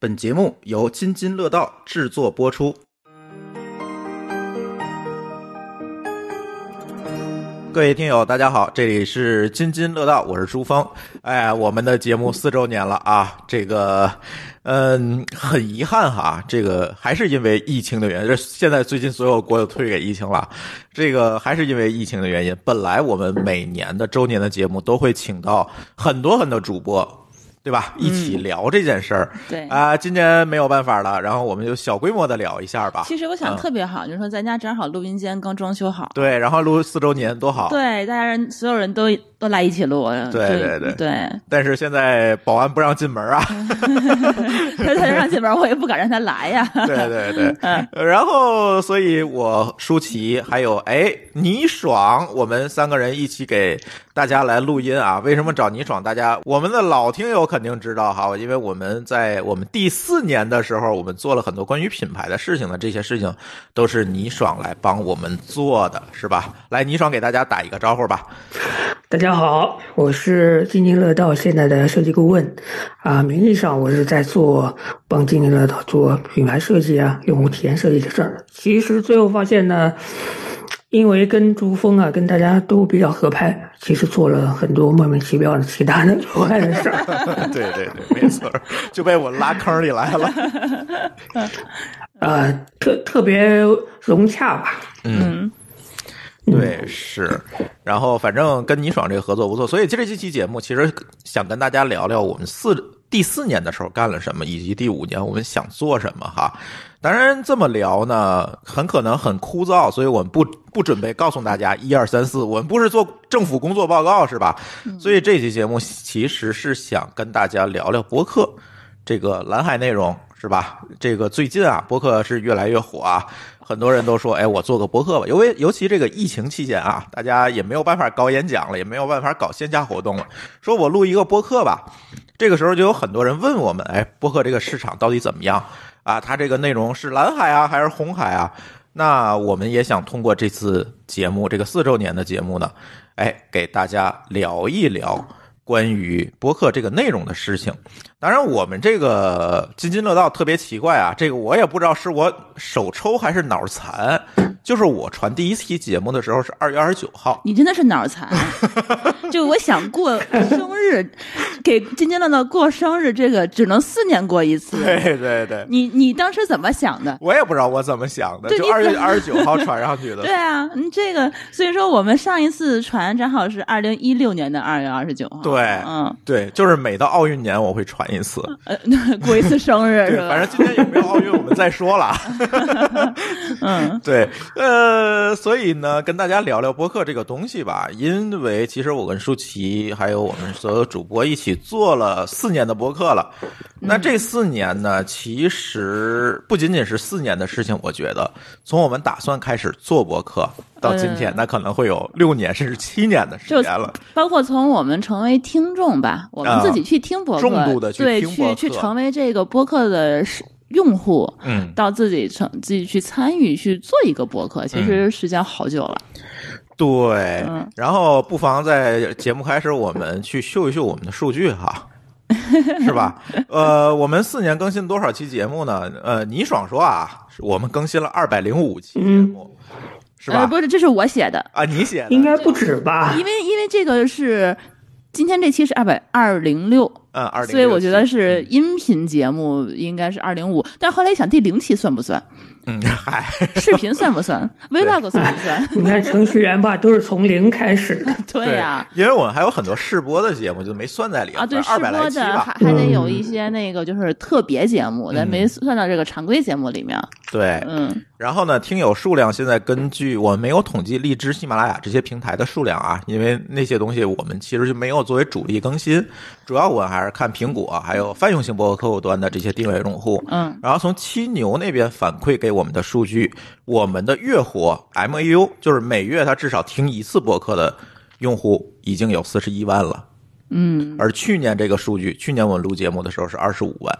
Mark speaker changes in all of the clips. Speaker 1: 本节目由津津乐道制作播出。各位听友，大家好，这里是津津乐道，我是朱峰。哎，我们的节目四周年了啊，这个，嗯，很遗憾哈，这个还是因为疫情的原因，这现在最近所有国都推给疫情了，这个还是因为疫情的原因。本来我们每年的周年的节目都会请到很多很多主播。对吧？一起聊这件事儿、
Speaker 2: 对
Speaker 1: 啊、今年没有办法了，然后我们就小规模的聊一下吧。
Speaker 2: 其实我
Speaker 1: 嗯
Speaker 2: 想特别好，就是说咱家正好录音间刚装修好，
Speaker 1: 对，然后录四周年多好。
Speaker 2: 对，大家人所有人都都来一起录，
Speaker 1: 哦对
Speaker 2: 就
Speaker 1: 对对
Speaker 2: 对，
Speaker 1: 但是现在保安不让进门啊。
Speaker 2: 他他让进门，我也不敢让他 来呀。
Speaker 1: 对对对，呃
Speaker 2: 嗯
Speaker 1: 然后所以我舒淇还有哎倪爽，我们三个人一起给大家来录音啊。为什么找倪爽？大家我们的老听友肯定知道哈，因为我们在我们第四年的时候，我们做了很多关于品牌的事情的，这些事情都是倪爽来帮我们做的，是吧？来，倪爽给大家打一个招呼吧。
Speaker 3: 大家好，我是津津乐道现在的设计顾问，啊，名义上我是在做帮津津乐道做品牌设计啊、用户体验设计的事儿。其实最后发现呢，因为跟朱峰啊，跟大家都比较合拍，其实做了很多莫名其妙的其他的额外的事儿。
Speaker 1: 对对对，没错儿，就被我拉坑里来了。
Speaker 3: 呃，特特别融洽吧。
Speaker 2: 嗯，
Speaker 1: 对，是，然后反正跟倪爽这个合作不错，所以这这期节目其实想跟大家聊聊我们四第四年的时候干了什么，以及第五年我们想做什么哈。当然这么聊呢，很可能很枯燥，所以我们不不准备告诉大家一二三四，我们不是做政府工作报告是吧？所以这期节目其实是想跟大家聊聊博客这个蓝海内容。是吧？这个最近啊，播客是越来越火啊，很多人都说，哎，我做个播客吧。因为尤其这个疫情期间啊，大家也没有办法搞演讲了，也没有办法搞线下活动了，说我录一个播客吧。这个时候就有很多人问我们，哎，播客这个市场到底怎么样啊？它这个内容是蓝海啊，还是红海啊？那我们也想通过这次节目，这个四周年的节目呢，哎，给大家聊一聊关于播客这个内容的事情。当然，我们这个津津乐道特别奇怪啊，这个我也不知道是我手抽还是脑残，就是我传第一期节目的时候是二月二十九号，
Speaker 2: 你真的是脑残，啊就我想过生日，给津津乐道过生日，这个只能四年过一 次。
Speaker 1: 对对对，
Speaker 2: 你你当时怎么想的？
Speaker 1: 我也不知道我怎么想的，
Speaker 2: 对
Speaker 1: 就
Speaker 2: 你
Speaker 1: 二
Speaker 2: 怎
Speaker 1: 月
Speaker 2: 么
Speaker 1: 二十九号传上去的，
Speaker 2: 对啊，嗯，这个，所以说我们上一次传正好是二零一六年的二月二十九号。
Speaker 1: 对
Speaker 2: 嗯，
Speaker 1: 对，就是每到奥运年我会传一次。
Speaker 2: 呃，过一次 生日
Speaker 1: 对
Speaker 2: 是，吧？
Speaker 1: 反正今天有没有奥运我们再说了。
Speaker 2: 嗯，
Speaker 1: 对，呃，所以呢，跟大家聊聊播客这个东西吧，因为其实我跟舒淇还有我们所有主播一起做了四年的播客了。
Speaker 2: 嗯
Speaker 1: 那这四年呢，其实不仅仅是四年的事情，我觉得从我们打算开始做播客到今天
Speaker 2: 嗯，
Speaker 1: 那可能会有六年甚至七年的时
Speaker 2: 就
Speaker 1: 间了。
Speaker 2: 包括从我们成为听众吧，我们自己去听播客，
Speaker 1: 啊重度地去
Speaker 2: 对，
Speaker 1: 听播客
Speaker 2: 去去成为这个播客的使用户，
Speaker 1: 嗯，
Speaker 2: 到自己成自己去参与去做一个播客，其实时间好久了。
Speaker 1: 对，
Speaker 2: 嗯
Speaker 1: 然后不妨在节目开始，我们去秀一秀我们的数据 哈，是吧？呃，我们四年更新多少期节目呢？呃，倪爽说啊，我们更新了二百零五期节目，是
Speaker 2: 嗯呃
Speaker 1: 吧？
Speaker 2: 不是，这是我写的，
Speaker 1: 啊，你写的
Speaker 3: 应该不止吧？
Speaker 2: 因为因为这个是今天这期是二百二零六。
Speaker 1: 嗯二零，
Speaker 2: 所以我觉得是音频节目应该是二零五，但后来一想第零期算不算？
Speaker 1: 嗯，嗨，
Speaker 2: 视频算 不算？vlog 算不算？
Speaker 3: 你看程序员吧，都是从零开始的。
Speaker 2: 对呀、
Speaker 1: 因为我们还有很多试播的节目就没算在里
Speaker 2: 啊，对，试
Speaker 1: 二百来
Speaker 2: 播
Speaker 1: 期
Speaker 2: 的还
Speaker 1: 吧，
Speaker 2: 还得有一些那个就是特别节目，咱
Speaker 1: 嗯
Speaker 2: 没算到这个常规节目里面。
Speaker 1: 对，
Speaker 2: 嗯，
Speaker 1: 然后呢，听友数量现在根据我没有统计荔枝、喜马拉雅这些平台的数量啊，因为那些东西我们其实就没有作为主力更新，主要我还是看苹果还有泛用型博客客户端的这些定位用户。
Speaker 2: 嗯，
Speaker 1: 然后从七牛那边反馈给我们的数据，我们的月活 MAU 就是每月他至少听一次博客的用户已经有四十一万了。嗯，而去年这个数据，去年我们录节目的时候是二十五万，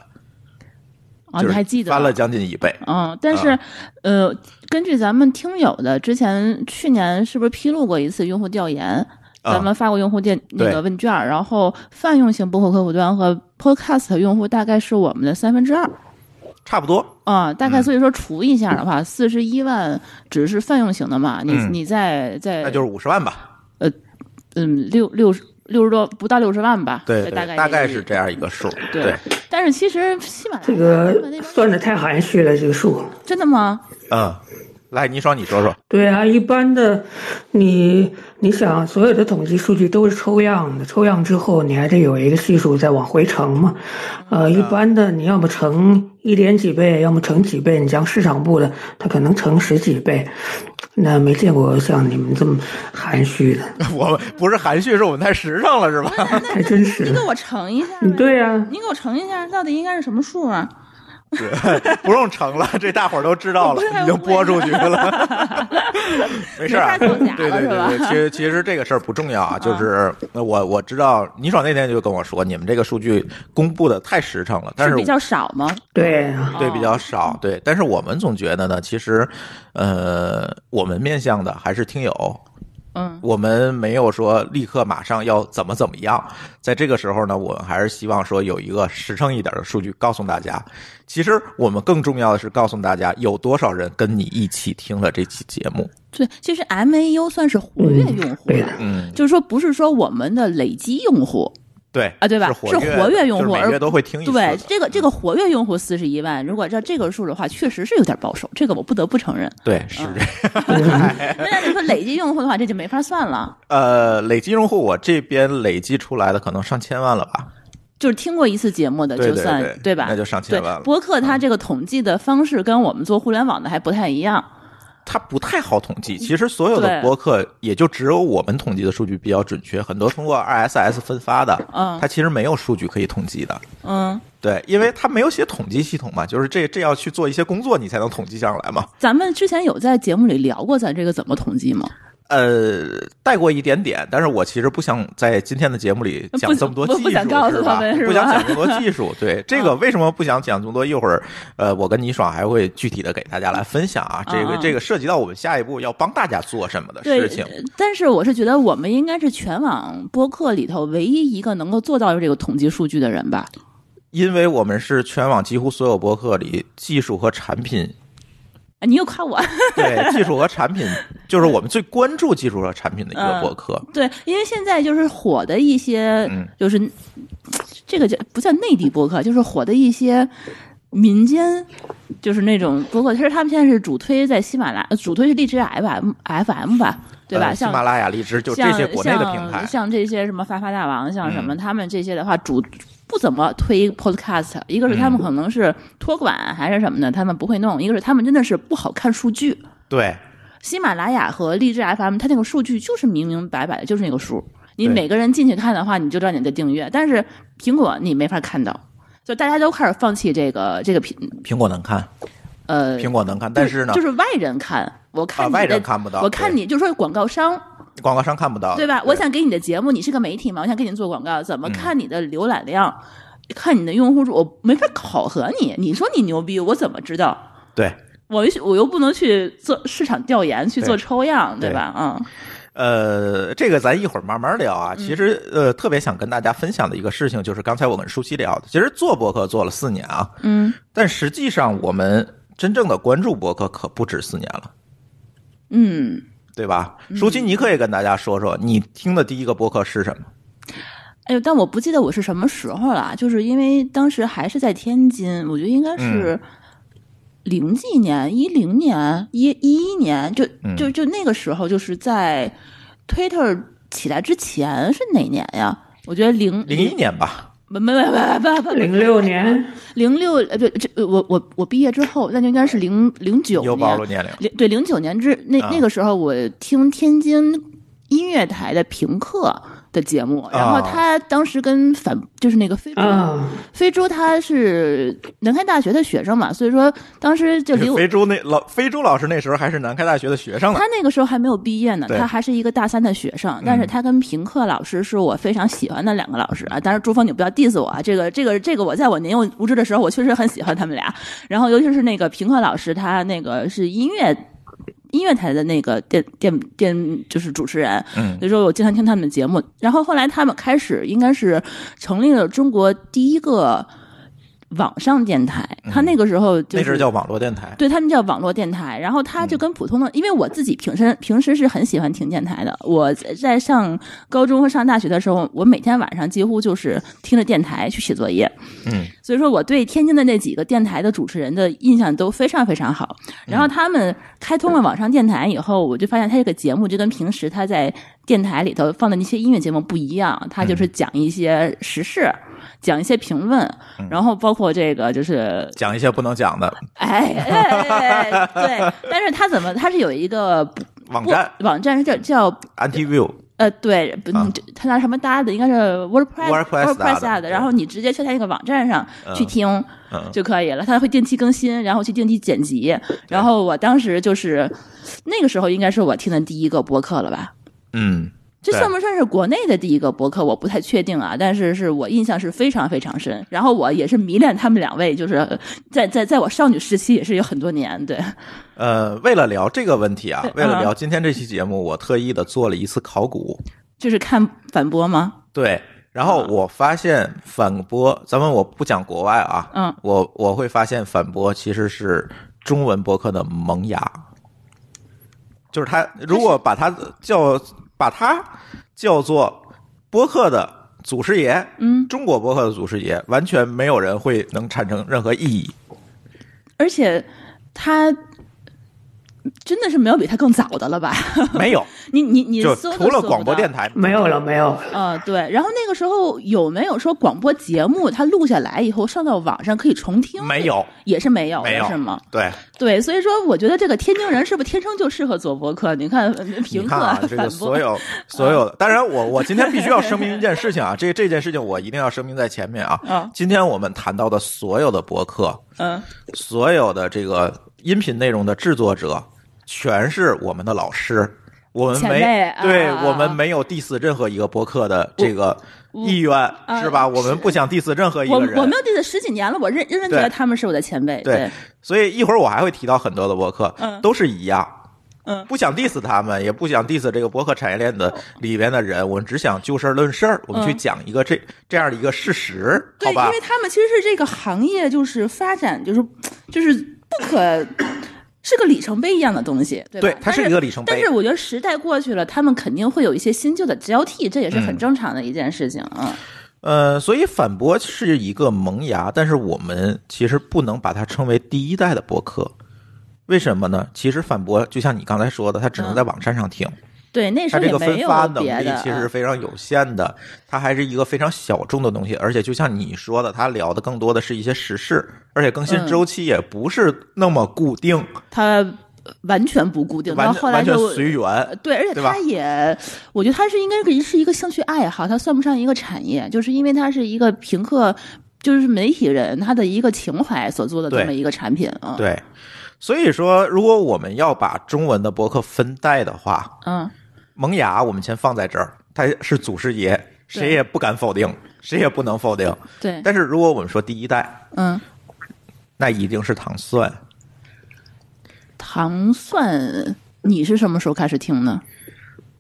Speaker 2: 啊，
Speaker 1: 就
Speaker 2: 你
Speaker 1: 是
Speaker 2: 还记得？
Speaker 1: 翻了啊将近一倍。
Speaker 2: 嗯，但是，呃，根据咱们听友的之前去年是不是披露过一次用户调研？
Speaker 1: 啊
Speaker 2: 咱们发过用户电那
Speaker 1: 对
Speaker 2: 个问卷儿，然后泛用型播客客户端和 Podcast 用户大概是我们的三分之二。
Speaker 1: 差不多。
Speaker 2: 啊、大
Speaker 1: 嗯
Speaker 2: 概所以说除一下的话，四十一万只是泛用型的嘛，你、
Speaker 1: 嗯
Speaker 2: 你再再
Speaker 1: 那就是五十万吧，
Speaker 2: 嗯六六十六十多不到六十万吧，
Speaker 1: 对，
Speaker 2: 大
Speaker 1: 对
Speaker 2: 概
Speaker 1: 大概
Speaker 2: 这
Speaker 1: 是这样一个数，
Speaker 2: 对
Speaker 1: 对，
Speaker 2: 但是其实喜马拉雅
Speaker 3: 这个
Speaker 2: 那边
Speaker 3: 算的太含蓄了，这个数。
Speaker 2: 真的吗？
Speaker 1: 嗯，来，倪爽，你说说，
Speaker 3: 对啊，一般的，你你想，所有的统计数据都是抽样的，抽样之后你还得有一个系数再往回乘嘛。呃，一般的你要么乘一点几倍，要么乘几倍。你像市场部的，它可能乘十几倍，那没见过像你们这么含蓄的，
Speaker 1: 我们不是含蓄，是我们太时尚了，是 吧？
Speaker 3: 太真实
Speaker 2: 你给
Speaker 3: 了。
Speaker 2: 我乘一下呗，
Speaker 3: 嗯对啊，
Speaker 2: 你给我乘一下，到底应该是什么数啊？
Speaker 1: 不用成了，这大伙儿都知道了，
Speaker 2: 我不太
Speaker 1: 已经播出去了。 没事儿啊，
Speaker 2: 没法造假了
Speaker 1: 对对对对，
Speaker 2: 是吧
Speaker 1: 其实其实这个事儿不重要啊，就是呃我我知道，倪爽那天就跟我说，你们这个数据公布的太实诚了，但是
Speaker 2: 比较少吗？
Speaker 3: 对啊，
Speaker 1: 对
Speaker 2: 哦
Speaker 1: 比较少，对，但是我们总觉得呢，其实，呃，我们面向的还是听友，
Speaker 2: 嗯，
Speaker 1: 我们没有说立刻马上要怎么怎么样，在这个时候呢，我们还是希望说有一个实诚一点的数据告诉大家。其实我们更重要的是告诉大家有多少人跟你一起听了这期节目。
Speaker 2: 对，其实 MAU 算是活跃用户
Speaker 3: 对
Speaker 2: 了，
Speaker 3: 的。
Speaker 1: 嗯，
Speaker 2: 就是说不是说我们的累积用户，
Speaker 1: 对
Speaker 2: 啊对吧
Speaker 1: 是活
Speaker 2: 是活跃用户
Speaker 1: 就是每
Speaker 2: 而
Speaker 1: 月都会听一次的。
Speaker 2: 对这个这个活跃用户四十一万，如果照这个数的话，确实是有点保守，这个我不得不承 认。
Speaker 1: 对，是
Speaker 2: 嗯
Speaker 1: 这样。
Speaker 2: 那你说累计用户的话，这就没法算了。
Speaker 1: 呃，累计用户我这边累计出来的可能上千万了吧？
Speaker 2: 就是听过一次节目的，
Speaker 1: 对
Speaker 2: 呃就
Speaker 1: 对
Speaker 2: 算
Speaker 1: 对
Speaker 2: 吧？
Speaker 1: 那就上千万了
Speaker 2: 对播客它这个统计的方式跟我们做互联网的还不太一样。
Speaker 1: 它不太好统计。其实所有的
Speaker 2: 对
Speaker 1: 播客，也就只有我们统计的数据比较准确，很多通过 RSS 分发的，
Speaker 2: 嗯
Speaker 1: 它其实没有数据可以统计的。
Speaker 2: 嗯，
Speaker 1: 对，因为它没有写统计系统嘛，就是这这要去做一些工作，你才能统计上来嘛。
Speaker 2: 咱们之前有在节目里聊过咱这个怎么统计吗？
Speaker 1: 呃，带过一点点，但是我其实不想在今天的节目里讲这么多技术，
Speaker 2: 不不想告诉
Speaker 1: 是
Speaker 2: 他
Speaker 1: 吧
Speaker 2: 们？是吧嗯
Speaker 1: 不想讲这么多技术。 对，这个为什么不想讲这么多？一会儿，呃，我跟倪爽还会具体的给大家来分享啊。这个
Speaker 2: 嗯嗯
Speaker 1: 这个涉及到我们下一步要帮大家做什么的
Speaker 2: 对
Speaker 1: 事情。，
Speaker 2: 但是我是觉得我们应该是全网播客里头唯一一个能够做到这个统计数据的人吧？
Speaker 1: 因为我们是全网几乎所有博客里技术和产品，
Speaker 2: 啊，你又夸我。
Speaker 1: 对技术和产品，就是我们最关注技术和产品的一个
Speaker 2: 嗯
Speaker 1: 博客。
Speaker 2: 对，因为现在就是火的一些，
Speaker 1: 嗯
Speaker 2: 就是这个叫不叫内地播客，就是火的一些民间，就是那种播客。其实他们现在是主推在喜马拉，呃主推是荔枝 F M F M 吧，对吧？
Speaker 1: 呃喜
Speaker 2: 像
Speaker 1: 马拉雅、荔枝，就这
Speaker 2: 像
Speaker 1: 些国内的平台
Speaker 2: 像，像这些什么发发大王，像什么、
Speaker 1: 嗯
Speaker 2: 他们这些的话，主不怎么推 podcast，一个是他们
Speaker 1: 嗯
Speaker 2: 可能是托管还是什么的，他们不会弄；一个是他们真的是不好看数据。
Speaker 1: 对
Speaker 2: 喜马拉雅和荔枝 FM，它那个数据就是明明白白的，就是那个数。你
Speaker 1: 对
Speaker 2: 每个人进去看的话，你就知道你的订阅，但是苹果你没法看到，就大家都开始放弃这个这个品
Speaker 1: 苹果能看，
Speaker 2: 呃，
Speaker 1: 苹果能看，但是呢，
Speaker 2: 就是外人看，我
Speaker 1: 啊
Speaker 2: 看你的、
Speaker 1: 外人看不到
Speaker 2: 我看你就是说广告商
Speaker 1: 广告商看不到，
Speaker 2: 对嗯吧？我想给你的节目，你是个媒体嘛，我想给你做广告，怎么看你的浏览量，看你的用户数，我没法考核你。你说你牛逼，我怎么知道？
Speaker 1: 对。
Speaker 2: 我又我又不能去做市场调研，去
Speaker 1: 对
Speaker 2: 做抽样，对
Speaker 1: 对
Speaker 2: 吧？嗯。
Speaker 1: 呃，这个咱一会儿慢慢聊啊。其实，呃，特别想跟大家分享的一个事情，就是刚才我跟舒淇聊的。其实做博客做了四年啊，
Speaker 2: 嗯
Speaker 1: 但实际上我们真正的关注博客可不止四年了。
Speaker 2: 嗯，
Speaker 1: 对吧？舒淇，你可以跟大家说说你听的第一个播客是什么？
Speaker 2: 哎呦，但我不记得我是什么时候了，啊就是因为当时还是在天津，我觉得应该
Speaker 1: 嗯
Speaker 2: 是零几年、一零年、一一一年，就
Speaker 1: 嗯
Speaker 2: 就就那个时候，就是在 Twitter 起来之前是哪年呀？我觉得零
Speaker 1: 零一年吧，
Speaker 2: 没没没没没没
Speaker 3: 零六年，
Speaker 2: 零六呃不这我我我毕业之后，那就应该是零零九
Speaker 1: 又暴露
Speaker 2: 年，
Speaker 1: 年龄。
Speaker 2: 零对零九年之那、
Speaker 1: 啊
Speaker 2: 那个时候，我听天津音乐台的评课的节目，然后
Speaker 1: 啊
Speaker 2: 他当时跟反就是那个非洲、
Speaker 3: 啊，
Speaker 2: 非洲他是南开大学的学生嘛，所以说当时就离我
Speaker 1: 非洲那老非洲老师那时候还是南开大学的学生呢
Speaker 2: 他。那个时候还没有毕业呢，
Speaker 1: 对嗯
Speaker 2: 他还是一个大三的学生，但是他跟评课老师是我非常喜欢的两个老师啊。当然，朱峰你不要 diss 我啊，这个这个这个我在我年幼无知的时候，我确实很喜欢他们俩。然后尤其是那个评课老师，他那个是音乐。音乐台的那个电电电就是主持人，
Speaker 1: 嗯
Speaker 2: 所以说我经常听他们的节目。然后后来他们开始应该是成立了中国第一个网上电台，他那个时候就
Speaker 1: 嗯那
Speaker 2: 是
Speaker 1: 阵叫网络电台，嗯
Speaker 2: 对他们叫网络电台，然后它就跟普通的，因为我自己平时平时是很喜欢听电台的。我在上高中和上大学的时候，我每天晚上几乎就是听着电台去写作业，
Speaker 1: 嗯，
Speaker 2: 所以说我对天津的那几个电台的主持人的印象都非常非常好。
Speaker 1: 嗯
Speaker 2: 然后他们开通了网上电台以后，我就发现他这个节目就跟平时他在电台里头放的那些音乐节目不一样，他
Speaker 1: 嗯
Speaker 2: 就是讲一些时事，讲一些评论，
Speaker 1: 嗯
Speaker 2: 然后包括这个就是
Speaker 1: 讲一些不能讲的
Speaker 2: 哎，哎哎哎对，但是他怎么他是有一个不
Speaker 1: 网站
Speaker 2: 网站是叫叫
Speaker 1: anti-view，
Speaker 2: 呃对，不
Speaker 1: 啊
Speaker 2: 他拿什么搭的，应该是 WordPress
Speaker 1: WordPress 搭的
Speaker 2: 搭的，然后你直接去他那个网站上
Speaker 1: 嗯
Speaker 2: 去听。
Speaker 1: 嗯，
Speaker 2: 就可以了。它会定期更新，然后去定期剪辑。然后我当时就是那个时候，应该是我听的第一个播客了吧？
Speaker 1: 嗯，
Speaker 2: 这
Speaker 1: 对
Speaker 2: 算不算是国内的第一个播客？我不太确定啊，但是是我印象是非常非常深。然后我也是迷恋他们两位，就是呃在在在我少女时期也是有很多年。对，
Speaker 1: 呃，为了聊这个问题啊
Speaker 2: 对，
Speaker 1: 为了
Speaker 2: 嗯
Speaker 1: 聊今天这期节目，我特意的做了一次考古，
Speaker 2: 就是看反驳吗？
Speaker 1: 对，然后
Speaker 2: 嗯
Speaker 1: 我发现反播，咱们我不讲国外啊，
Speaker 2: 嗯，
Speaker 1: 我我会发现反播其实是中文播客的萌芽，就是它如果把它叫把它叫做播客的祖师爷，
Speaker 2: 嗯，
Speaker 1: 中国播客的祖师爷，完全没有人会能产生任何意 义。
Speaker 2: 而且他。真的是没有比他更早的了吧？
Speaker 1: 没有，
Speaker 2: 你你你
Speaker 1: 就
Speaker 2: 搜都
Speaker 1: 除了
Speaker 2: 搜不
Speaker 1: 广播
Speaker 2: 到
Speaker 1: 电台，
Speaker 3: 没有了，没有了。
Speaker 2: 啊，对。然后那个时候有没有说广播节目它录下来以后上到网上可以重听？
Speaker 1: 没，有，
Speaker 2: 也是没有的，
Speaker 1: 没有
Speaker 2: 是吗？
Speaker 1: 对，
Speaker 2: 对，所以说我觉得这个天津人是不是天生就适合做播客？你看呃
Speaker 1: 你
Speaker 2: 评
Speaker 1: 看
Speaker 2: 课、
Speaker 1: 啊，这
Speaker 2: 反
Speaker 1: 个
Speaker 2: 驳，嗯
Speaker 1: 所有所有的，当然我我今天必须要声明一件事情啊，这这件事情我一定要声明在前面啊。
Speaker 2: 嗯
Speaker 1: 今天我们谈到的所有的博客，
Speaker 2: 嗯，
Speaker 1: 所有的这个音频内容的制作者，全是我们的老师。我们
Speaker 2: 前
Speaker 1: 没
Speaker 2: 辈啊
Speaker 1: 对，
Speaker 2: 啊
Speaker 1: 我们没有 diss 任何一个博客的这个意愿，
Speaker 2: 啊
Speaker 1: 是吧？我们不想 diss 任何一
Speaker 2: 我
Speaker 1: 个
Speaker 2: 我
Speaker 1: 人
Speaker 2: 没。有记得十几年了，我认认真觉得
Speaker 1: 对
Speaker 2: 他们是我的前辈。
Speaker 1: 对
Speaker 2: 对，
Speaker 1: 所以一会儿我还会提到很多的博客，
Speaker 2: 嗯
Speaker 1: 都是一样。
Speaker 2: 嗯
Speaker 1: 不想 diss 他们，也不想 diss 这个博客产业链的里边的人，我们只想就事儿论事儿，我们去讲一个这、这样的一个事实，
Speaker 2: 嗯对，
Speaker 1: 好
Speaker 2: 因
Speaker 1: 吧
Speaker 2: 为？他们其实是这个行业就是发展就是就是不可。是个里程碑一样的东西，对吧？
Speaker 1: 对它是一个里程碑
Speaker 2: 但是我觉得时代过去了，他们肯定会有一些新旧的交替，这也是
Speaker 1: 嗯
Speaker 2: 很正常的一件事情啊。嗯
Speaker 1: 呃，所以反驳是一个萌芽，但是我们其实不能把它称为第一代的博客，为什么呢？其实反驳就像你刚才说的，它只能在网站上听，
Speaker 2: 对，那时
Speaker 1: 它这
Speaker 2: 候嗯也
Speaker 1: 个分
Speaker 2: 没有
Speaker 1: 发能
Speaker 2: 别
Speaker 1: 力
Speaker 2: 的。
Speaker 1: 其实
Speaker 2: 啊
Speaker 1: 是非常有限的，它还是一个非常小众的东西，而且就像你说的，它聊的更多的是一些时事，而且更新
Speaker 2: 嗯
Speaker 1: 周期也不是那么固定，
Speaker 2: 它完全不固定，到
Speaker 1: 完
Speaker 2: 后来
Speaker 1: 完
Speaker 2: 就
Speaker 1: 全随缘。
Speaker 2: 对，而且
Speaker 1: 对吧
Speaker 2: 它也，我觉得它是应该是一是一个兴趣爱好，它算不上一个产业，就是因为它是一个评课，就是媒体人他的一个情怀所做的这
Speaker 1: 对
Speaker 2: 么一个产品啊。，
Speaker 1: 对，所以说，如果我们要把中文的博客分代的话，
Speaker 2: 嗯，
Speaker 1: 萌芽我们先放在这儿，它是祖师爷，谁也不敢否定，谁也不能否定。
Speaker 2: 对，
Speaker 1: 但是如果我们说第一代，
Speaker 2: 嗯，
Speaker 1: 那一定是糖蒜。
Speaker 2: 糖蒜，你是什么时候开始听呢？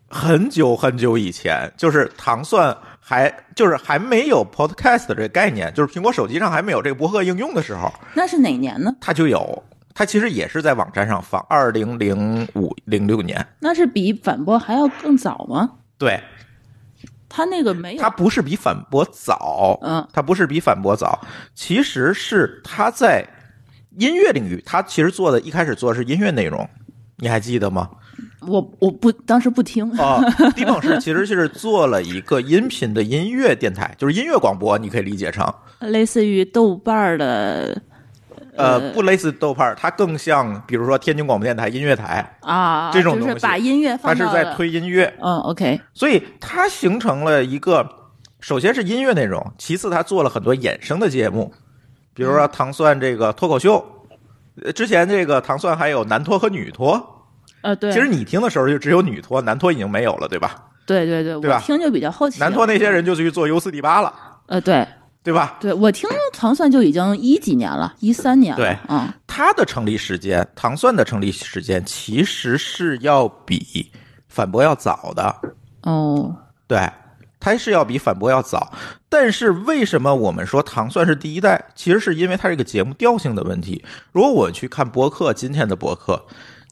Speaker 1: 很久很久以前，就是糖蒜还就是还没有 podcast 这个概念，就是苹果手机上还没有这个播客应用的时候，
Speaker 2: 那是哪年呢？
Speaker 1: 它就有。它其实也是在网站上放，二零零五零六年。
Speaker 2: 那是比反驳还要更早吗？
Speaker 1: 对，
Speaker 2: 他那个没有
Speaker 1: 它，不是比反驳早，
Speaker 2: 嗯，
Speaker 1: 它不是比反驳早，其实是它在音乐领域，它其实做的一开始做的是音乐内容，你还记得吗？
Speaker 2: 我我不当时不听，
Speaker 1: 啊、低胖是其实是做了一个音频的音乐电台，就是音乐广播，你可以理解成，
Speaker 2: 类似于豆瓣儿的
Speaker 1: 呃，不类似豆瓣儿，它更像，比如说天津广播电台音乐台，
Speaker 2: 啊，
Speaker 1: 这种东西
Speaker 2: 就是把音乐
Speaker 1: 它
Speaker 2: 放
Speaker 1: 是
Speaker 2: 到
Speaker 1: 在
Speaker 2: 了
Speaker 1: 推音乐，
Speaker 2: 嗯，OK，
Speaker 1: 所以它形成了一个，首先是音乐内容，其次它做了很多衍生的节目，比如说糖蒜这个脱口秀，呃之前这个糖蒜还有男脱和女脱，
Speaker 2: 呃，对，
Speaker 1: 其实你听的时候就只有女脱，男脱已经没有了，对吧？
Speaker 2: 对对对，
Speaker 1: 对
Speaker 2: 我
Speaker 1: 吧
Speaker 2: 听就比较后期了。
Speaker 1: 男脱那些人就去做 U 四 D 八了，
Speaker 2: 呃，对
Speaker 1: 对吧？
Speaker 2: 对，我听糖蒜就已经一几年了，一三年了，
Speaker 1: 对
Speaker 2: 嗯，
Speaker 1: 它的成立时间，糖蒜的成立时间其实是要比反驳要早的，
Speaker 2: 哦，
Speaker 1: 对，它是要比反驳要早。但是为什么我们说糖蒜是第一代？其实是因为它这个节目调性的问题。如果我去看播客，今天的播客，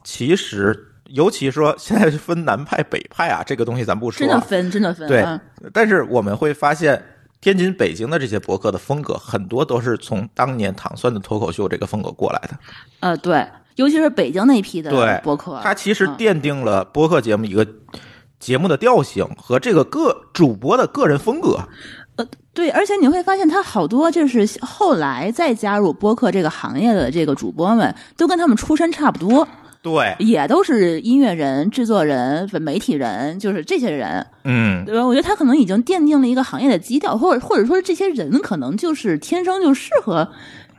Speaker 1: 其实尤其说现在是分南派北派啊，这个东西咱不说
Speaker 2: 真
Speaker 1: 啊、
Speaker 2: 的分，真的分，
Speaker 1: 对
Speaker 2: 嗯，
Speaker 1: 但是我们会发现，天津、北京的这些博客的风格，很多都是从当年糖蒜的脱口秀这个风格过来的。
Speaker 2: 呃，对，尤其是北京那一批的
Speaker 1: 对，
Speaker 2: 博客，
Speaker 1: 它其实
Speaker 2: 嗯
Speaker 1: 奠定了播客节目一个节目的调性和这个个主播的个人风格。
Speaker 2: 对，而且你会发现，他好多就是后来再加入播客这个行业的这个主播们，都跟他们出身差不多，
Speaker 1: 对，
Speaker 2: 也都是音乐人、制作人、媒体人，就是这些人，
Speaker 1: 嗯，
Speaker 2: 对吧？我觉得他可能已经奠定了一个行业的基调，或者或者说这些人可能就是天生就适合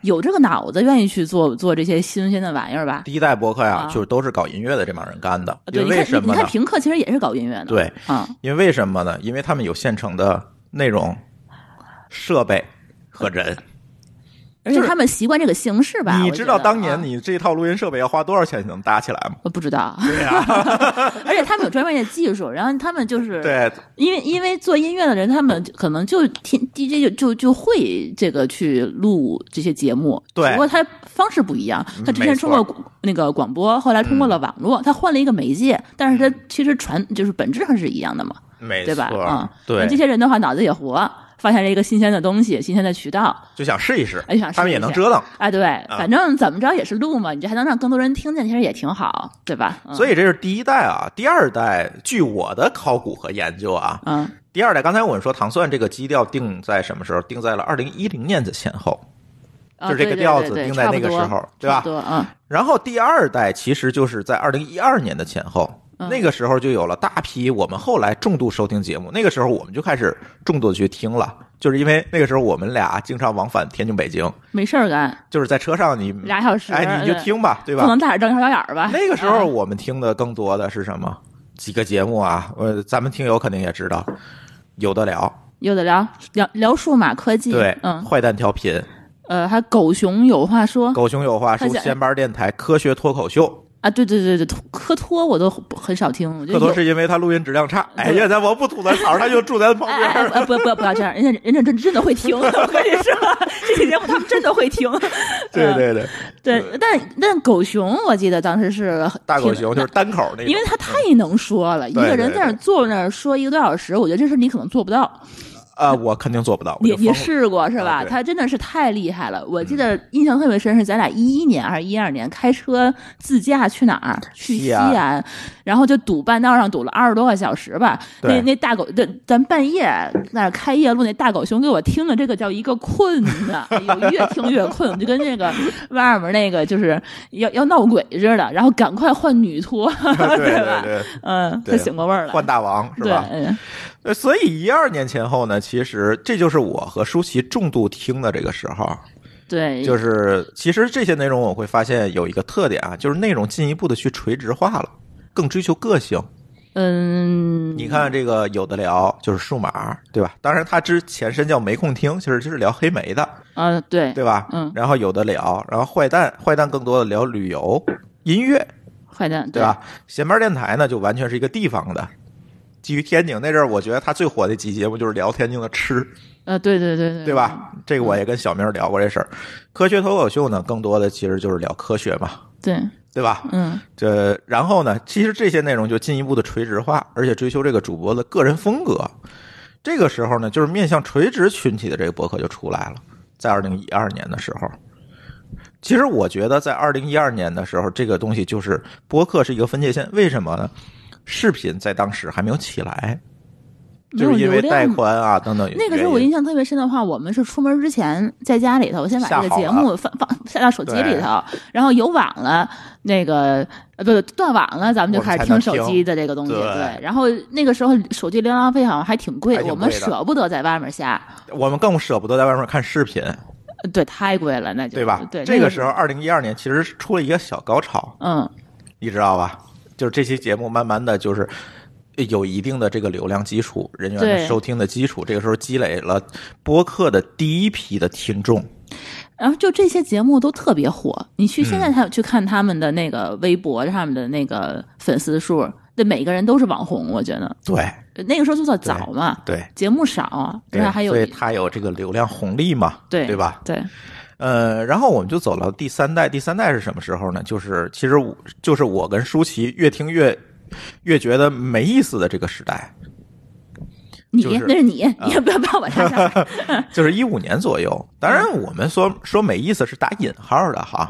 Speaker 2: 有这个脑子，愿意去做做这些新鲜的玩意儿吧。
Speaker 1: 第一代博客呀、
Speaker 2: 啊
Speaker 1: 就是都是搞音乐的这帮人干的。
Speaker 2: 对，
Speaker 1: 因
Speaker 2: 你
Speaker 1: 为
Speaker 2: 看
Speaker 1: 什
Speaker 2: 你你
Speaker 1: 么
Speaker 2: 看
Speaker 1: 呢？
Speaker 2: 平克其实也是搞音乐的，
Speaker 1: 对，
Speaker 2: 啊、
Speaker 1: 因为什么呢？因为他们有现成的内容、设备和人。
Speaker 2: 而且他们习惯这个形式吧。
Speaker 1: 你
Speaker 2: 我
Speaker 1: 知
Speaker 2: 觉
Speaker 1: 道
Speaker 2: 得
Speaker 1: 当
Speaker 2: 啊
Speaker 1: 年你这套录音设备要花多少钱才能搭起来吗？
Speaker 2: 我不知道，
Speaker 1: 对呀、
Speaker 2: 啊而且他们有专门的技术，然后他们就是
Speaker 1: 对，
Speaker 2: 因为因为做音乐的人，他们就可能就听 DJ 就就就会这个去录这些节目，
Speaker 1: 对嗯
Speaker 2: 不过他方式不一样，他之前
Speaker 1: 没错嗯
Speaker 2: 通过广那个广播，后来通过了网络，他换了一个媒介，但是他其实传就是本质上是一样的嘛，
Speaker 1: 没
Speaker 2: 对
Speaker 1: 错，
Speaker 2: 吧？啊、
Speaker 1: 对，
Speaker 2: 那这些人的话，脑子也活，发现了一个新鲜的东西，新鲜的渠道，
Speaker 1: 就想试一试，
Speaker 2: 哎想试一下
Speaker 1: 他们也能折腾。
Speaker 2: 哎，对，
Speaker 1: 嗯
Speaker 2: 反正怎么着也是录嘛，你这还能让更多人听见，其实也挺好，对吧？嗯、
Speaker 1: 所
Speaker 2: 以，
Speaker 1: 以这是第一代啊，第二代，据我的考古和研究啊，
Speaker 2: 嗯，
Speaker 1: 第二代，刚才我们说糖蒜这个基调定在什么时候？定在了二零一零年的前后，
Speaker 2: 啊
Speaker 1: 就是这
Speaker 2: 对
Speaker 1: 个
Speaker 2: 对
Speaker 1: 调
Speaker 2: 对
Speaker 1: 子
Speaker 2: 对
Speaker 1: 定在那个时候对吧
Speaker 2: 差不多，嗯。
Speaker 1: 然后第二代其实就是在二零一二年的前后。
Speaker 2: 嗯
Speaker 1: 那个时候就有了大批我们后来重度收听节目，那个时候我们就开始重度地去听了，就是因为那个时候我们俩经常往返天津北京，
Speaker 2: 没事儿干，
Speaker 1: 就是在车上你
Speaker 2: 俩小时呃
Speaker 1: 哎你就
Speaker 2: 对
Speaker 1: 听吧，对吧？
Speaker 2: 不能大眼瞪小眼儿吧？
Speaker 1: 那个时候
Speaker 2: 啊
Speaker 1: 我们听的更多的是什么？几个节目啊，呃，咱们听友肯定也知道，有的聊，
Speaker 2: 有的聊聊聊数码科技，
Speaker 1: 对，
Speaker 2: 嗯，
Speaker 1: 坏蛋调频，
Speaker 2: 呃，还狗熊有话说
Speaker 1: 狗熊有话
Speaker 2: 快
Speaker 1: 说，
Speaker 2: 点
Speaker 1: 闲班电台，科学脱口秀，
Speaker 2: 啊，对对对对，托科托我都很少听，我觉
Speaker 1: 可
Speaker 2: 得
Speaker 1: 多
Speaker 2: 有
Speaker 1: 是因为他录音质量差。哎
Speaker 2: 对
Speaker 1: 呀，咱我不吐咱槽，他就住咱旁
Speaker 2: 哎哎哎
Speaker 1: 边。
Speaker 2: 哎，不不不要这样，人家人家真真的会听， 我跟你说，这期节目他们真的会听，
Speaker 1: 对
Speaker 2: 嗯
Speaker 1: 对对，
Speaker 2: 对，但但狗熊我记得当时是
Speaker 1: 嗯大狗
Speaker 2: 挺
Speaker 1: 熊就是单口那
Speaker 2: 因
Speaker 1: 种。
Speaker 2: 为他太能说了，一
Speaker 1: 对
Speaker 2: 个
Speaker 1: 对
Speaker 2: 人在那儿
Speaker 1: 对
Speaker 2: 坐那儿说一个多小时，我觉得这事你可能做不到。
Speaker 1: 啊，我肯定做不到，我
Speaker 2: 你
Speaker 1: 就疯
Speaker 2: 你
Speaker 1: 了。
Speaker 2: 试过是吧？
Speaker 1: 啊对嗯
Speaker 2: 他真的是太厉害了。我记得印象特别深是咱俩一一年还是一二年开车自驾去哪儿？去西
Speaker 1: 西安
Speaker 2: 安，然后就堵半道上堵了二十多个小时吧。
Speaker 1: 对
Speaker 2: 那那大狗，咱咱半夜那儿开夜路，那大狗熊给我听的这个叫一个困呐， 哎呦，越听越困，我就跟那个外面那个就是要要闹鬼似的，然后赶快换女托，
Speaker 1: 对
Speaker 2: 吧
Speaker 1: 对？对，
Speaker 2: 嗯，他
Speaker 1: 对
Speaker 2: 醒过味儿来，
Speaker 1: 换大王是
Speaker 2: 对，
Speaker 1: 吧？
Speaker 2: 嗯
Speaker 1: 呃，所以一二年前后呢，其实这就是我和舒淇重度听的这个时候。
Speaker 2: 对，
Speaker 1: 就是其实这些内容我会发现有一个特点啊，就是内容进一步的去垂直化了，更追求个性。
Speaker 2: 嗯，
Speaker 1: 你看这个有的聊就是数码，对吧？当然它之前身叫没空听，其实就是聊黑莓的，
Speaker 2: 啊，对
Speaker 1: 对吧？
Speaker 2: 嗯
Speaker 1: 然后有的聊，然后坏蛋坏蛋更多的聊旅游、音乐，
Speaker 2: 坏蛋，
Speaker 1: 对吧？闲班电台呢就完全是一个地方的。基于天津那阵儿，我觉得他最火的一期节目就是聊天津的吃，
Speaker 2: 呃，对对对对，
Speaker 1: 对？吧？这个我也跟小明聊过这事儿。科学脱口秀呢，更多的其实就是聊科学嘛，
Speaker 2: 对，
Speaker 1: 对吧？
Speaker 2: 嗯，
Speaker 1: 这然后呢，其实这些内容就进一步的垂直化，而且追求这个主播的个人风格。这个时候呢，就是面向垂直群体的这个博客就出来了，在二零一二年的时候。其实我觉得在二零一二年的时候，这个东西就是播客是一个分界线，为什么呢？视频在当时还没有起来，
Speaker 2: 没
Speaker 1: 就
Speaker 2: 有
Speaker 1: 是因
Speaker 2: 流
Speaker 1: 为
Speaker 2: 量
Speaker 1: 带
Speaker 2: 嘛
Speaker 1: 宽啊等等原因。
Speaker 2: 那个时候我印象特别深的话，我们是出门之前在家里头，我先把
Speaker 1: 下
Speaker 2: 这个
Speaker 1: 好
Speaker 2: 节
Speaker 1: 了
Speaker 2: 目放放下到手机里头，然后有网了，那个呃不断网了，咱们就
Speaker 1: 我们
Speaker 2: 开始
Speaker 1: 才能
Speaker 2: 听手机的这个东西。
Speaker 1: 对
Speaker 2: 对，然后那个时候手机流量费好像还挺贵
Speaker 1: 还，挺
Speaker 2: 我们
Speaker 1: 贵的
Speaker 2: 舍不得在外面下，
Speaker 1: 我们更舍不得在外面看视频，
Speaker 2: 呃对，太贵了，那就
Speaker 1: 对吧？
Speaker 2: 对，
Speaker 1: 这
Speaker 2: 那
Speaker 1: 个时候，二零一二年其实是出了一个小高潮，
Speaker 2: 嗯，
Speaker 1: 你知道吧？就是这期节目慢慢的就是有一定的这个流量基础、人员
Speaker 2: 对
Speaker 1: 的收听的基础，这个时候积累了播客的第一批的听众。
Speaker 2: 然后就这些节目都特别火，你去
Speaker 1: 嗯
Speaker 2: 现在他去看他们的那个微博，他们的那个粉丝数，那每个人都是网红，我觉得
Speaker 1: 对
Speaker 2: 那个时候做的早嘛，
Speaker 1: 对
Speaker 2: 节目少啊，
Speaker 1: 对
Speaker 2: 那还，有
Speaker 1: 所以它有这个流量红利嘛，
Speaker 2: 对
Speaker 1: 对吧？
Speaker 2: 对，
Speaker 1: 呃，然后我们就走到第三代，第三代是什么时候呢？就是其实我就是我跟舒淇越听越越觉得没意思的这个时代，
Speaker 2: 你
Speaker 1: 就是啊
Speaker 2: 那是你， 你也不要把我拉上 来，
Speaker 1: 就是一五年左右。当然，我们说说没意思是打引号的哈，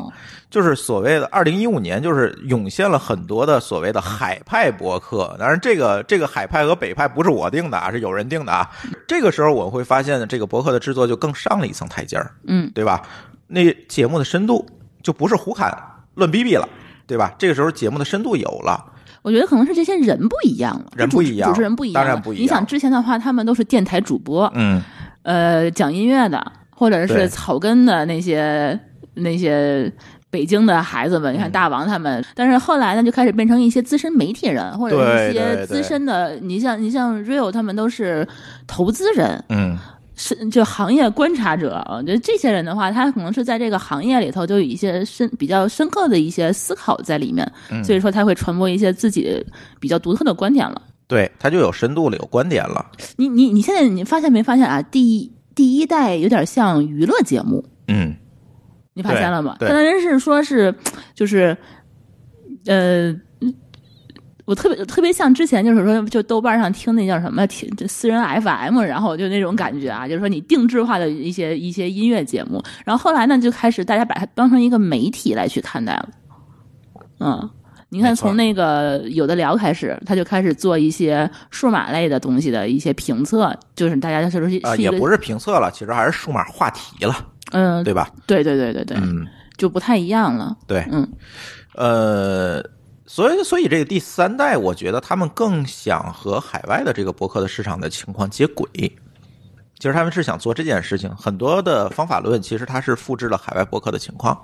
Speaker 1: 就是所谓的二零一五年，就是涌现了很多的所谓的海派博客。当然，这个这个海派和北派不是我定的啊，是有人定的啊。这个时候我会发现，这个博客的制作就更上了一层台阶儿，
Speaker 2: 嗯，
Speaker 1: 对吧？那节目的深度就不是胡侃乱逼逼了，对吧？这个时候节目的深度有了，
Speaker 2: 我觉得可能是这些人不一样了，
Speaker 1: 人
Speaker 2: 主
Speaker 1: 不一样
Speaker 2: 主持人不一样了，
Speaker 1: 当然不一样
Speaker 2: 你想之前的话，他们都是电台主播，
Speaker 1: 嗯，
Speaker 2: 呃，讲音乐的，或者
Speaker 1: 对
Speaker 2: 是草根的那些那些北京的孩子们，
Speaker 1: 嗯
Speaker 2: 你看大王他们。但是后来呢，就开始变成一些资深媒体人，或者
Speaker 1: 对
Speaker 2: 一些
Speaker 1: 对对
Speaker 2: 资深的，你像你像 Real 他们都是投资人，
Speaker 1: 嗯，
Speaker 2: 是就行业观察者，我觉得这些人的话，他可能是在这个行业里头就有一些深比较深刻的一些思考在里面，
Speaker 1: 嗯
Speaker 2: 所以说他会传播一些自己比较独特的观点了。
Speaker 1: 对，它就有深度了，有观点了，
Speaker 2: 你你你现在你发现没发现啊？第一第一代有点像娱乐节目，
Speaker 1: 嗯，
Speaker 2: 你发现了吗？
Speaker 1: 对
Speaker 2: 他
Speaker 1: 对
Speaker 2: 当然是说是就是，呃。我特别特别像之前就是说，就豆瓣上听那叫什么听这私人 FM，然后就那种感觉啊，就是说你定制化的一些一些音乐节目，然后后来呢就开始大家把它当成一个媒体来去看待了，嗯。你看，
Speaker 1: 没错
Speaker 2: 从那个有的聊开始，他就开始做一些数码类的东西的一些评测，就是大家就是是一
Speaker 1: 啊、
Speaker 2: 个
Speaker 1: 也不是评测了，其实还是数码话题了，
Speaker 2: 嗯，
Speaker 1: 对吧？
Speaker 2: 对对对对对，
Speaker 1: 嗯，
Speaker 2: 就不太一样了。
Speaker 1: 对，
Speaker 2: 嗯，
Speaker 1: 呃，所以所以这个第三代，我觉得他们更想和海外的这个博客的市场的情况接轨。其实他们是想做这件事情，很多的方法论其实它是复制了海外博客的情况，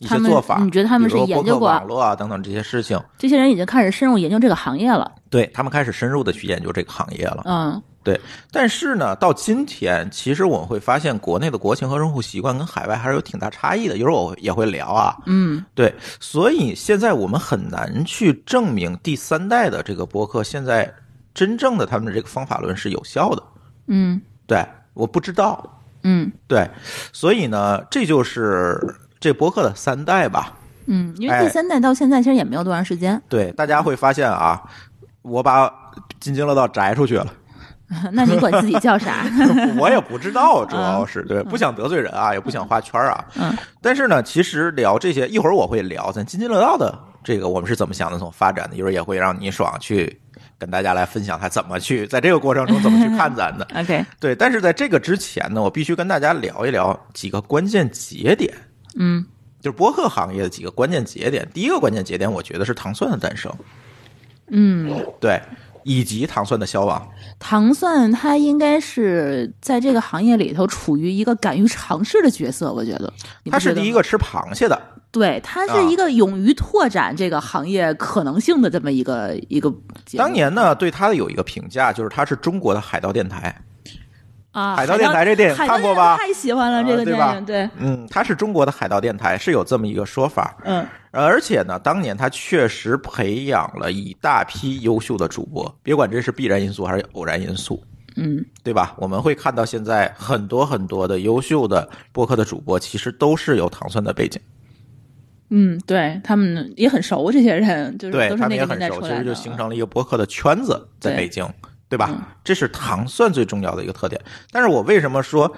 Speaker 1: 一些
Speaker 2: 他们
Speaker 1: 做法。
Speaker 2: 你觉得他们
Speaker 1: 比如
Speaker 2: 是研究
Speaker 1: 博客
Speaker 2: 过
Speaker 1: 网络啊等等这些事情？
Speaker 2: 这些人已经开始深入研究这个行业了。
Speaker 1: 对他们开始深入的去研究这个行业了。
Speaker 2: 嗯，
Speaker 1: 对，但是呢，到今天，其实我们会发现国内的国情和生活习惯跟海外还是有挺大差异的。有时候我也会聊啊，
Speaker 2: 嗯，
Speaker 1: 对，所以现在我们很难去证明第三代的这个播客现在真正的他们的这个方法论是有效的。
Speaker 2: 嗯，
Speaker 1: 对，我不知道。
Speaker 2: 嗯，
Speaker 1: 对，所以呢，这就是这播客的三代吧。
Speaker 2: 嗯，因为
Speaker 1: 哎
Speaker 2: 第三代到现在其实也没有多长时间，
Speaker 1: 对，大家会发现啊，我把津津乐道摘出去了，
Speaker 2: 那你管自己叫啥？
Speaker 1: 我也不知道，主要是对，不想得罪人啊，也不想画圈啊。
Speaker 2: 嗯，
Speaker 1: 但是呢，其实聊这些，一会儿我会聊咱津津乐道的这个我们是怎么想的，怎么发展的，一会儿也会让倪爽去跟大家来分享他怎么去在这个过程中怎么去看 咱的。
Speaker 2: OK，
Speaker 1: 对，但是在这个之前呢，我必须跟大家聊一聊几个关键节点，
Speaker 2: 嗯
Speaker 1: 就是播客行业的几个关键节点。第一个关键节点，我觉得是糖蒜的诞生，
Speaker 2: 嗯，
Speaker 1: 对，以及糖蒜的消亡。
Speaker 2: 糖蒜它应该是在这个行业里头处于一个敢于尝试的角色，我觉得你不
Speaker 1: 他是
Speaker 2: 觉得
Speaker 1: 第一
Speaker 2: 吗
Speaker 1: 个吃螃蟹的，
Speaker 2: 对，它是一个勇于拓展这个行业可能性的这么一个一个节目
Speaker 1: 当年呢，对他的有一个评价，就是他是中国的海盗电台。
Speaker 2: 啊，
Speaker 1: 海盗电台这电影
Speaker 2: 海盗
Speaker 1: 看过吧
Speaker 2: 电台太喜欢了这
Speaker 1: 啊
Speaker 2: 个
Speaker 1: 对
Speaker 2: 电
Speaker 1: 吧
Speaker 2: 影，对，
Speaker 1: 嗯，他是中国的海盗电台，是有这么一个说法。
Speaker 2: 嗯
Speaker 1: 呃而且呢，当年他确实培养了一大批优秀的主播，别管这是必然因素还是偶然因素，
Speaker 2: 嗯
Speaker 1: 对吧？我们会看到现在很多很多的优秀的播客的主播，其实都是有糖蒜的背景，
Speaker 2: 嗯，对他们也很熟，这些人就是
Speaker 1: 对
Speaker 2: 都
Speaker 1: 他
Speaker 2: 是
Speaker 1: 们
Speaker 2: 那
Speaker 1: 也
Speaker 2: 个
Speaker 1: 很
Speaker 2: 年代
Speaker 1: 熟，
Speaker 2: 出
Speaker 1: 其
Speaker 2: 来的，啊
Speaker 1: 实就形成了一个播客的圈子在
Speaker 2: 对嗯
Speaker 1: 北京，对吧？这是糖蒜最重要的一个特点。但是我为什么说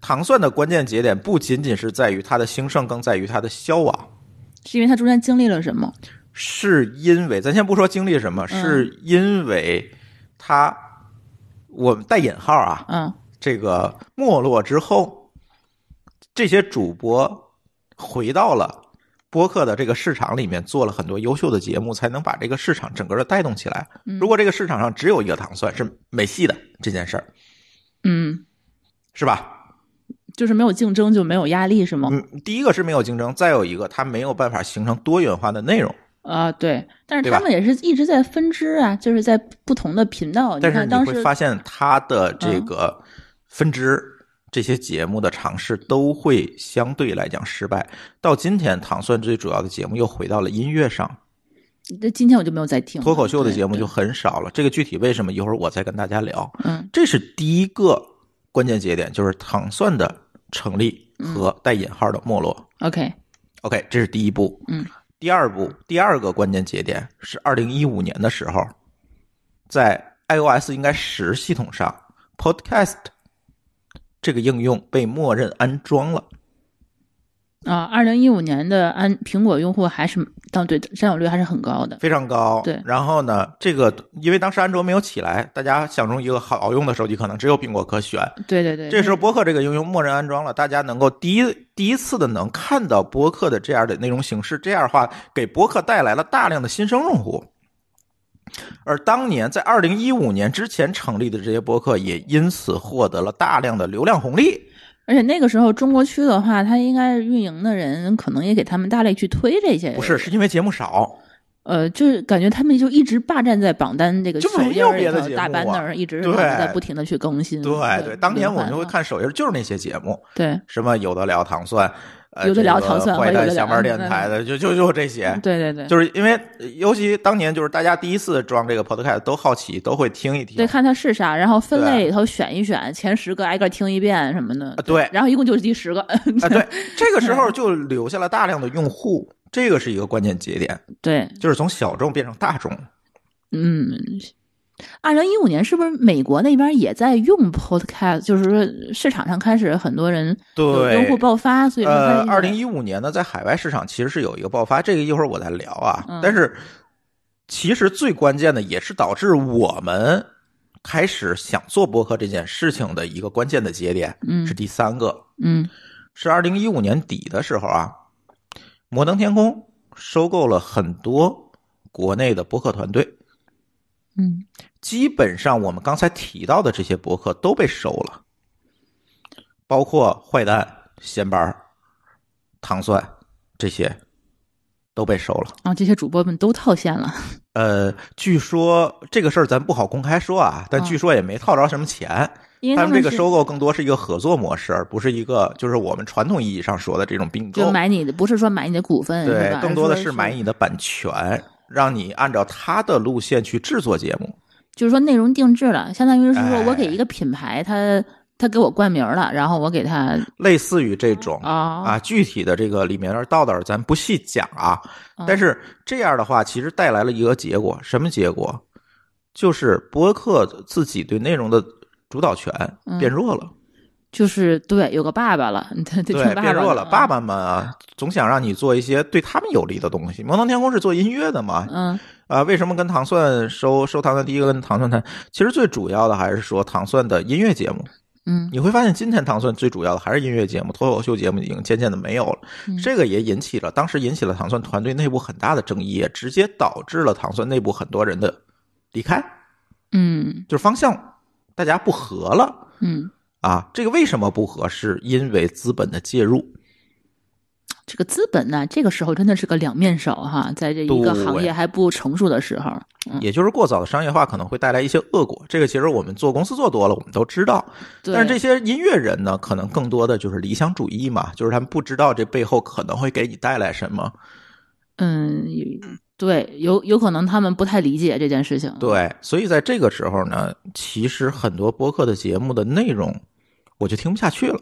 Speaker 1: 糖蒜的关键节点不仅仅是在于它的兴盛，更在于它的消亡？
Speaker 2: 是因为他中间经历了什么？
Speaker 1: 是因为咱先不说经历什么，
Speaker 2: 嗯
Speaker 1: 是因为他，我们带引号啊，
Speaker 2: 嗯
Speaker 1: 这个没落之后，这些主播回到了播客的这个市场里面，做了很多优秀的节目，才能把这个市场整个的带动起来。如果这个市场上只有一个糖蒜，是没戏的这件事儿，
Speaker 2: 嗯，
Speaker 1: 是吧？
Speaker 2: 就是没有竞争就没有压力是吗？
Speaker 1: 嗯，第一个是没有竞争，再有一个它没有办法形成多元化的内容。
Speaker 2: 啊，对，但
Speaker 1: 对
Speaker 2: 是
Speaker 1: 吧
Speaker 2: 他们也是一直在分支啊，就是在不同的频道。
Speaker 1: 但是
Speaker 2: 哦看
Speaker 1: 你
Speaker 2: 当
Speaker 1: 会
Speaker 2: 时
Speaker 1: 发现它的这个分支这些节目的尝试都会相对来讲失败。到今天，糖蒜最主要的节目又回到了音乐上，
Speaker 2: 那今天我就没有再听了
Speaker 1: 脱口秀的
Speaker 2: 对
Speaker 1: 节目
Speaker 2: 对
Speaker 1: 就很少了。这个具体为什么，一会儿我再跟大家聊。
Speaker 2: 嗯
Speaker 1: 这是第一个关键节点，就是糖蒜的成立
Speaker 2: 嗯
Speaker 1: 和带引号的没落。
Speaker 2: ，OK，
Speaker 1: OK，这是第一步。
Speaker 2: 嗯，
Speaker 1: 第二步，第二个关键节点是二零一五年的时候，在 iOS 应该十系统上，Podcast 这个应用被默认安装了。
Speaker 2: 啊，二零一五年的安苹果用户还是当对占有率还是很高的，
Speaker 1: 非常高。
Speaker 2: 对
Speaker 1: 然后呢，这个因为当时安卓没有起来，大家想中一个好用的手机，可能只有苹果可选。
Speaker 2: 对对对，
Speaker 1: 这时候播客这个应用默认安装了，大家能够第一第一次的能看到播客的这样的内容形式，这样的话给播客带来了大量的新生用户。而当年在二零一五年之前成立的这些播客，也因此获得了大量的流量红利。
Speaker 2: 而且那个时候中国区的话，它应该是运营的人可能也给他们大力去推这些，
Speaker 1: 不是，是因为节目少，
Speaker 2: 呃，就是感觉他们就一直霸占在榜单这个
Speaker 1: 就
Speaker 2: 首
Speaker 1: 没
Speaker 2: 页
Speaker 1: 有
Speaker 2: 里
Speaker 1: 别的
Speaker 2: 头
Speaker 1: 节
Speaker 2: 大
Speaker 1: 目
Speaker 2: 班那
Speaker 1: 啊
Speaker 2: 儿一直
Speaker 1: 对
Speaker 2: 在不停的去更新，
Speaker 1: 对对。当年我们就会
Speaker 2: 轮番嘛，
Speaker 1: 看首页，就是那些节目，
Speaker 2: 对
Speaker 1: 什么有的聊糖蒜，呃、
Speaker 2: 有的聊糖蒜
Speaker 1: 这个坏
Speaker 2: 和有
Speaker 1: 蛋
Speaker 2: 的聊嗯
Speaker 1: 下班电台的，就就就这些。
Speaker 2: 对对对，
Speaker 1: 哎就是因为，呃尤其当年就是大家第一次装这个 Podcast 都好奇，都会听一听。
Speaker 2: 对，看它是啥，然后分
Speaker 1: 对
Speaker 2: 类里头选一选，前十个挨个听一遍什么的
Speaker 1: 啊，，对，
Speaker 2: 然后一共就是第十个，
Speaker 1: 啊，对，这个时候就留下了大量的用户，这个是一个关键节点，
Speaker 2: 对，
Speaker 1: 就是从小众变成大众。
Speaker 2: 嗯，二零一五年是不是美国那边也在用 Podcast？就是说市场上开始很多人有
Speaker 1: 对，
Speaker 2: 用户爆发，所以说
Speaker 1: 呃，
Speaker 2: 它
Speaker 1: 二零一五年呢，在海外市场其实是有一个爆发，这个一会儿我再聊啊。
Speaker 2: 嗯
Speaker 1: 但是其实最关键的，也是导致我们开始想做播客这件事情的一个关键的节点，
Speaker 2: 嗯
Speaker 1: 是第三个，
Speaker 2: 嗯
Speaker 1: 是二零一五年底的时候啊，摩登天空收购了很多国内的播客团队，
Speaker 2: 嗯，
Speaker 1: 基本上我们刚才提到的这些博客都被收了，包括坏蛋、闲班儿、糖蒜这些都被收了。
Speaker 2: 啊，这些主播们都套现了，
Speaker 1: 呃，据说这个事儿咱不好公开说啊，但
Speaker 2: 嗯
Speaker 1: 据说也没套着什么钱。
Speaker 2: 因为
Speaker 1: 他们这个
Speaker 2: 是
Speaker 1: 收购更多是一个合作模式，而不是一个就是我们传统意义上说的这种并
Speaker 2: 就
Speaker 1: 购。
Speaker 2: 买你的，不是说买你的股份，是
Speaker 1: 哦对
Speaker 2: 吧，
Speaker 1: 更多的
Speaker 2: 而是
Speaker 1: 是
Speaker 2: 说
Speaker 1: 买，你的版权，让你按照他的路线去制作节目。
Speaker 2: 就是说内容定制了，相当于是说我给
Speaker 1: 哎
Speaker 2: 一个品牌，它它给我冠名了，然后我给它
Speaker 1: 类似于这种
Speaker 2: 啊
Speaker 1: 啊，具体的这个里面的道道儿咱不细讲啊
Speaker 2: 嗯。
Speaker 1: 但是这样的话，其实带来了一个结果，什么结果？就是播客自己对内容的主导权
Speaker 2: 嗯
Speaker 1: 变弱了，
Speaker 2: 就是对有个爸爸了， 对
Speaker 1: 对，
Speaker 2: 成爸爸
Speaker 1: 变弱了。爸爸
Speaker 2: 爸，
Speaker 1: 们啊，总想让你做一些对他们有利的东西。摩登天空是做音乐的嘛，
Speaker 2: 嗯
Speaker 1: 啊，为什么跟糖蒜收收糖蒜？第一个跟糖蒜谈，其实最主要的还是说糖蒜的音乐节目。
Speaker 2: 嗯
Speaker 1: 你会发现，今天糖蒜最主要的还是音乐节目，脱口秀节目已经渐渐的没有了。
Speaker 2: 嗯
Speaker 1: 这个也引起了当时引起了糖蒜团队内部很大的争议，也直接导致了糖蒜内部很多人的离开，
Speaker 2: 嗯
Speaker 1: 就是方向大家不合了
Speaker 2: 嗯，
Speaker 1: 啊。这个为什么不合？是因为资本的介入。
Speaker 2: 这个资本呢，这个时候真的是个两面手哈，在这一个
Speaker 1: 对
Speaker 2: 行业还不成熟的时候，
Speaker 1: 也就是过早的商业化可能会带来一些恶果，这个其实我们做公司做多了，我们都知道。
Speaker 2: 对，
Speaker 1: 但是这些音乐人呢，可能更多的就是理想主义嘛，就是他们不知道这背后可能会给你带来什么。
Speaker 2: 嗯，对，有有可能他们不太理解这件事情，，
Speaker 1: 对，所以在这个时候呢，其实很多播客的节目的内容我就听不下去了。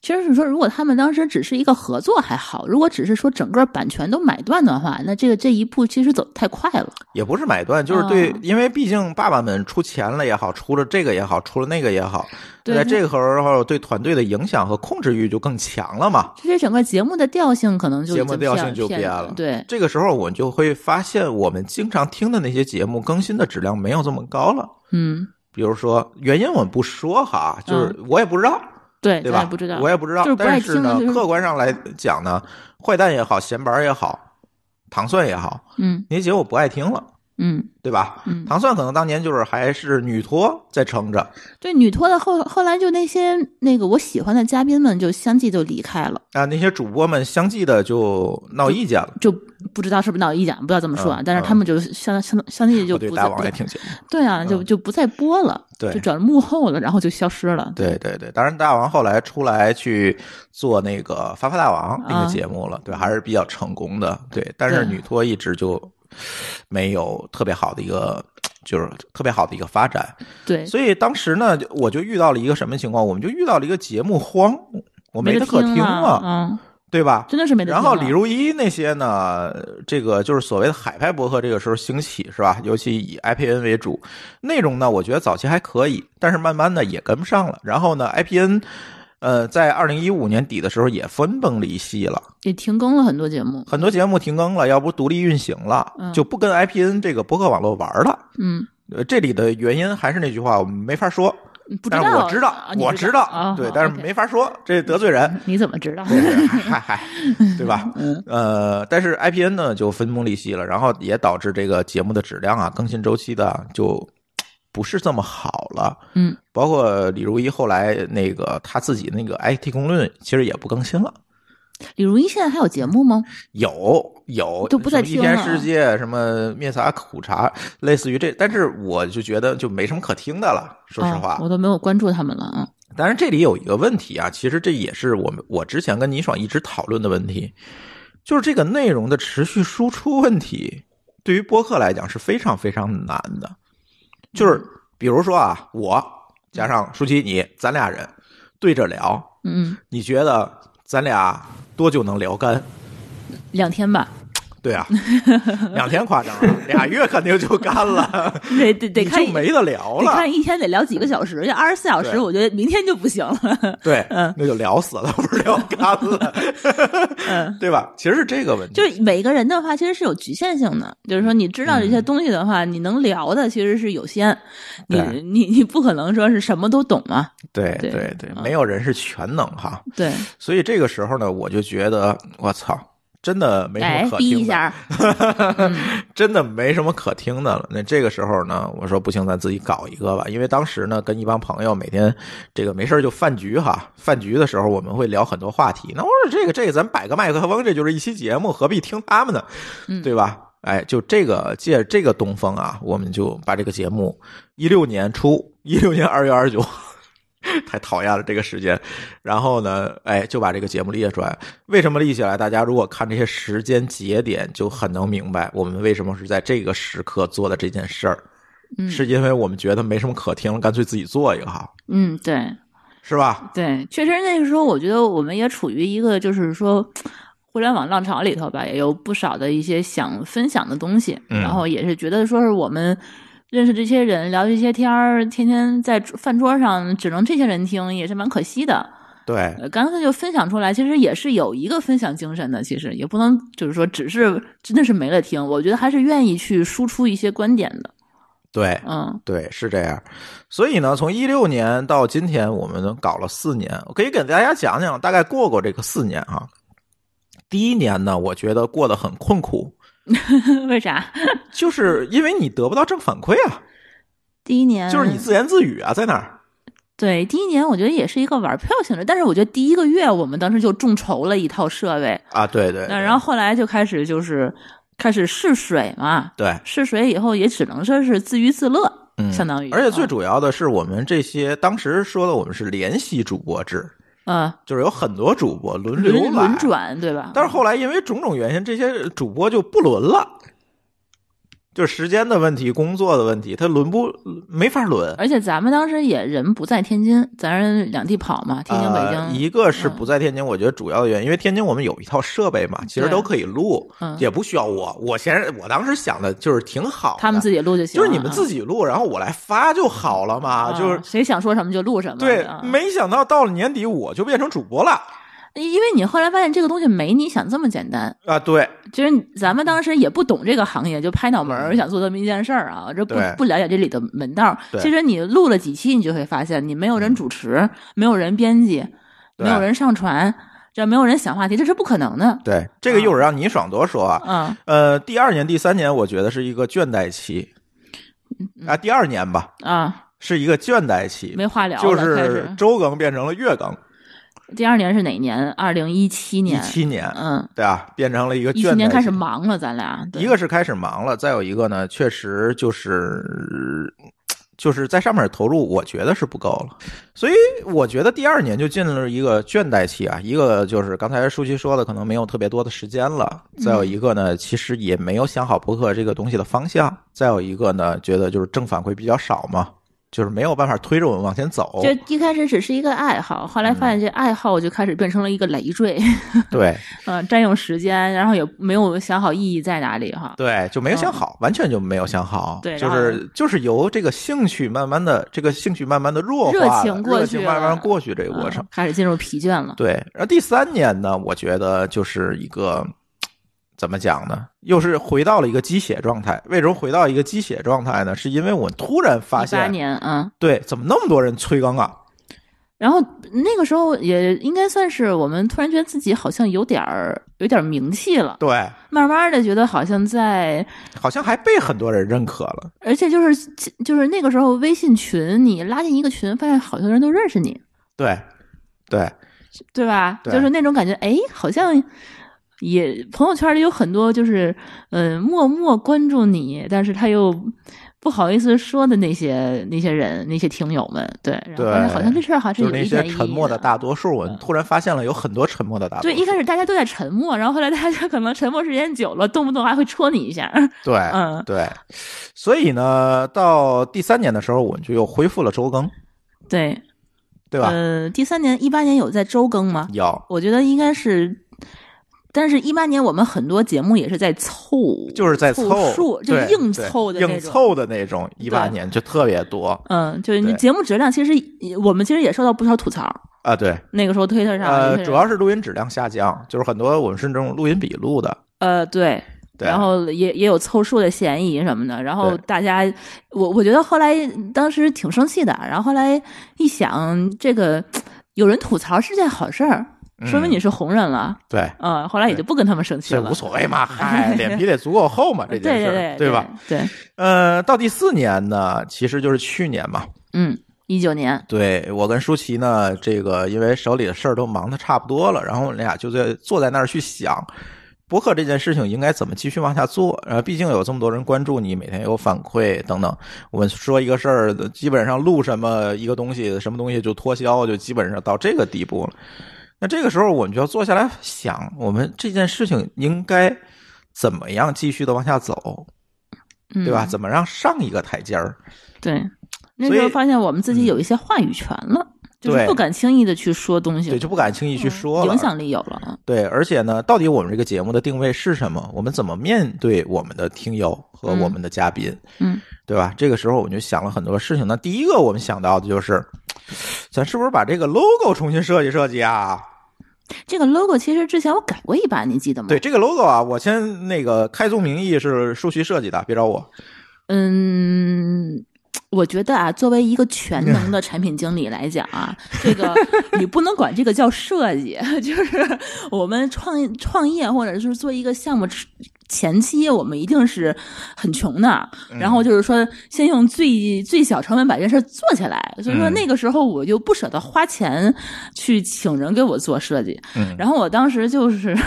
Speaker 2: 其实是说，如果他们当时只是一个合作还好，如果只是说整个版权都买断的话，那这个这一步其实走得太快了，
Speaker 1: 也不是买断，就是对，
Speaker 2: 嗯
Speaker 1: 因为毕竟爸爸们出钱了也好，出了这个也好，出了那个也好，
Speaker 2: 对
Speaker 1: 在这个时候对团队的影响和控制欲就更强了嘛。
Speaker 2: 其实整个节目的调性可能就已
Speaker 1: 节
Speaker 2: 经
Speaker 1: 目调性
Speaker 2: 偏
Speaker 1: 就
Speaker 2: 偏
Speaker 1: 变了
Speaker 2: 对，
Speaker 1: 这个时候我就会发现，我们经常听的那些节目更新的质量没有这么高了。
Speaker 2: 嗯，
Speaker 1: 比如说原因我们不说哈，就是我也不知道，
Speaker 2: 对，
Speaker 1: 对
Speaker 2: 咱
Speaker 1: 吧？
Speaker 2: 也不知道，
Speaker 1: 我也不知道。
Speaker 2: 就是不爱
Speaker 1: 但是
Speaker 2: 听的
Speaker 1: 呢，
Speaker 2: 就是
Speaker 1: 客观上来讲呢，坏蛋也好，闲板儿也好，糖蒜也好，
Speaker 2: 嗯
Speaker 1: 那些节目我不爱听了，
Speaker 2: 嗯
Speaker 1: 对吧？
Speaker 2: 嗯，
Speaker 1: 糖蒜可能当年就是还是女托在撑着，
Speaker 2: 对，女托的后后来就那些那个我喜欢的嘉宾们就相继就离开了，
Speaker 1: 啊，那些主播们相继的就闹意见了，
Speaker 2: 就不知道是不是闹一讲，不知道怎么说
Speaker 1: 嗯。
Speaker 2: 啊
Speaker 1: 啊
Speaker 2: 但是他们就相相相继就
Speaker 1: 对
Speaker 2: 不
Speaker 1: 大
Speaker 2: 再
Speaker 1: 王也挺喜欢。
Speaker 2: 对啊，就就不再播了，
Speaker 1: 对
Speaker 2: 就转幕后了，然后就消失了。
Speaker 1: 对对对，当然大王后来出来去做那个《发发大王》那
Speaker 2: 啊
Speaker 1: 个节目了，对，还是比较成功的，对。但是
Speaker 2: 对
Speaker 1: 女托一直就没有特别好的一个，就是特别好的一个发展。
Speaker 2: 对，
Speaker 1: 所以当时呢，就我就遇到了一个什么情况？我们就遇到了一个节目荒，我
Speaker 2: 没
Speaker 1: 得
Speaker 2: 得
Speaker 1: 可听
Speaker 2: 了，嗯，
Speaker 1: 对吧？
Speaker 2: 真的是没得听
Speaker 1: 然
Speaker 2: 了。
Speaker 1: 后李如一那些呢，这个就是所谓的海派博客，这个时候兴起是吧？尤其以 IPN 为主，内容呢，我觉得早期还可以，但是慢慢的也跟不上了。然后呢，IPN，呃，在二零一五年底的时候也分崩离析了，
Speaker 2: 也停更了很多节目，
Speaker 1: 很多节目停更了，要不独立运行了，
Speaker 2: 嗯
Speaker 1: 就不跟 IPN 这个博客网络玩了。
Speaker 2: 嗯，
Speaker 1: 呃，这里的原因还是那句话，我们没法说，
Speaker 2: 不知
Speaker 1: 但是
Speaker 2: 道，
Speaker 1: 我知道，
Speaker 2: 啊
Speaker 1: 我
Speaker 2: 你知
Speaker 1: 道，
Speaker 2: 啊
Speaker 1: 对
Speaker 2: 好，
Speaker 1: 但是
Speaker 2: OK
Speaker 1: 没法说，这得罪人。
Speaker 2: 你怎么知道？
Speaker 1: 对嗨嗨，对 吧？
Speaker 2: 嗯
Speaker 1: 呃，但是 IPN 呢就分崩离析了，然后也导致这个节目的质量啊、更新周期的啊就不是这么好了。
Speaker 2: 嗯，
Speaker 1: 包括李如一后来那个他自己那个 IT 公论，其实也不更新了。
Speaker 2: 李如一现在还有节目吗？
Speaker 1: 有有
Speaker 2: 都不
Speaker 1: 什
Speaker 2: 再
Speaker 1: 么一
Speaker 2: 听
Speaker 1: 天
Speaker 2: 了
Speaker 1: 世界什么灭茶苦茶，类似于这，但是我就觉得就没什么可听的了。说实话，
Speaker 2: 啊我都没有关注他们了啊。
Speaker 1: 当然，这里有一个问题啊，其实这也是我们我之前跟倪爽一直讨论的问题，就是这个内容的持续输出问题，对于播客来讲是非常非常难的。就是
Speaker 2: 嗯
Speaker 1: 比如说啊，我加上舒淇你，咱俩人对着聊，
Speaker 2: 嗯，
Speaker 1: 你觉得咱俩多久能聊干？
Speaker 2: 两天吧，
Speaker 1: 对 啊，两天夸张了，俩月肯定就干了，
Speaker 2: 得得 得
Speaker 1: 你
Speaker 2: 看
Speaker 1: 就没得聊
Speaker 2: 得
Speaker 1: 了。
Speaker 2: 看一天得聊几个小时，要二十四小
Speaker 1: 对
Speaker 2: 时，我觉得明天就不行了。
Speaker 1: 对，
Speaker 2: 嗯
Speaker 1: 那就聊死了，不是聊干了，对吧？其实是这个问题，
Speaker 2: 嗯就是每个人的话，其实是有局限性的。就是说，你知道这些
Speaker 1: 嗯
Speaker 2: 东西的话，你能聊的其实是有限。你
Speaker 1: 对
Speaker 2: 你你不可能说是什么都懂嘛。
Speaker 1: 对
Speaker 2: 对
Speaker 1: 对对，
Speaker 2: 嗯
Speaker 1: 没有人是全能哈。
Speaker 2: 对，
Speaker 1: 所以这个时候呢，我就觉得我操，真的没什
Speaker 2: 哎
Speaker 1: 么，可
Speaker 2: 逼一
Speaker 1: 听的，
Speaker 2: 下， 嗯
Speaker 1: 真的没什么可听的了。那这个时候呢，我说不行，咱自己搞一个吧。因为当时呢，跟一帮朋友每天这个没事儿就饭局哈，饭局的时候我们会聊很多话题。那我说这个这个，咱摆个麦克风，这就是一期节目，何必听他们呢？对吧？哎，就这个借这个东风啊，我们就把这个节目一六年初，一六年二月二十九。 太讨厌了这个时间，然后呢，哎，就把这个节目列出来。为什么立起来？大家如果看这些时间节点，就很能明白我们为什么是在这个时刻做的这件事儿，
Speaker 2: 嗯
Speaker 1: 是因为我们觉得没什么可听了，干脆自己做一个哈，
Speaker 2: 嗯，对。
Speaker 1: 是吧？
Speaker 2: 对，确实那个时候，我觉得我们也处于一个就是说互联网浪潮里头吧，也有不少的一些想分享的东西，
Speaker 1: 嗯
Speaker 2: 然后也是觉得说是我们。认识这些人，聊这些天儿，天天在桌饭桌上只能这些人听，也是蛮可惜的。
Speaker 1: 对，
Speaker 2: 呃，干脆就分享出来，其实也是有一个分享精神的。其实也不能就是说只是真的是没了听，我觉得还是愿意去输出一些观点的。
Speaker 1: 对，
Speaker 2: 嗯
Speaker 1: 对，是这样。所以呢，从一六年到今天，我们搞了四年。我可以给大家讲讲，大概过过这个四年啊。第一年呢，我觉得过得很困苦，嗯
Speaker 2: 为啥？
Speaker 1: 就是因为你得不到正反馈啊，
Speaker 2: 第一年
Speaker 1: 就是你自言自语啊，在哪儿？
Speaker 2: 对，第一年我觉得也是一个玩票性质，但是我觉得第一个月我们当时就众筹了一套设备，
Speaker 1: 啊，对对，
Speaker 2: 那然后后来就开始就是开始试水嘛，
Speaker 1: 对，
Speaker 2: 试水以后也只能说是自娱自乐，
Speaker 1: 嗯
Speaker 2: 相当于。
Speaker 1: 而且最
Speaker 2: 啊
Speaker 1: 主要的是，我们这些当时说的，我们是联系主播制，
Speaker 2: 呃
Speaker 1: 就是有很多主播轮流
Speaker 2: 轮
Speaker 1: 来
Speaker 2: 轮转对吧？
Speaker 1: 但是后来因为种种原因，这些主播就不轮了，就时间的问题、工作的问题，他轮不没法轮。
Speaker 2: 而且咱们当时也人不在天津，咱是两地跑嘛，天津、北京。嗯
Speaker 1: 呃一个是不在天津，我觉得主要的原因，因为天津我们有一套设备嘛，其实
Speaker 2: 对
Speaker 1: 都可以录，
Speaker 2: 嗯
Speaker 1: 也不需要我。我先，我当时想的就是挺好的，
Speaker 2: 他们自己录就行
Speaker 1: 就
Speaker 2: 了啊，
Speaker 1: 是你们自己录，然后我来发就好了嘛，
Speaker 2: 啊
Speaker 1: 就是。
Speaker 2: 谁想说什么就录什么。
Speaker 1: 对
Speaker 2: 啊，
Speaker 1: 没想到到了年底我就变成主播了
Speaker 2: 因为你后来发现这个东西没你想这么简单，
Speaker 1: 啊！对，
Speaker 2: 其实咱们当时也不懂这个行业，就拍脑门儿想做这么一件事儿啊，这
Speaker 1: 嗯
Speaker 2: 不
Speaker 1: 对
Speaker 2: 不了解这里的门道儿。
Speaker 1: 对嗯
Speaker 2: 其实你录了几期，你就会发现，你没有人主持，没有人编辑，
Speaker 1: 对
Speaker 2: 没有人上传，这没有人想话题，这是不可能的。
Speaker 1: 对，这个一会儿让倪爽多说啊。
Speaker 2: 嗯，
Speaker 1: 呃，第二年、第三年，我觉得是一个倦怠期啊，第二年吧，
Speaker 2: 啊，
Speaker 1: 是一个倦怠期，
Speaker 2: 嗯没话聊了，
Speaker 1: 就
Speaker 2: 开
Speaker 1: 是
Speaker 2: 始
Speaker 1: 周更变成了月更，
Speaker 2: 第二年是哪年？二零一七
Speaker 1: 一
Speaker 2: 年。
Speaker 1: 七年，
Speaker 2: 嗯，
Speaker 1: 对啊，变成了一个
Speaker 2: 一
Speaker 1: 倦
Speaker 2: 七年
Speaker 1: 怠
Speaker 2: 开始
Speaker 1: 期
Speaker 2: 忙了，咱俩对
Speaker 1: 一个是开始忙了，再有一个呢，确实就是就是在上面投入，我觉得是不够了。所以我觉得第二年就进入一个倦怠期啊，一个就是刚才舒淇说的，可能没有特别多的时间了；再有一个呢，其实也没有想好博客这个东西的方向；再有一个呢，觉得就是正反馈比较少嘛，就是没有办法推着我们往前走。
Speaker 2: 就一开始只是一个爱好，后来发
Speaker 1: 嗯
Speaker 2: 现这爱好就开始变成了一个累赘，
Speaker 1: 对
Speaker 2: 嗯、占用时间，然后也没有想好意义在哪里哈。
Speaker 1: 对，就没有想好，完全就没有想好。
Speaker 2: 嗯对
Speaker 1: 就
Speaker 2: 然
Speaker 1: 是就是由这个兴趣慢慢的，这个兴趣慢慢的弱化
Speaker 2: 热
Speaker 1: 了，热
Speaker 2: 情过去
Speaker 1: 慢慢
Speaker 2: 了
Speaker 1: 过去这个过程
Speaker 2: 嗯。开始进入疲倦了。
Speaker 1: 对，然后第三年呢，我觉得就是一个怎么讲呢，又是回到了一个鸡血状态。为什么回到一个鸡血状态呢？是因为我突然发
Speaker 2: 一八
Speaker 1: 现，
Speaker 2: 年啊、嗯
Speaker 1: 对，怎么那么多人催更啊？
Speaker 2: 然后那个时候也应该算是我们突然觉得自己好像有点儿有点儿名气了，
Speaker 1: 对，
Speaker 2: 慢慢的觉得好像在，
Speaker 1: 好像还被很多人认可了。
Speaker 2: 而且就是就是那个时候微信群，你拉进一个群，发现好多人都认识你，
Speaker 1: 对，对，
Speaker 2: 对吧？
Speaker 1: 对
Speaker 2: 就是那种感觉，哎，好像也朋友圈里有很多就是嗯、呃默默关注你，但是他又不好意思说的那些那些人那些听友们，对，然后
Speaker 1: 对
Speaker 2: 发现好像这事儿还是
Speaker 1: 就
Speaker 2: 有
Speaker 1: 是那
Speaker 2: 一
Speaker 1: 些
Speaker 2: 点意义
Speaker 1: 沉默的大多数，我
Speaker 2: 嗯
Speaker 1: 突然发现了有很多沉默的大多
Speaker 2: 对，
Speaker 1: 数。
Speaker 2: 一开始大家都在沉默，然后后来大家可能沉默时间久了，动不动还会戳你一下。
Speaker 1: 对，
Speaker 2: 嗯
Speaker 1: 对，所以呢，到第三年的时候，我们就又恢复了周更，
Speaker 2: 对，
Speaker 1: 对吧？
Speaker 2: 呃，第三年一八年有在周更吗？
Speaker 1: 有，
Speaker 2: 我觉得应该是，但是一八年我们很多节目也是在凑，
Speaker 1: 就是在
Speaker 2: 凑
Speaker 1: 凑
Speaker 2: 数，就
Speaker 1: 对
Speaker 2: 硬
Speaker 1: 对
Speaker 2: 凑的那
Speaker 1: 硬
Speaker 2: 种。
Speaker 1: 凑的那种，一八
Speaker 2: 对
Speaker 1: 年就特别多
Speaker 2: 嗯，就是你
Speaker 1: 对
Speaker 2: 节目质量，其实我们其实也受到不少吐槽。
Speaker 1: 啊，对，
Speaker 2: 那个时候推特上有
Speaker 1: 呃
Speaker 2: 些，人
Speaker 1: 主要是录音质量下降，就是很多我们是这种录音笔录的，
Speaker 2: 呃对，
Speaker 1: 对，
Speaker 2: 然后也也有凑数的嫌疑什么的，然后
Speaker 1: 对
Speaker 2: 大家，我我觉得后来当时挺生气的，然后后来一想，这个有人吐槽是件好事儿，说明
Speaker 1: 嗯
Speaker 2: 你是红人了，
Speaker 1: 对，
Speaker 2: 嗯、后来也就不跟他们生气
Speaker 1: 这
Speaker 2: 了，
Speaker 1: 无所 谓嘛，嗨，脸皮得足够厚嘛，这
Speaker 2: 对
Speaker 1: 件
Speaker 2: 对
Speaker 1: 事儿，
Speaker 2: 对
Speaker 1: 吧？？
Speaker 2: 对，
Speaker 1: 呃，到第四年呢，其实就是去年嘛，
Speaker 2: 嗯，一九年，
Speaker 1: 对我跟舒淇呢，这个因为手里的事儿都忙的差不多了，然后我们俩就在坐在那儿去想，博客这件事情应该怎么继续往下做。呃，毕竟有这么多人关注你，每天有反馈等等。我们说一个事儿，基本上录什么一个东西，什么东西就脱销，就基本上到这个地步了。那这个时候，我们就要坐下来想，我们这件事情应该怎么样继续的往下走，
Speaker 2: 嗯、
Speaker 1: 对吧？？怎么让上一个台阶儿？
Speaker 2: 对，那
Speaker 1: 所
Speaker 2: 时候
Speaker 1: 以嗯
Speaker 2: 发现我们自己有一些话语权了，就是
Speaker 1: 对
Speaker 2: 不敢轻易的去说东西，
Speaker 1: 对，就不敢轻易去说了。
Speaker 2: 嗯影响力有了，
Speaker 1: 对，而且呢，到底我们这个节目的定位是什么？我们怎么面对我们的听友和我们的嘉宾，
Speaker 2: 嗯
Speaker 1: 对吧？这个时候我们就想了很多事情。那第一个我们想到的就是，咱是不是把这个 logo 重新设计设计啊？
Speaker 2: 这个 logo 其实之前我改过一版，你记得吗？
Speaker 1: 对，这个 logo 啊，我先那个开宗明义是舒淇设计的，别找我。
Speaker 2: 嗯，我觉得啊，作为一个全能的产品经理来讲啊，这个你不能管这个叫设计， 就是我们创创业或者是做一个项目之前期，我们一定是很穷的，然后就是说先用最最小成本把这事儿做起来。所以说
Speaker 1: 嗯
Speaker 2: 那个时候我就不舍得花钱去请人给我做设计，
Speaker 1: 嗯
Speaker 2: 然后我当时就是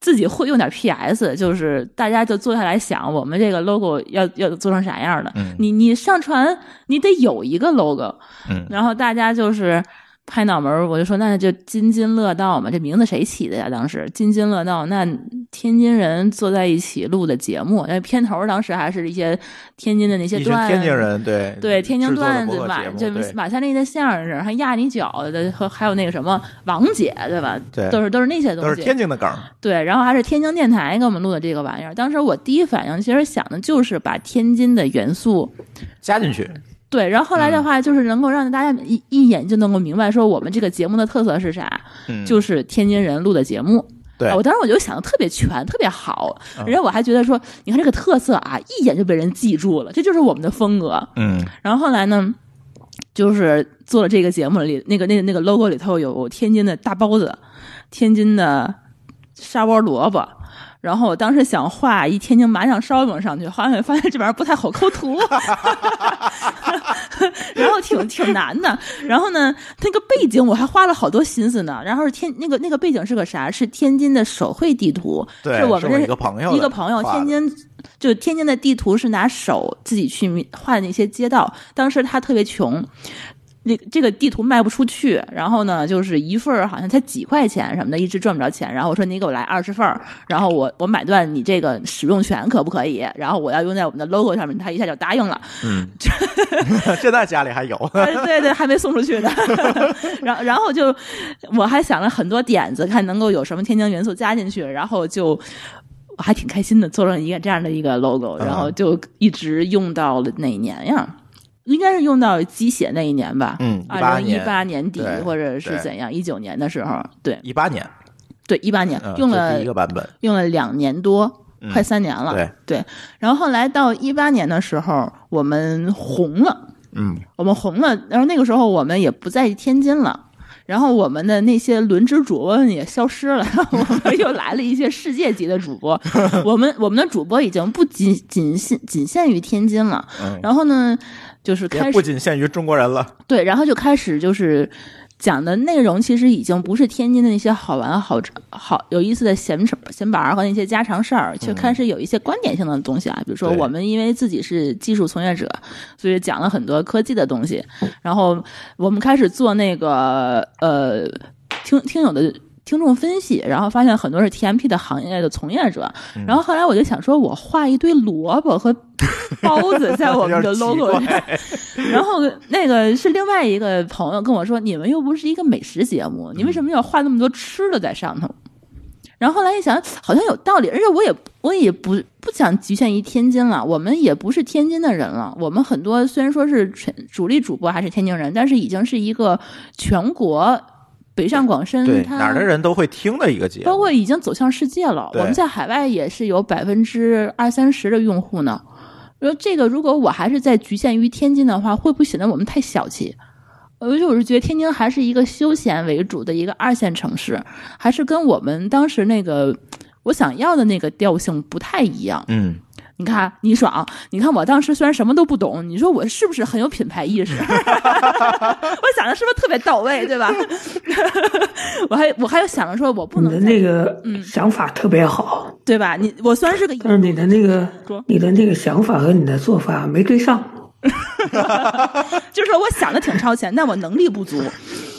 Speaker 2: 自己会用点 PS，就是大家就坐下来想，我们这个 logo 要要做成啥样的。
Speaker 1: 嗯
Speaker 2: 你你上传，你得有一个 logo，
Speaker 1: 嗯
Speaker 2: 然后大家就是。拍脑门儿，我就说那就津津乐道嘛，这名字谁起的呀？当时津津乐道，那天津人坐在一起录的节目，那片头儿当时还是一些天津的那些
Speaker 1: 一群
Speaker 2: 段
Speaker 1: 天津
Speaker 2: 子
Speaker 1: 人，对
Speaker 2: 对，天津
Speaker 1: 制作的
Speaker 2: 段
Speaker 1: 播
Speaker 2: 子
Speaker 1: 客节
Speaker 2: 马
Speaker 1: 目
Speaker 2: 就
Speaker 1: 对
Speaker 2: 马三立的相声，还压你脚的，和还有那个什么王姐，对吧？
Speaker 1: 对
Speaker 2: 都是都是那些
Speaker 1: 都
Speaker 2: 东
Speaker 1: 是
Speaker 2: 西。
Speaker 1: 天津的梗儿，
Speaker 2: 对，然后还是天津电台给我们录的这个玩意儿。当时我第一反应其实想的就是把天津的元素，
Speaker 1: 加进去。
Speaker 2: 对，然后后来
Speaker 1: 嗯
Speaker 2: 的话就是能够让大家一一眼就能够明白说我们这个节目的特色是啥，
Speaker 1: 嗯，
Speaker 2: 就是天津人录的节目。
Speaker 1: 对
Speaker 2: 啊我当时我就想的特别全，特别好，
Speaker 1: 嗯
Speaker 2: 而且我还觉得说，你看这个特色啊，一眼就被人记住了，这就是我们的风格。
Speaker 1: 嗯
Speaker 2: 然后后来呢，就是做了这个节目里那个那个那个 logo 里头有天津的大包子，天津的砂锅萝卜。然后我当时想画一天津麻酱烧饼上去，后来发现这玩意儿不太好抠图，然后挺挺难的。然后呢，那个背景我还花了好多心思呢。然后是天那个那个背景是个啥？是天津的手绘地图，
Speaker 1: 对
Speaker 2: 是我
Speaker 1: 是
Speaker 2: 们
Speaker 1: 我
Speaker 2: 这
Speaker 1: 一个朋友
Speaker 2: 一个
Speaker 1: 的
Speaker 2: 朋友
Speaker 1: 画
Speaker 2: 天
Speaker 1: 的
Speaker 2: 津。就天津的地图是拿手自己去迷画的那些街道，当时他特别穷，那这个地图卖不出去，然后呢，就是一份儿好像才几块钱什么的，一直赚不着钱。然后我说你给我来二十份儿，然后我我买断你这个使用权，可不可以？然后我要用在我们的 logo 上面，他一下就答应了。
Speaker 1: 嗯，现在家里还有，
Speaker 2: 哎对对，还没送出去呢。 然后然后就我还想了很多点子，看能够有什么天津元素加进去，然后就。我还挺开心的，做了一个这样的一个 logo，然
Speaker 1: 嗯
Speaker 2: 后就一直用到了哪年呀？应该是用到鸡血那一年吧。
Speaker 1: 嗯
Speaker 2: 二零一
Speaker 1: 18
Speaker 2: 八年底
Speaker 1: 对
Speaker 2: 或者是
Speaker 1: 对
Speaker 2: 怎样，一九年的时候，对
Speaker 1: 一八年
Speaker 2: 对，一八年
Speaker 1: 嗯
Speaker 2: 用
Speaker 1: 这
Speaker 2: 了
Speaker 1: 第一个版本，
Speaker 2: 用了两年多，
Speaker 1: 嗯
Speaker 2: 快三年了。
Speaker 1: 对
Speaker 2: 然后后来到一八年的时候，我们红了，
Speaker 1: 嗯，
Speaker 2: 我们红了。然后那个时候我们也不在天津了。然后我们的那些轮值主播们也消失了， 然后我们又来了一些世界级的主播。我们我们的主播已经不仅仅限仅限于天津了。
Speaker 1: 嗯
Speaker 2: 然后呢，就是开
Speaker 1: 也
Speaker 2: 始
Speaker 1: 不仅限于中国人了，
Speaker 2: 对，然后就开始就是讲的内容，其实已经不是天津的那些好玩、好吃好有意思的闲扯闲板儿和那些家常事儿，就开始有一些观点性的东西啊。比如说，
Speaker 1: 对
Speaker 2: 我们因为自己是技术从业者，所以讲了很多科技的东西。然后我们开始做那个呃听听友的。听众分析，然后发现很多是 TMP 的行业的从业者，
Speaker 1: 嗯
Speaker 2: 然后后来我就想说，我画一堆萝卜和包子在我们的
Speaker 1: 有点奇
Speaker 2: logo 上，
Speaker 1: 怪
Speaker 2: 然后那个是另外一个朋友跟我说，你们又不是一个美食节目，
Speaker 1: 嗯
Speaker 2: 你为什么要画那么多吃的在上头？然后后来一想，好像有道理，而且我也我也不不想局限于天津了，我们也不是天津的人了，我们很多虽然说是全主力主播还是天津人，但是已经是一个全国北上广深，
Speaker 1: 对
Speaker 2: 它
Speaker 1: 哪儿的人都会听的一个节目，
Speaker 2: 嗯包括已经走向世界了。
Speaker 1: 对
Speaker 2: 我们在海外也是有百分之二三十的用户呢。说这个，如果我还是在局限于天津的话，会不会显得我们太小气？而且我是觉得天津还是一个休闲为主的一个二线城市，还是跟我们当时那个我想要的那个调性不太一样。
Speaker 1: 嗯，
Speaker 2: 你看你爽，你看我当时虽然什么都不懂，你说我是不是很有品牌意识？我想的是不是特别到位，对吧？ 我还我还有想着说我不
Speaker 3: 你
Speaker 2: 能
Speaker 3: 的
Speaker 2: 再嗯
Speaker 3: 那个想法特别好，
Speaker 2: 对吧？你我虽然是个
Speaker 3: 但是你的那个
Speaker 2: 说
Speaker 3: 你的那个想法和你的做法没对上，
Speaker 2: 就是说我想的挺超前，但我能力不足，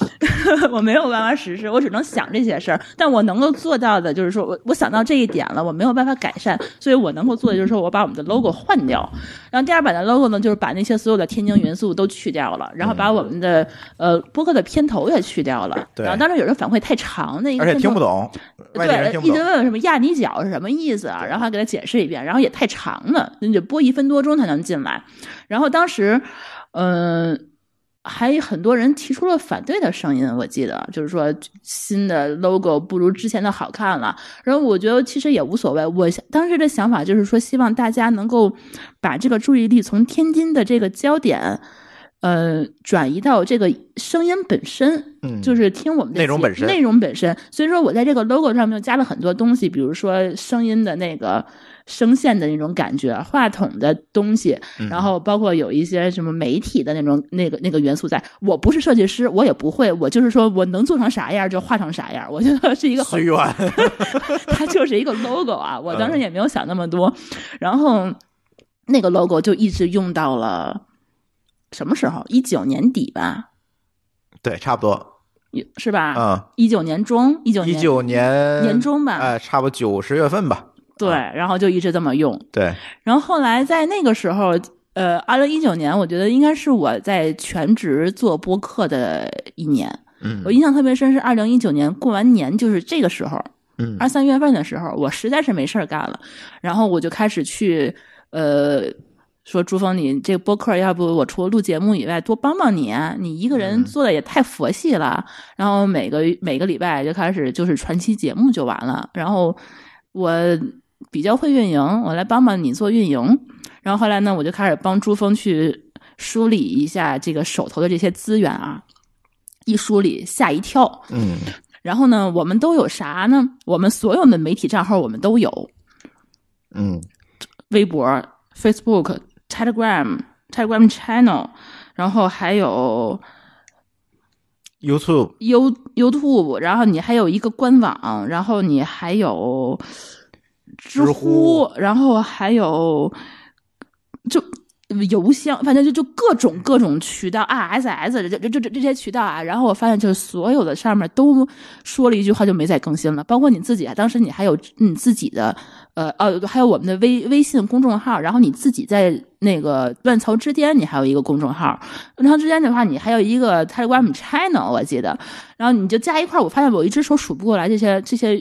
Speaker 2: 我没有办法实施，我只能想这些事儿。但我能够做到的就是说我我想到这一点了，我没有办法改善，所以我能够做的就是说我把我们的 logo 换掉。然后第二版的 logo 呢，就是把那些所有的天津元素都去掉了，
Speaker 1: 嗯
Speaker 2: 然后把我们的呃播客的片头也去掉了。
Speaker 1: 对
Speaker 2: 然后当时有人反馈太长，那一个
Speaker 1: 而且
Speaker 2: 片
Speaker 1: 听
Speaker 2: 头
Speaker 1: 不懂，外地人
Speaker 2: 对
Speaker 1: 听，不
Speaker 2: 一直
Speaker 1: 懂，
Speaker 2: 问问什么亚泥角是什么意思啊，然后还给他解释一遍，然后也太长了，你得播一分多钟才能进来。然后当时，嗯、还有很多人提出了反对的声音，我记得就是说新的 logo 不如之前的好看了。然后我觉得其实也无所谓，我当时的想法就是说，希望大家能够把这个注意力从天津的这个焦点。呃，转移到这个声音本身，
Speaker 1: 嗯
Speaker 2: 就是听我们的
Speaker 1: 内容
Speaker 2: 节
Speaker 1: 本身
Speaker 2: 内容本身。所以说，我在这个 logo 上面就加了很多东西，比如说声音的那个声线的那种感觉，话筒的东西，
Speaker 1: 嗯
Speaker 2: 然后包括有一些什么媒体的那种那个那个元素在。我不是设计师，我也不会，我就是说我能做成啥样就画成啥样。我觉 得是一个很
Speaker 1: 随缘，
Speaker 2: 它就是一个 logo 啊。我
Speaker 1: 嗯
Speaker 2: 当时也没有想那么多，然后那个 logo 就一直用到了什么时候？一九年底吧，
Speaker 1: 对，差不多，
Speaker 2: 也是吧？
Speaker 1: 嗯，
Speaker 2: 一九、年中，一九
Speaker 1: 一
Speaker 2: 年
Speaker 1: 九年
Speaker 2: 年中吧
Speaker 1: 哎，差不多九十月份吧，
Speaker 2: 对，然后就一直这么用。
Speaker 1: 对，
Speaker 2: 然后后来在那个时候，呃，二零一九年，我觉得应该是我在全职做播客的一年。
Speaker 1: 嗯
Speaker 2: 我印象特别深是二零一九年过完年，就是这个时候，
Speaker 1: 嗯
Speaker 2: 二三月份的时候，我实在是没事儿干了，然后我就开始去呃说朱峰，你这播客要不我除了录节目以外多帮帮你啊，你一个人做的也太佛系了。然后每个每个礼拜就开始就是传期节目就完了，然后我比较会运营，我来帮帮你做运营。然后后来呢，我就开始帮朱峰去梳理一下这个手头的这些资源啊。一梳理吓一跳，
Speaker 1: 嗯，
Speaker 2: 然后呢，我们都有啥呢？我们所有的媒体账号我们都有，
Speaker 1: 嗯，
Speaker 2: 微博、Facebook、Telegram、Telegram Channel，然后还有
Speaker 1: YouTube
Speaker 2: You YouTube，然后你还有一个官网，然后你还有知
Speaker 1: 知乎
Speaker 2: 然后还有就邮箱，反正就就各种各种渠道啊，SS 这这这这这些渠道啊。然后我发现，就是所有的上面都说了一句话，就没再更新了。包括你自己啊，当时你还有你自己的呃哦、还有我们的微微信公众号，然后你自己在那个乱曹之巅，你还有一个公众号。乱曹之巅的话，你还有一个 Telegram channel，我记得。然后你就加一块儿，我发现我一只手数不过来这些这些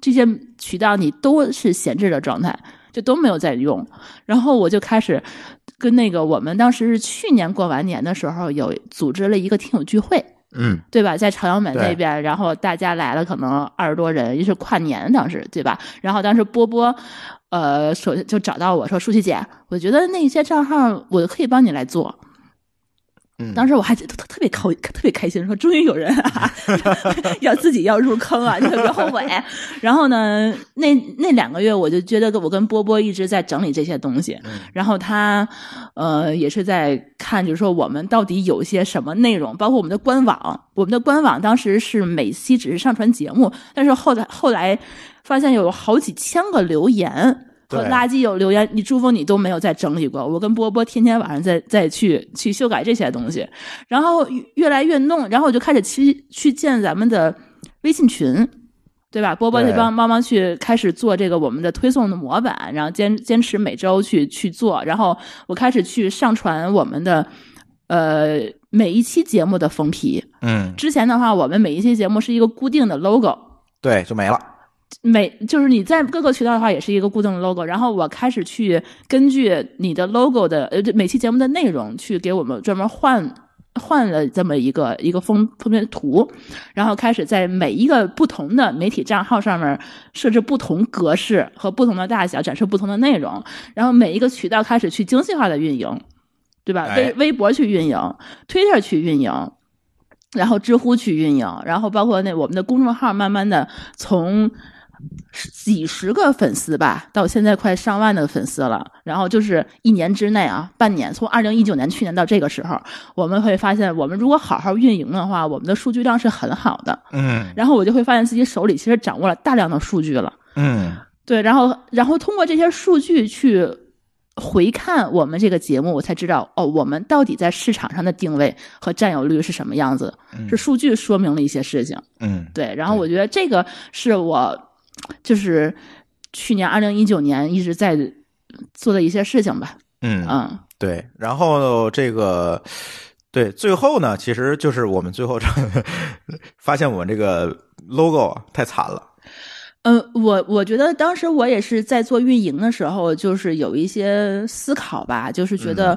Speaker 2: 这些渠道，你都是闲置的状态，就都没有在用。然后我就开始跟那个我们当时是去年过完年的时候，有组织了一个听友聚会，
Speaker 1: 嗯，
Speaker 2: 对吧？在朝阳门
Speaker 1: 对
Speaker 2: 那边，然后大家来了，可能二十多人，也是跨年当时，对吧？然后当时波波，呃，首就找到我说：“舒淇姐，我觉得那些账号我可以帮你来做。”
Speaker 1: 嗯
Speaker 2: 当时我还特特特别高特别开心，说终于有人啊，要自己要入坑啊，就特别后悔。然后呢，那那两个月我就觉得我跟波波一直在整理这些东西，然后他呃也是在看，就是说我们到底有些什么内容，包括我们的官网，我们的官网当时是每期只是上传节目，但是后来后来发现有好几千个留言。和
Speaker 1: 对
Speaker 2: 垃圾有留言，你珠峰你都没有再整理过。我跟波波天天晚上再再去去修改这些东西，然后越越来越弄，然后我就开始去去建咱们的微信群，对吧？波波
Speaker 1: 对
Speaker 2: 就帮帮忙去开始做这个我们的推送的模板，然后坚坚持每周去去做，然后我开始去上传我们的呃每一期节目的封皮。
Speaker 1: 嗯，
Speaker 2: 之前的话，我们每一期节目是一个固定的 logo，
Speaker 1: 对，就没了。
Speaker 2: 每就是你在各个渠道的话，也是一个固定的 logo。然后我开始去根据你的 logo 的呃，就每期节目的内容去给我们专门换换了这么一个一个封封面图，然后开始在每一个不同的媒体账号上面设置不同格式和不同的大小，展示不同的内容。然后每一个渠道开始去精细化的运营，对吧？
Speaker 1: 哎
Speaker 2: 微微博去运营，Twitter 去运营，然后知乎去运营，然后包括那我们的公众号，慢慢的从十几十个粉丝吧，到现在快上万的粉丝了。然后就是一年之内啊，半年，从二零一九年去年到这个时候，我们会发现，我们如果好好运营的话，我们的数据量是很好的。
Speaker 1: 嗯
Speaker 2: 然后我就会发现自己手里其实掌握了大量的数据了。
Speaker 1: 嗯，
Speaker 2: 对，然后然后通过这些数据去回看我们这个节目，我才知道哦，我们到底在市场上的定位和占有率是什么样子，是数据说明了一些事情。
Speaker 1: 嗯
Speaker 2: 对，然后我觉得这个是我就是去年二零一九年一直在做的一些事情吧。
Speaker 1: 嗯
Speaker 2: 嗯，
Speaker 1: 对，然后这个对，最后呢，其实就是我们最后这 发现我们这个 logo 啊太惨了。
Speaker 2: 嗯，我我觉得当时我也是在做运营的时候，就是有一些思考吧，就是觉得，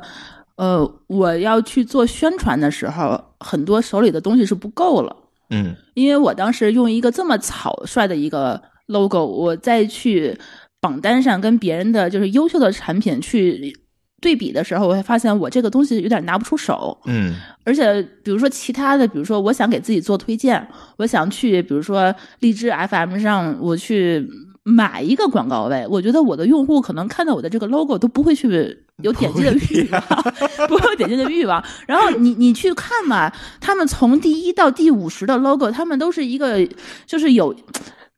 Speaker 2: 呃，我要去做宣传的时候，很多手里的东西是不够了，
Speaker 1: 嗯
Speaker 2: 因为我当时用一个这么草率的一个 logo，我再去榜单上跟别人的就是优秀的产品去对比的时候，我会发现我这个东西有点拿不出手，
Speaker 1: 嗯
Speaker 2: 而且，比如说其他的，比如说我想给自己做推荐，我想去，比如说荔枝 FM 上，我去买一个广告位，我觉得我的用户可能看到我的这个 logo 都不会去有点击的欲望， 不会有点击的欲望。然后你你去看嘛，他们从第一到第五十的 logo，他们都是一个就是有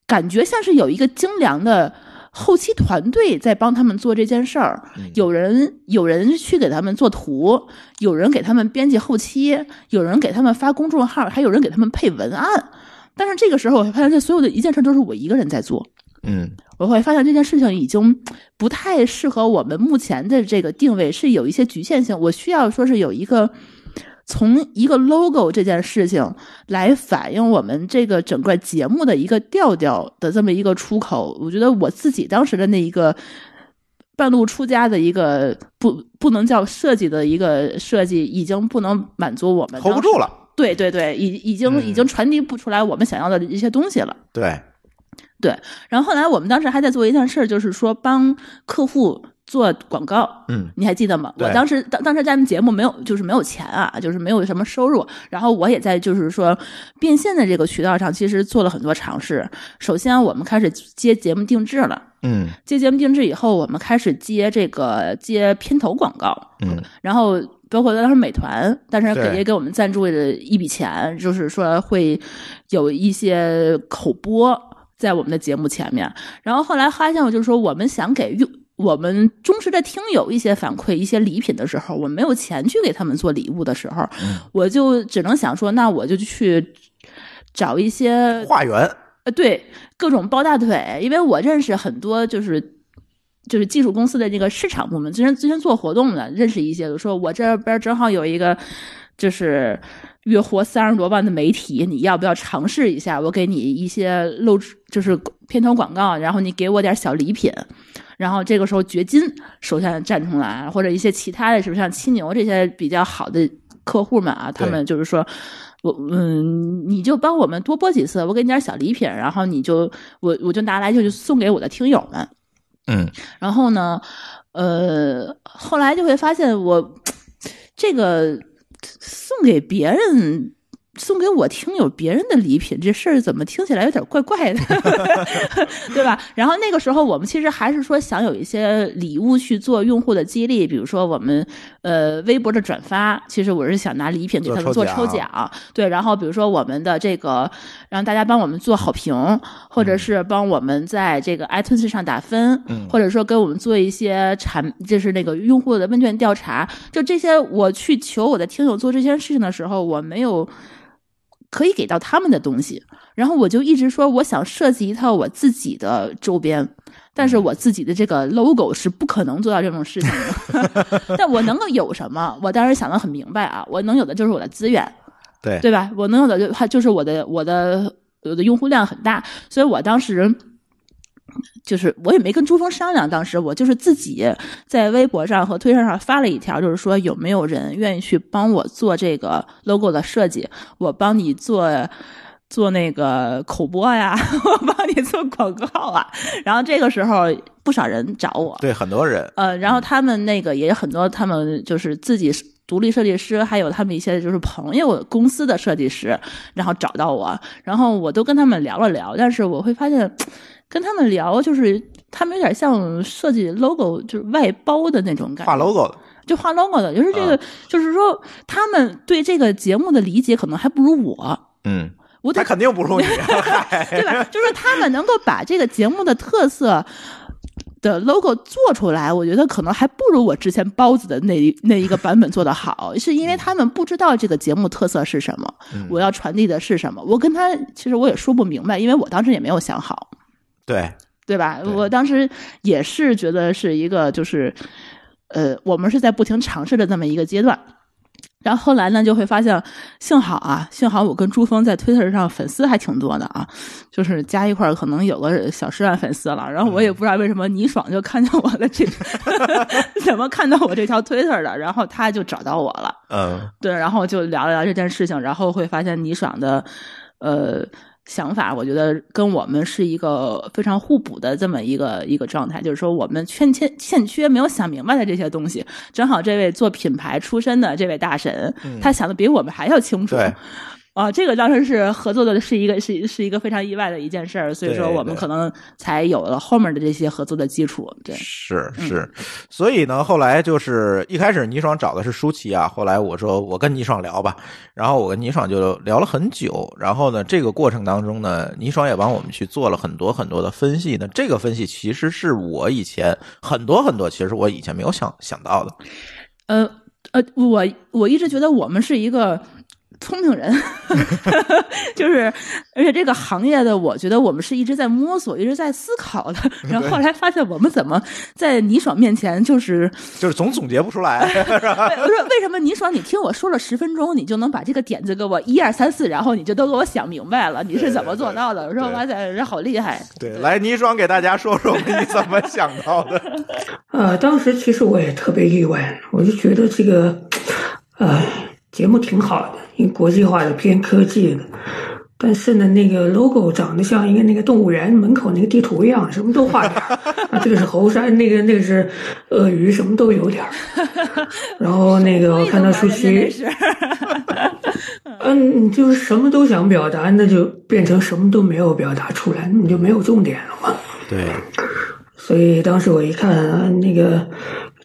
Speaker 2: 感觉像是有一个精良的。后期团队在帮他们做这件事儿，
Speaker 1: 嗯
Speaker 2: 有人有人去给他们做图，有人给他们编辑后期，有人给他们发公众号，还有人给他们配文案。但是这个时候，我会发现这所有的一件事都是我一个人在做。
Speaker 1: 嗯
Speaker 2: 我会发现这件事情已经不太适合我们目前的这个定位，是有一些局限性。我需要说是有一个从一个 logo 这件事情来反映我们这个整个节目的一个调调的这么一个出口。我觉得我自己当时的那一个半路出家的一个不不能叫设计的一个设计，已经不能满足我们
Speaker 1: ，hold 不
Speaker 2: 当时
Speaker 1: 住。了。
Speaker 2: 对对对，已已经
Speaker 1: 嗯
Speaker 2: 已经传递不出来我们想要的一些东西了。
Speaker 1: 对，
Speaker 2: 然后后来我们当时还在做一件事儿，就是说帮客户做广告，
Speaker 1: 嗯，
Speaker 2: 你还记得吗？
Speaker 1: 对
Speaker 2: 我当时当当时咱们节目没有，就是没有钱啊，就是没有什么收入。然后我也在就是说变现的这个渠道上，其实做了很多尝试。首先，我们开始接节目定制了。
Speaker 1: 嗯
Speaker 2: 接节目定制以后，我们开始接这个接片头广告，
Speaker 1: 嗯，
Speaker 2: 然后包括当时美团，但是
Speaker 1: 对
Speaker 2: 给也给我们赞助了一笔钱，就是说会有一些口播在我们的节目前面。然后后来发现，我就是说我们想给用。我们忠实的听友一些反馈、一些礼品的时候，我没有钱去给他们做礼物的时候，我就只能想说，那我就去找一些
Speaker 1: 化缘，
Speaker 2: 呃，对，各种抱大腿，因为我认识很多就是。就是技术公司的那个市场部门，之前之前做活动的，认识一些就说，我这边正好有一个，就是月活三十多万的媒体，你要不要尝试一下？我给你一些露出，就是片头广告，然后你给我点小礼品，然后这个时候掘金首先站出来，或者一些其他的，是不是像七牛这些比较好的客户们啊，他
Speaker 1: 对
Speaker 2: 们就是说，我嗯，你就帮我们多播几次，我给你点小礼品，然后你就我我就拿来就就送给我的听友们。
Speaker 1: 嗯
Speaker 2: 然后呢，呃，后来就会发现我这个送给别人。送给我听友别人的礼品这事儿怎么听起来有点怪怪的， 对吧？然后那个时候我们其实还是说想有一些礼物去做用户的激励，比如说我们呃微博的转发，其实我是想拿礼品给他们
Speaker 1: 做
Speaker 2: 做
Speaker 1: 抽
Speaker 2: 抽
Speaker 1: 奖
Speaker 2: 奖，对。然后比如说我们的这个让大家帮我们做好评，或者是帮我们在这个 iTunes 上打分，
Speaker 1: 嗯
Speaker 2: 或者说给我们做一些产，就是那个用户的问卷调查，就这些，我去求我的听友做这件事情的时候，我没有可以给到他们的东西，然后我就一直说我想设计一套我自己的周边。但是我自己的这个 logo 是不可能做到这种事情的，但我能够有什么？我当时想的很明白啊，我能有的就是我的资源，
Speaker 1: 对
Speaker 2: 对吧？我能有的就它就是我的我的我的用户量很大，所以我当时就是我也没跟朱峰商量，当时我就是自己在微博上和推特上发了一条，就是说有没有人愿意去帮我做这个 logo 的设计，我帮你做。做那个口播呀， 我帮你做广告啊，然后这个时候不少人找我，
Speaker 1: 对，很多人，
Speaker 2: 呃，然后他们那个也很多，他们就是自己是独立设计师，还有他们一些就是朋友公司的设计师，然后找到我，然后我都跟他们聊了聊，但是我会发现，跟他们聊就是他们有点像设计 logo，就是外包的那种感
Speaker 1: 画
Speaker 2: 觉，
Speaker 1: logo 嗯的，
Speaker 2: 就画 logo 的，就是这个，就是说他们对这个节目的理解可能还不如我，
Speaker 1: 嗯，
Speaker 2: 我得
Speaker 1: 他肯定不如 你，
Speaker 2: 对吧？ 就是他们能够把这个节目的特色。的 logo 做出来，我觉得可能还不如我之前包子的那一那一个版本做的好，是因为他们不知道这个节目特色是什么，
Speaker 1: 嗯
Speaker 2: 我要传递的是什么。我跟他其实我也说不明白，因为我当时也没有想好，
Speaker 1: 对，
Speaker 2: 对吧？
Speaker 1: 对
Speaker 2: 我当时也是觉得是一个就是，呃，我们是在不停尝试的这么一个阶段。然后后来呢，就会发现，幸好啊，幸好我跟朱峰在 Twitter 上粉丝还挺多的啊，就是加一块儿可能有个小十万粉丝了。然后我也不知道为什么倪爽就看见我的这， 怎么看到我这条 Twitter 的，然后他就找到我了。
Speaker 1: 嗯，
Speaker 2: 对，然后就聊了聊这件事情，然后会发现倪爽的呃想法，我觉得跟我们是一个非常互补的这么一个一个状态，就是说我们欠欠欠缺没有想明白的这些东西，正好这位做品牌出身的这位大神，他想的比我们还要清楚。
Speaker 1: 嗯对
Speaker 2: 啊，这个当时是合作的，是一个是是一个非常意外的一件事儿，所以
Speaker 1: 对
Speaker 2: 说我们
Speaker 1: 对
Speaker 2: 可能才有了后面的这些合作的基础。对，
Speaker 1: 是是，所以呢，后来就是一开始倪爽找的是舒淇啊，后来我说我跟倪爽聊吧，然后我跟倪爽就聊了很久，然后呢，这个过程当中呢，倪爽也帮我们去做了很多很多的分析呢，这个分析其实是我以前很多很多，其实我以前没有想想到的，
Speaker 2: 呃呃，我我一直觉得我们是一个聪明人， 就是而且这个行业的，我觉得我们是一直在摸索、一直在思 考的。然后后来发现，我们怎么在倪爽面前就是
Speaker 1: 就是总总结不出来，
Speaker 2: 我说为什么倪爽，你听我说了十分钟，你就能把这个点子给我一二三四，然后你就都给我想明白了，你是怎么做到的？我说
Speaker 1: 对
Speaker 2: 哇塞，人好厉害！
Speaker 1: 对，来倪爽给大家说说你怎么想到的，
Speaker 3: 呃，当时其实我也特别意外，我就觉得这个，呃，节目挺好的，因为国际化的偏科技的，但是呢，那个 logo 长得像一个那个动物园门口那个地图一样，什么都画点儿。 啊，这个是猴山，那个那个是鳄鱼，什么都有点儿。然后那个我看到舒淇，嗯，你就是什么都想表达，那就变成什么都没有表达出来，你就没有重点了嘛。
Speaker 1: 对，
Speaker 3: 所以当时我一看啊那个，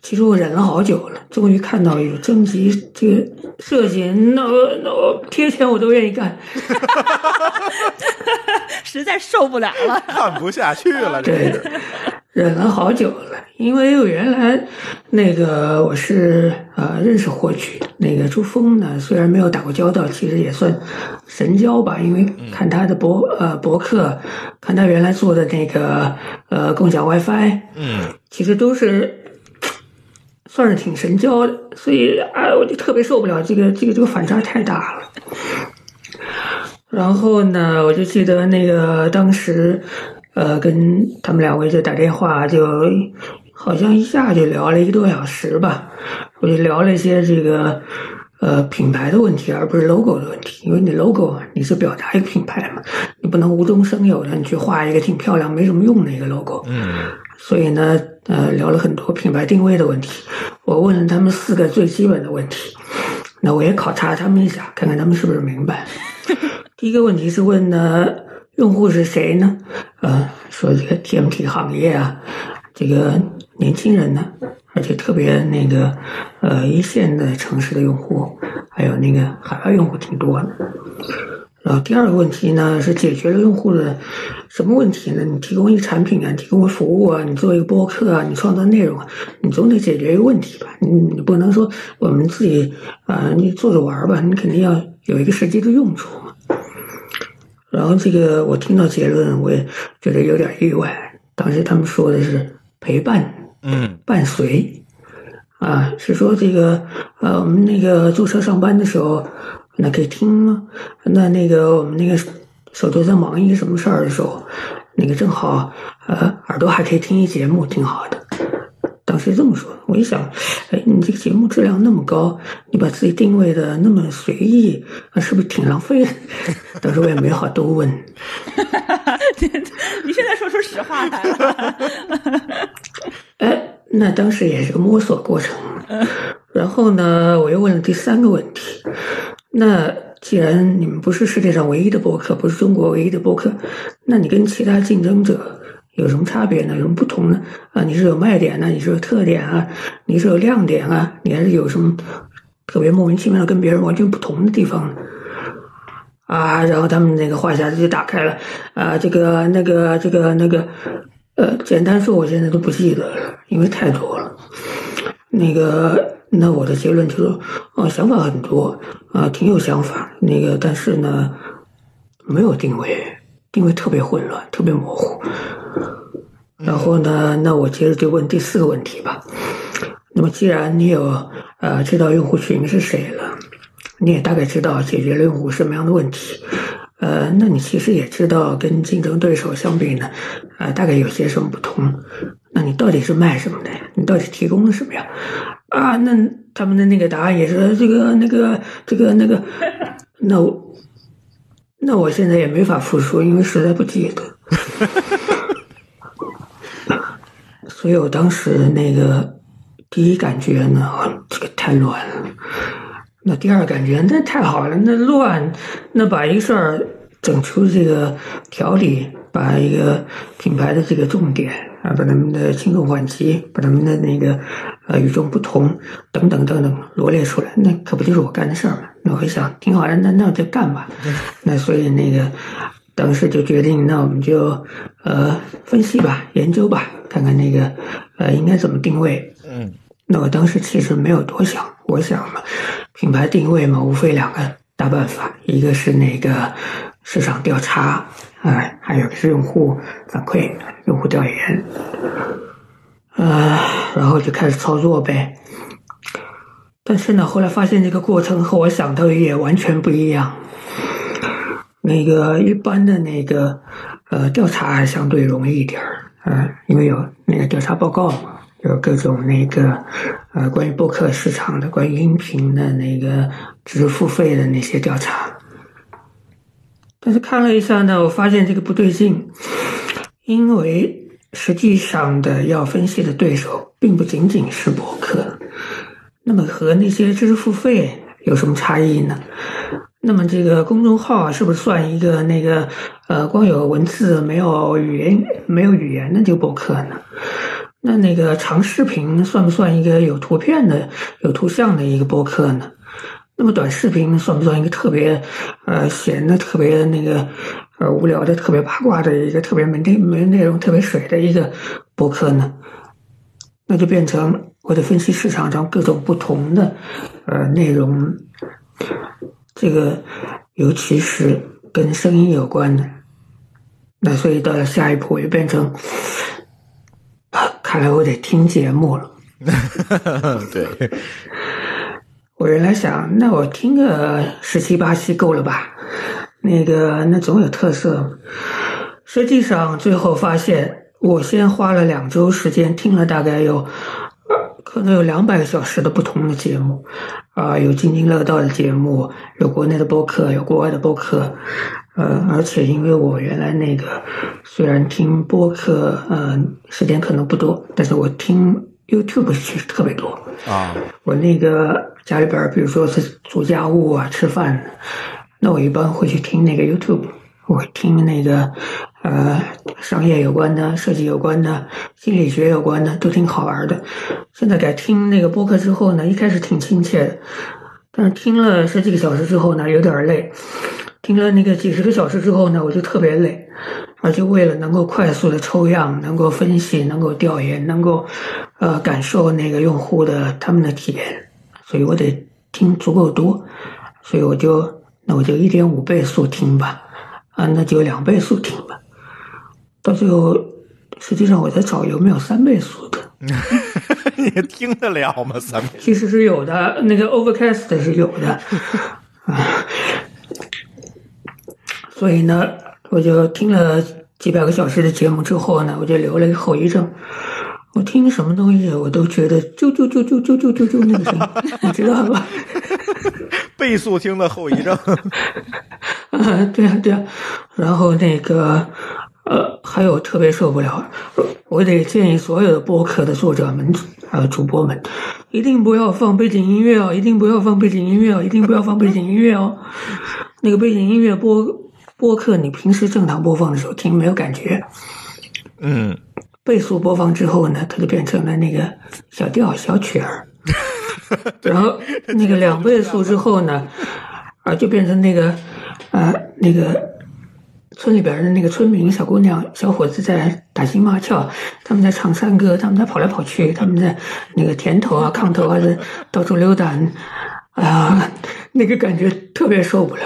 Speaker 3: 其实我忍了好久了，终于看到有征集这个设计，那我那我贴钱我都愿意干。
Speaker 2: 实在受不了了。
Speaker 1: 看不下去了，这是。
Speaker 3: 忍了好久了，因为我原来那个我是呃认识霍炬的，那个朱峰呢，虽然没有打过交道，其实也算神交吧，因为看他的博呃博客，看他原来做的那个呃共享 WiFi，
Speaker 1: 嗯，
Speaker 3: 其实都是算是挺神交的，所以哎，我就特别受不了这个这个这个反差太大了。然后呢，我就记得那个当时，呃，跟他们两位就打电话，就好像一下就聊了一个多小时吧。我就聊了一些这个呃品牌的问题，而不是 logo 的问题，因为你 logo 啊你是表达一个品牌嘛，你不能无中生有的你去画一个挺漂亮没什么用的一个 logo。
Speaker 1: 嗯，
Speaker 3: 所以呢，呃，聊了很多品牌定位的问题。我问了他们四个最基本的问题，那我也考察他们一下，看看他们是不是明白。 第一个问题是问呢，用户是谁呢？呃，说这个 TMT 行业啊，这个年轻人呢，而且特别那个呃一线的城市的用户，还有那个海外用户挺多的。然呃后第二个问题呢是解决了用户的什么问题呢？你提供一个产品啊，你提供个服务啊，你做一个播客啊，你创造内容啊，你总得解决一个问题吧？你你不能说我们自己啊、呃你做着玩儿吧，你肯定要有一个实际的用处嘛。然后这个我听到结论，我也觉得有点意外。当时他们说的是陪伴
Speaker 1: 嗯，
Speaker 3: 伴随，啊，是说这个呃，我们那个坐车上班的时候，那可以听吗？那那个我们那个手头在忙一个什么事儿的时候，那个正好呃耳朵还可以听一节目，挺好的。当时这么说，我一想，哎，你这个节目质量那么高，你把自己定位的那么随意，啊，是不是挺浪费的？ 当时我也没好多问。
Speaker 2: 你现在说出实话来了，
Speaker 3: 哎，那当时也是个摸索过程。 然后呢，我又问了第三个问题：那既然你们不是世界上唯一的播客，不是中国唯一的播客，那你跟其他竞争者有什么差别呢？有什么不同呢？啊，你是有卖点呢、你是有特点啊，你是有亮点啊，你还是有什么特别莫名其妙跟别人完全不同的地方呢？啊，然后他们那个话匣子就打开了，啊，这个那个这个那个，呃，简单说，我现在都不记得了，因为太多了。那个，那我的结论就是，哦，想法很多，啊、挺有想法，那个，但是呢，没有定位，定位特别混乱，特别模糊。然后呢，那我接着就问第四个问题吧。那么，既然你有呃知道用户群是谁了，你也大概知道解决了用户什么样的问题，呃，那你其实也知道跟竞争对手相比呢，呃，大概有些什么不同。那你到底是卖什么的呀？你到底提供了什么呀？啊，那他们的那个答案也是这个那个这个那个，那我那我现在也没法复述，因为实在不记得。所以我当时那个第一感觉呢，哦这个太乱了。那第二感觉，那太好了，那乱，那把一个事儿整出这个条理，把一个品牌的这个重点啊，把他们的轻重缓急，把他们的那个呃与众不同等等等等罗列出来，那可不就是我干的事儿嘛？那我一想，挺好的，啊那那就干吧。那所以那个当时就决定，那我们就呃分析吧，研究吧，看看那个呃应该怎么定位，
Speaker 1: 嗯，
Speaker 3: 那我当时其实没有多想，我想嘛，品牌定位嘛，无非两个大办法，一个是那个市场调查，哎，还有一个是用户反馈、用户调研，呃，然后就开始操作呗。但是呢，后来发现这个过程和我想到的也完全不一样。那个一般的那个呃调查还相对容易一点儿，呃，因为有那个调查报告嘛，有各种那个呃关于播客市场的、关于音频的那个知识付费的那些调查。但是看了一下呢，我发现这个不对劲，因为实际上的要分析的对手并不仅仅是博客，那么和那些知识付费有什么差异呢？那么这个公众号啊是不是算一个那个呃光有文字没有语言没有语言的这个博客呢？那那个长视频算不算一个有图片的、有图像的一个播客呢？那么短视频算不算一个特别呃闲的、特别那个呃无聊的、特别八卦的一个特别没内没内容、特别水的一个播客呢？那就变成我得分析市场上各种不同的呃内容，这个尤其是跟声音有关的。那所以到了下一步，我就变成。 看来我得听节目了。
Speaker 1: 嗯对，
Speaker 3: 我原来想，那我听个十七八期够了吧？那个，那总有特色。实际上，最后发现，我先花了两周时间听了大概有，呃可能有两百个小时的不同的节目，啊、有津津乐道的节目，有国内的播客，有国外的播客。呃，而且因为我原来那个虽然听播客，呃，时间可能不多，但是我听 YouTube 其实特别多。
Speaker 1: 啊，
Speaker 3: 我那个家里边儿，比如说是做家务啊、吃饭，那我一般会去听那个 YouTube，我听那个呃商业有关的、设计有关的、心理学有关的，都挺好玩的。现在改听那个播客之后呢，一开始挺亲切的，但是听了十几个小时之后呢，有点儿累。听了那个几十个小时之后呢，我就特别累，而且啊为了能够快速的抽样、能够分析、能够调研、能够呃感受那个用户的他们的体验，所以我得听足够多，所以我就那我就一点五倍速听吧，啊，那就两倍速听吧，到最后实际上我在找有没有三倍速的，
Speaker 1: 你听得了吗？三倍
Speaker 3: 其实是有的，那个 Overcast 是有的，啊，啊所以呢，我就听了几百个小时的节目之后呢，我就留了一个后遗症。我听什么东西，我都觉得啾啾啾啾啾啾啾啾那个声音， 你知道吧？
Speaker 1: 倍速听的后遗症。
Speaker 3: 啊， 对啊，对啊。然后那个，呃，还有特别受不了，我得建议所有的播客的作者们，呃，主播们，一定不要放背景音乐哦，一定不要放背景音乐哦，一定不要放背景音乐哦。那个背景音乐播播客，你平时正常播放的时候听没有感觉，
Speaker 1: 嗯，
Speaker 3: 倍速播放之后呢，它就变成了那个小调小曲儿，然后那个两倍速之后呢，啊，就变成那个呃那个村里边的那个村民小姑娘小伙子在打情骂俏，他们在唱山歌，他们在跑来跑去，他们在那个田头啊、炕头啊在到处溜达，啊、那个感觉特别受不了。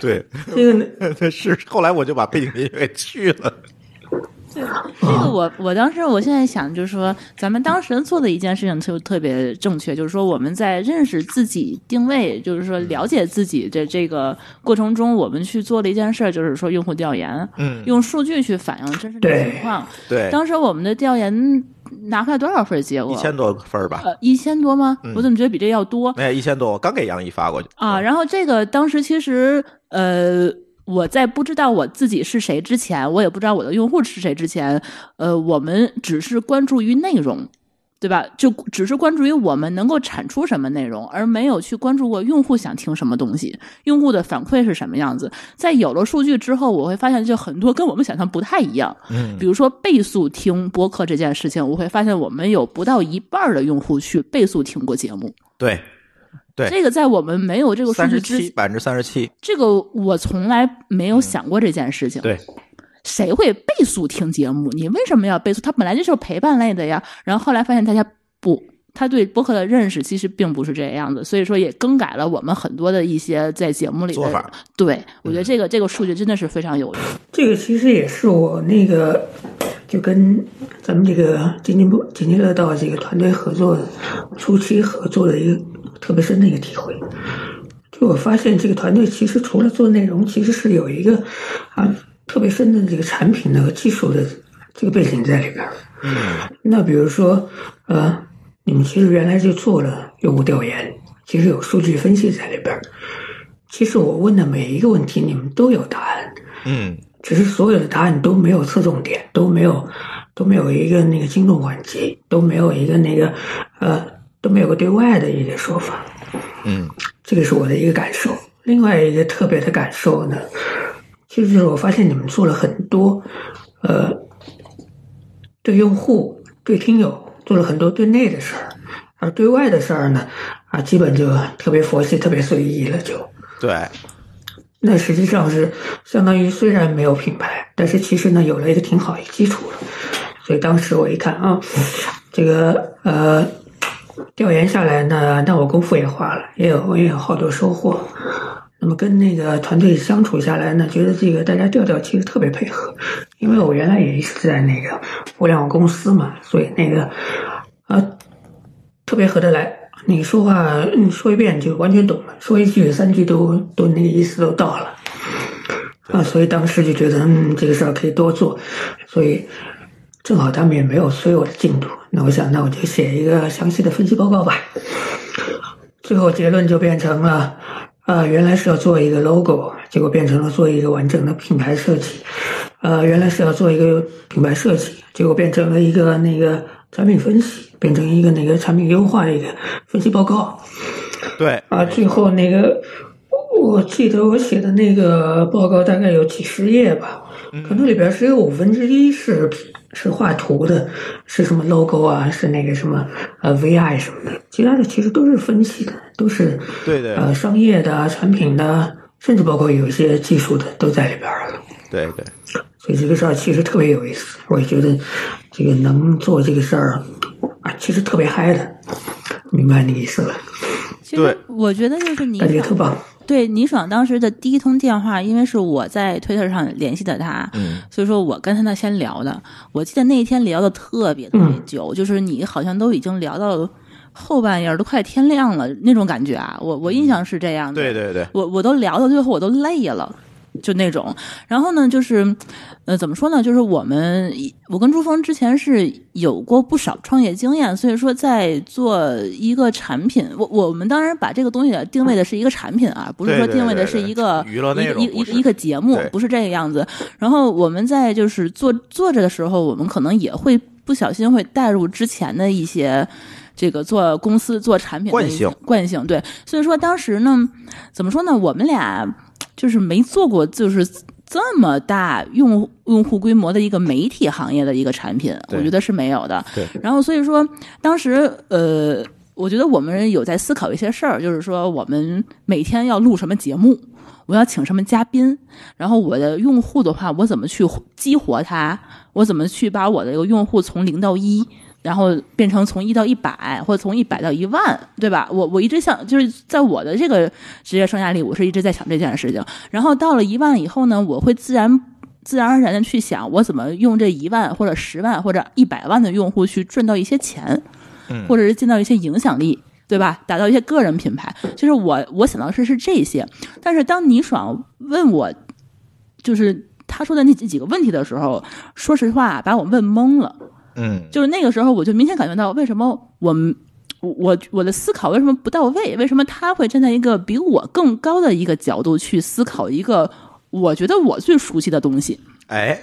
Speaker 1: 对，
Speaker 3: 这个呢
Speaker 1: 是后来我就把背景音乐给去了。
Speaker 2: 这个哦我我当时我现在想就是说，咱们当时做的一件事情就特别正确，就是说我们在认识自己、定位，就是
Speaker 1: 嗯
Speaker 2: 说了解自己的这个过程中，我们去做了一件事儿，就是说用户调研，
Speaker 1: 嗯，
Speaker 2: 用数据去反映真实的
Speaker 3: 对
Speaker 2: 情况。
Speaker 1: 对，
Speaker 2: 当时我们的调研拿出来多少份儿结果？
Speaker 1: 一千多嗯分儿吧，
Speaker 2: 呃一千多吗？我怎么觉得比这要多？
Speaker 1: 哎，一千多，我刚给杨毅发过去。
Speaker 2: 呃啊，然后这个当时其实呃，我在不知道我自己是谁之前，我也不知道我的用户是谁之前，呃，我们只是关注于内容。对吧？就只是关注于我们能够产出什么内容，而没有去关注过用户想听什么东西，用户的反馈是什么样子。在有了数据之后，我会发现，就很多跟我们想象不太一样。
Speaker 1: 嗯
Speaker 2: 比如说倍速听播客这件事情，我会发现我们有不到一半儿的用户去倍速听过节目。
Speaker 1: 对，对
Speaker 2: 这个在我们没有这个数
Speaker 1: 三
Speaker 2: 据
Speaker 1: 十
Speaker 2: 之
Speaker 1: 七，百分之三十七，
Speaker 2: 这个我从来没有想过这件事情。
Speaker 1: 嗯对，
Speaker 2: 谁会倍速听节目？你为什么要倍速？它本来就是陪伴类的呀。然后后来发现大家不，他对播客的认识其实并不是这样子，所以说也更改了我们很多的一些在节目里的
Speaker 1: 做法。嗯
Speaker 2: 对，我觉得这个这个数据真的是非常有用。
Speaker 3: 这个其实也是我那个，就跟咱们这个津津不津津乐道这个团队合作初期合作的一个特别深的一个体会。就我发现这个团队其实除了做内容，其实是有一个啊特别深的这个产品的和技术的这个背景在里边儿。那比如说，呃，你们其实原来就做了用户调研，其实有数据分析在里边儿，其实我问的每一个问题，你们都有答案，
Speaker 1: 嗯
Speaker 3: 只是所有的答案都没有侧重点，都没有都没有一个那个轻重缓急，都没有一个那个呃都没有个对外的一个说法。
Speaker 1: 嗯
Speaker 3: 这个是我的一个感受。另外一个特别的感受呢，其实我发现你们做了很多，呃，对用户、对听友做了很多对内的事儿，而对外的事儿呢，啊，基本就特别佛系、特别随意了就。
Speaker 1: 对，
Speaker 3: 那实际上是相当于虽然没有品牌，但是其实呢有了一个挺好的基础了。所以当时我一看啊，这个呃，调研下来呢，那我功夫也花了，也有也有好多收获。那么跟那个团队相处下来呢，觉得这个大家调调其实特别配合，因为我原来也一直在那个互联网公司嘛，所以那个呃特别合得来。你说话嗯说一遍就完全懂了，说一句三句都都那个意思都到了啊，所以当时就觉得嗯这个事儿可以多做，所以正好他们也没有催我的进度，那我想那我就写一个详细的分析报告吧。最后结论就变成了，呃，原来是要做一个 logo，结啊果变成了做一个完整的品牌设计，呃，原来是要做一个品牌设计，结果变成了一个那个产品分析，变成一个那个产品优化的一个分析报告，
Speaker 1: 对，
Speaker 3: 啊，最后那个我我记得我写的那个报告大概有几十页吧，可能里边只有五分之一是是画图的，是什么 logo 啊，是那个什么呃 VI 什么的，其他的其实都是分析的，都是
Speaker 1: 对对
Speaker 3: 呃商业的啊、产品的啊，甚至包括有一些技术的都在里边了。
Speaker 1: 对对，
Speaker 3: 所以这个事儿其实特别有意思，我也觉得这个能做这个事儿啊，其实特别嗨的，明白你意思了，
Speaker 2: 其实
Speaker 1: 对哎
Speaker 2: 我觉得就是你
Speaker 3: 感觉
Speaker 2: 想
Speaker 3: 特棒。
Speaker 2: 对倪爽当时的第一通电话，因为是我在推特上联系的他，
Speaker 1: 嗯
Speaker 2: 所以说我跟他那先聊的。我记得那一天聊的特别特别久，就是你好像都已经聊到后半夜，都快天亮了那种感觉啊。我我印象是这样的。
Speaker 1: 对对对，
Speaker 2: 我我都聊到最后我都累了。就那种，然后呢，就是，呃，怎么说呢？就是我们，我跟朱峰之前是有过不少创业经验，所以说在做一个产品，我我们当然把这个东西定位的是一个产品啊，不是说
Speaker 1: 对对
Speaker 2: 定位的
Speaker 1: 对
Speaker 2: 是
Speaker 1: 对
Speaker 2: 一个
Speaker 1: 娱乐内容
Speaker 2: 一个一
Speaker 1: 不是
Speaker 2: 个一个节目
Speaker 1: 对，
Speaker 2: 不是这个样子。然后我们在就是做做着的时候，我们可能也会不小心会带入之前的一些这个做公司做产品的
Speaker 1: 惯
Speaker 2: 一些
Speaker 1: 性
Speaker 2: 惯性，对。所以说当时呢，怎么说呢？我们俩就是没做过，就是。这么大用户用户规模的一个媒体行业的一个产品，我
Speaker 1: 对
Speaker 2: 觉得是没有的。
Speaker 1: 对
Speaker 2: 然后所以说，当时呃，我觉得我们有在思考一些事儿，就是说我们每天要录什么节目，我要请什么嘉宾，然后我的用户的话，我怎么去激活它？我怎么去把我的一个用户从零到一，然后变成从一到一百，或者从一百到一万，对吧？我我一直想，就是在我的这个职业生涯里，我是一直在想这件事情。然后到了一万以后呢，我会自然。自然而然的去想，我怎么用这一万或者十万或者一百万的用户去赚到一些钱，
Speaker 1: 嗯
Speaker 2: 或者是尽到一些影响力，对吧？打造一些个人品牌，就是我我想到的是是这些。但是当倪爽问我，就是他说的那几几个问题的时候，说实话把我问懵了。
Speaker 1: 嗯
Speaker 2: 就是那个时候，我就明显感觉到为什么我们。我我我的思考为什么不到位？为什么他会站在一个比我更高的一个角度去思考一个我觉得我最熟悉的东西？
Speaker 1: 哎，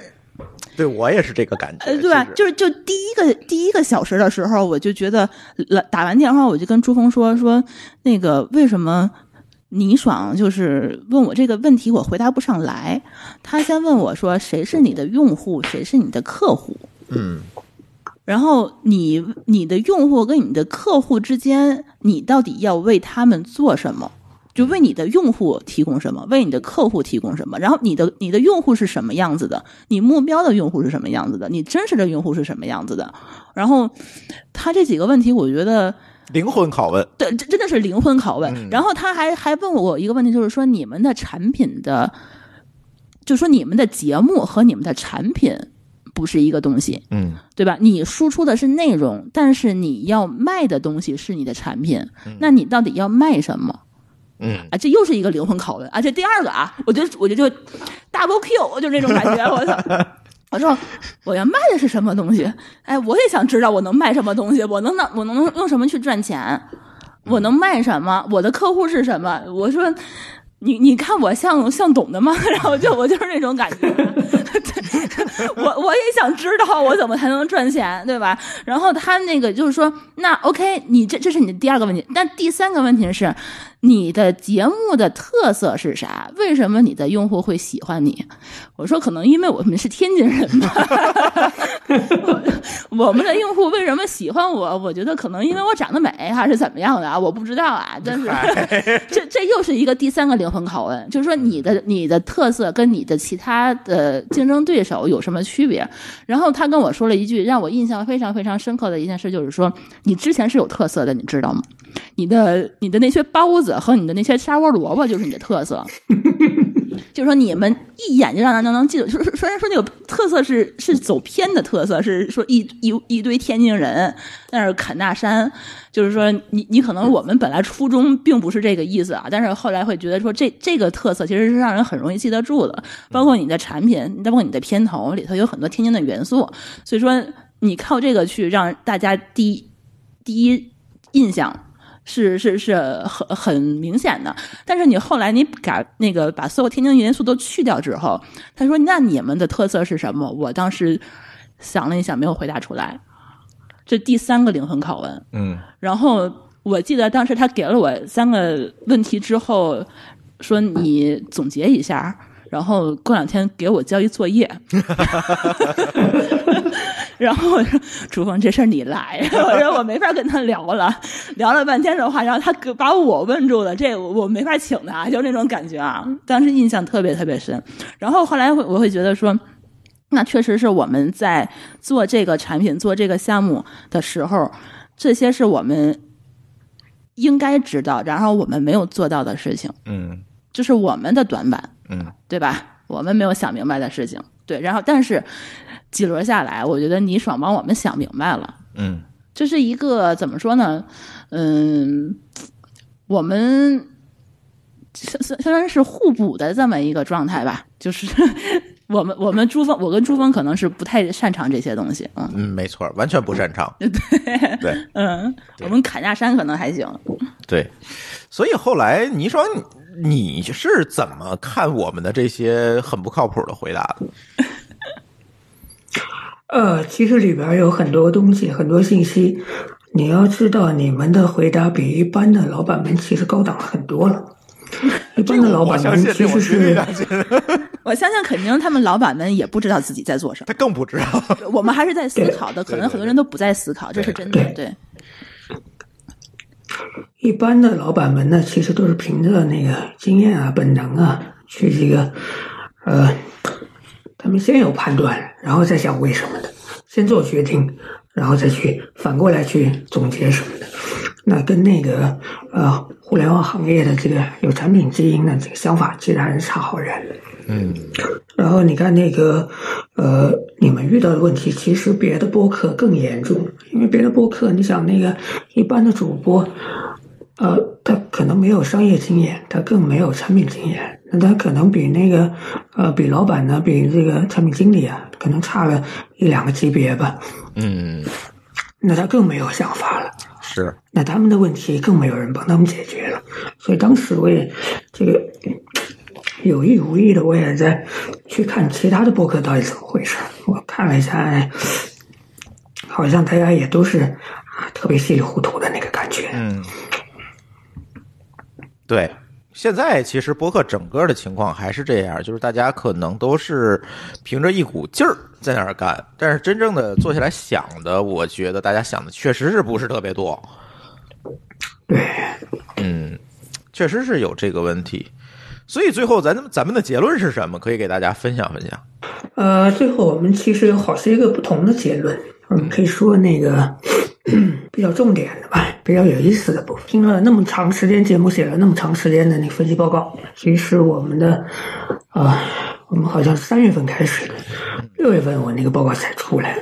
Speaker 1: 对我也是这个感觉，
Speaker 2: 呃，对吧？
Speaker 1: 其实
Speaker 2: 就是就第一个第一个小时的时候，我就觉得呃打完电话，我就跟朱峰说说那个为什么倪爽就是问我这个问题，我回答不上来。他先问我说谁是你的用户，谁是你的客户，
Speaker 1: 嗯
Speaker 2: 然后你你的用户跟你的客户之间，你到底要为他们做什么？就为你的用户提供什么，为你的客户提供什么，然后你的你的用户是什么样子的，你目标的用户是什么样子的，你真实的用户是什么样子的，然后他这几个问题，我觉得
Speaker 1: 灵魂拷问，
Speaker 2: 对，这真的是灵魂拷问。
Speaker 1: 嗯
Speaker 2: 然后他还还问我一个问题，就是说你们的产品的，就说你们的节目和你们的产品不是一个东西，
Speaker 1: 嗯
Speaker 2: 对吧？你输出的是内容，但是你要卖的东西是你的产品，那你到底要卖什么？
Speaker 1: 嗯，
Speaker 2: 啊，这又是一个灵魂拷问啊！这第二个啊，我就我就就 double Q，就是那种感觉，我操！我说我要卖的是什么东西？哎，我也想知道我能卖什么东西，我能拿我能用什么去赚钱，我能卖什么？我的客户是什么？我说你你看我像像懂的吗？ 然后就我就是那种感觉， 对我我也想知道我怎么才能赚钱，对吧？然后他那个就是说，那 OK，你这这是你的第二个问题，但第三个问题是，你的节目的特色是啥？为什么你的用户会喜欢你？我说可能因为我们是天津人吧， 我我们的用户为什么喜欢我？我觉得可能因为我长得美还是怎么样的啊？我不知道啊，但是。这这又是一个第三个灵魂拷问，就是说你的你的特色跟你的其他的竞争对手有什么区别？然后他跟我说了一句让我印象非常非常深刻的一件事，就是说你之前是有特色的，你知道吗？你的你的那些包子和你的那些砂锅萝卜就是你的特色。就是说你们一眼就让人能能记住，就是虽然说那个特色是是走偏的特色，是说一一一堆天津人在那儿砍大山，就是说你你可能我们本来初衷并不是这个意思啊，但是后来会觉得说这这个特色其实是让人很容易记得住的，包括你的产品，包括你的片头里头有很多天津的元素，所以说你靠这个去让大家第一第一印象是是是很很明显的，但是你后来你改那个把所有天津元素都去掉之后，他说那你们的特色是什么？我当时想了一想，没有回答出来。这第三个灵魂拷问，
Speaker 1: 嗯，
Speaker 2: 然后我记得当时他给了我三个问题之后，说你总结一下，然后过两天给我交一作业。 然后我说：“朱峰，这事儿你来。”我说：“我没法跟他聊了，聊了半天的话，然后他给把我问住了，这我没法请他，就那种感觉啊。当时印象特别特别深。然后后来会我会觉得说，那确实是我们在做这个产品、做这个项目的时候，这些是我们应该知道，然后我们没有做到的事情，
Speaker 1: 嗯
Speaker 2: 这是我们的短板，
Speaker 1: 嗯，
Speaker 2: 对吧？我们没有想明白的事情，对。然后，但是几轮下来，我觉得倪爽帮我们想明白了。
Speaker 1: 嗯
Speaker 2: 这是一个怎么说呢？嗯，我们虽虽虽然是互补的这么一个状态吧，就是 我们我们朱峰，我跟朱峰可能是不太擅长这些东西，嗯
Speaker 1: 嗯，没错，完全不擅长。对
Speaker 2: 嗯，我们砍大山可能还行，
Speaker 1: 对，所以后来倪爽，你是怎么看我们的这些很不靠谱的回答的？
Speaker 3: 呃，其实里边有很多东西，很多信息，你要知道，你们的回答比一般的老板们其实高档了很多 了。一般的老
Speaker 1: 我
Speaker 3: 板
Speaker 1: 相
Speaker 3: 们
Speaker 1: 信，
Speaker 3: 其
Speaker 1: 我
Speaker 3: 实
Speaker 1: 绝对
Speaker 3: 是
Speaker 1: 相信，
Speaker 2: 我相信肯定他们老板们也不知道自己在做什
Speaker 1: 他更不知道。
Speaker 2: 么，我们还是在思考的，可能很多人都不在思考，这是真的，对，
Speaker 3: 一般的老板们呢，其实都是凭着那个经验啊、本能啊，去这个，呃，他们先有判断，然后再想为什么的，先做决定，然后再去反过来去总结什么的。那跟那个呃互联网行业的这个有产品基因的这个想法，其实还是差好远的。
Speaker 1: 嗯
Speaker 3: 然后你看那个，呃，你们遇到的问题，其实别的播客更严重，因为别的播客，你想那个一般的主播，呃，他可能没有商业经验，他更没有产品经验，那他可能比那个，呃，比老板呢，比这个产品经理啊，可能差了一两个级别吧，
Speaker 1: 嗯，
Speaker 3: 那他更没有想法了。
Speaker 1: 是，
Speaker 3: 那他们的问题更没有人帮他们解决了，所以当时我也这个嗯有意无意的，我也在去看其他的博客到底怎么回事儿。我看了一下，哎好像大家也都是啊特别稀里糊涂的那个感觉。
Speaker 1: 嗯，对。现在其实播客整个的情况还是这样，就是大家可能都是凭着一股劲儿在那儿干，但是真正的坐下来想的，我觉得大家想的确实是不是特别多。
Speaker 3: 对，
Speaker 1: 嗯，确实是有这个问题。所以最后咱咱们的结论是什么？可以给大家分享分享。
Speaker 3: 呃，最后我们其实有好些个不同的结论，我们可以说那个比较重点的吧，比较有意思的部分。听了那么长时间节目，写了那么长时间的那个分析报告，其实我们的啊、呃我们好像是三月份开始的，六月份我那个报告才出来。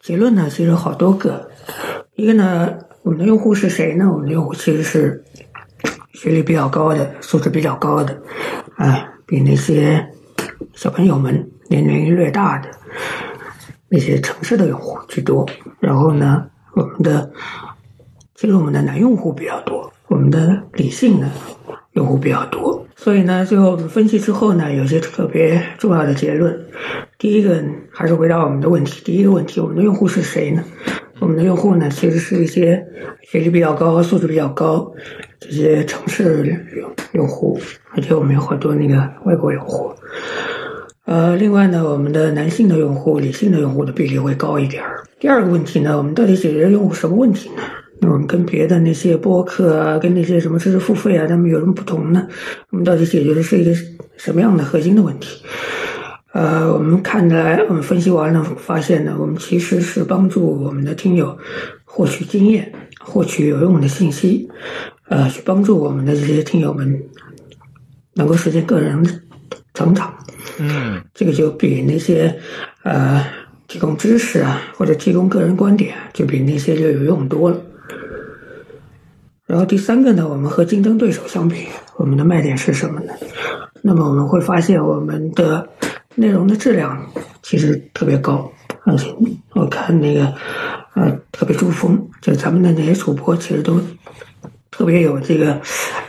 Speaker 3: 结论呢，其实有好多个，一个呢，我们的用户是谁呢？我们的用户其实是学历比较高的，素质比较高的，啊，比那些小朋友们年龄略大的那些城市的用户居多。然后呢，我们的其实我们的男用户比较多，我们的理性呢用户比较多。所以呢，最后我们分析之后呢，有些特别重要的结论。第一个还是回答我们的问题，第一个问题，我们的用户是谁呢？我们的用户呢，其实是一些学历比较高、素质比较高这些城市用用户，而且我们有很多那个外国用户。呃，另外呢，我们的男性的用户、女性的用户的比例会高一点儿。第二个问题呢，我们到底解决用户什么问题呢？那我们跟别的那些播客啊，跟那些什么知识付费啊，他们有什么不同呢？我们到底解决的是一个什么样的核心的问题？呃，我们看来，我们分析完了，发现呢，我们其实是帮助我们的听友获取经验、获取有用的信息，呃，去帮助我们的这些听友们能够实现个人成长。
Speaker 1: 嗯
Speaker 3: 这个就比那些呃提供知识啊，或者提供个人观点，啊就比那些就有用多了。然后第三个呢，我们和竞争对手相比，我们的卖点是什么呢？那么我们会发现，我们的内容的质量其实特别高，而且我看那个呃特别珠峰，就咱们的那些主播其实都特别有这个，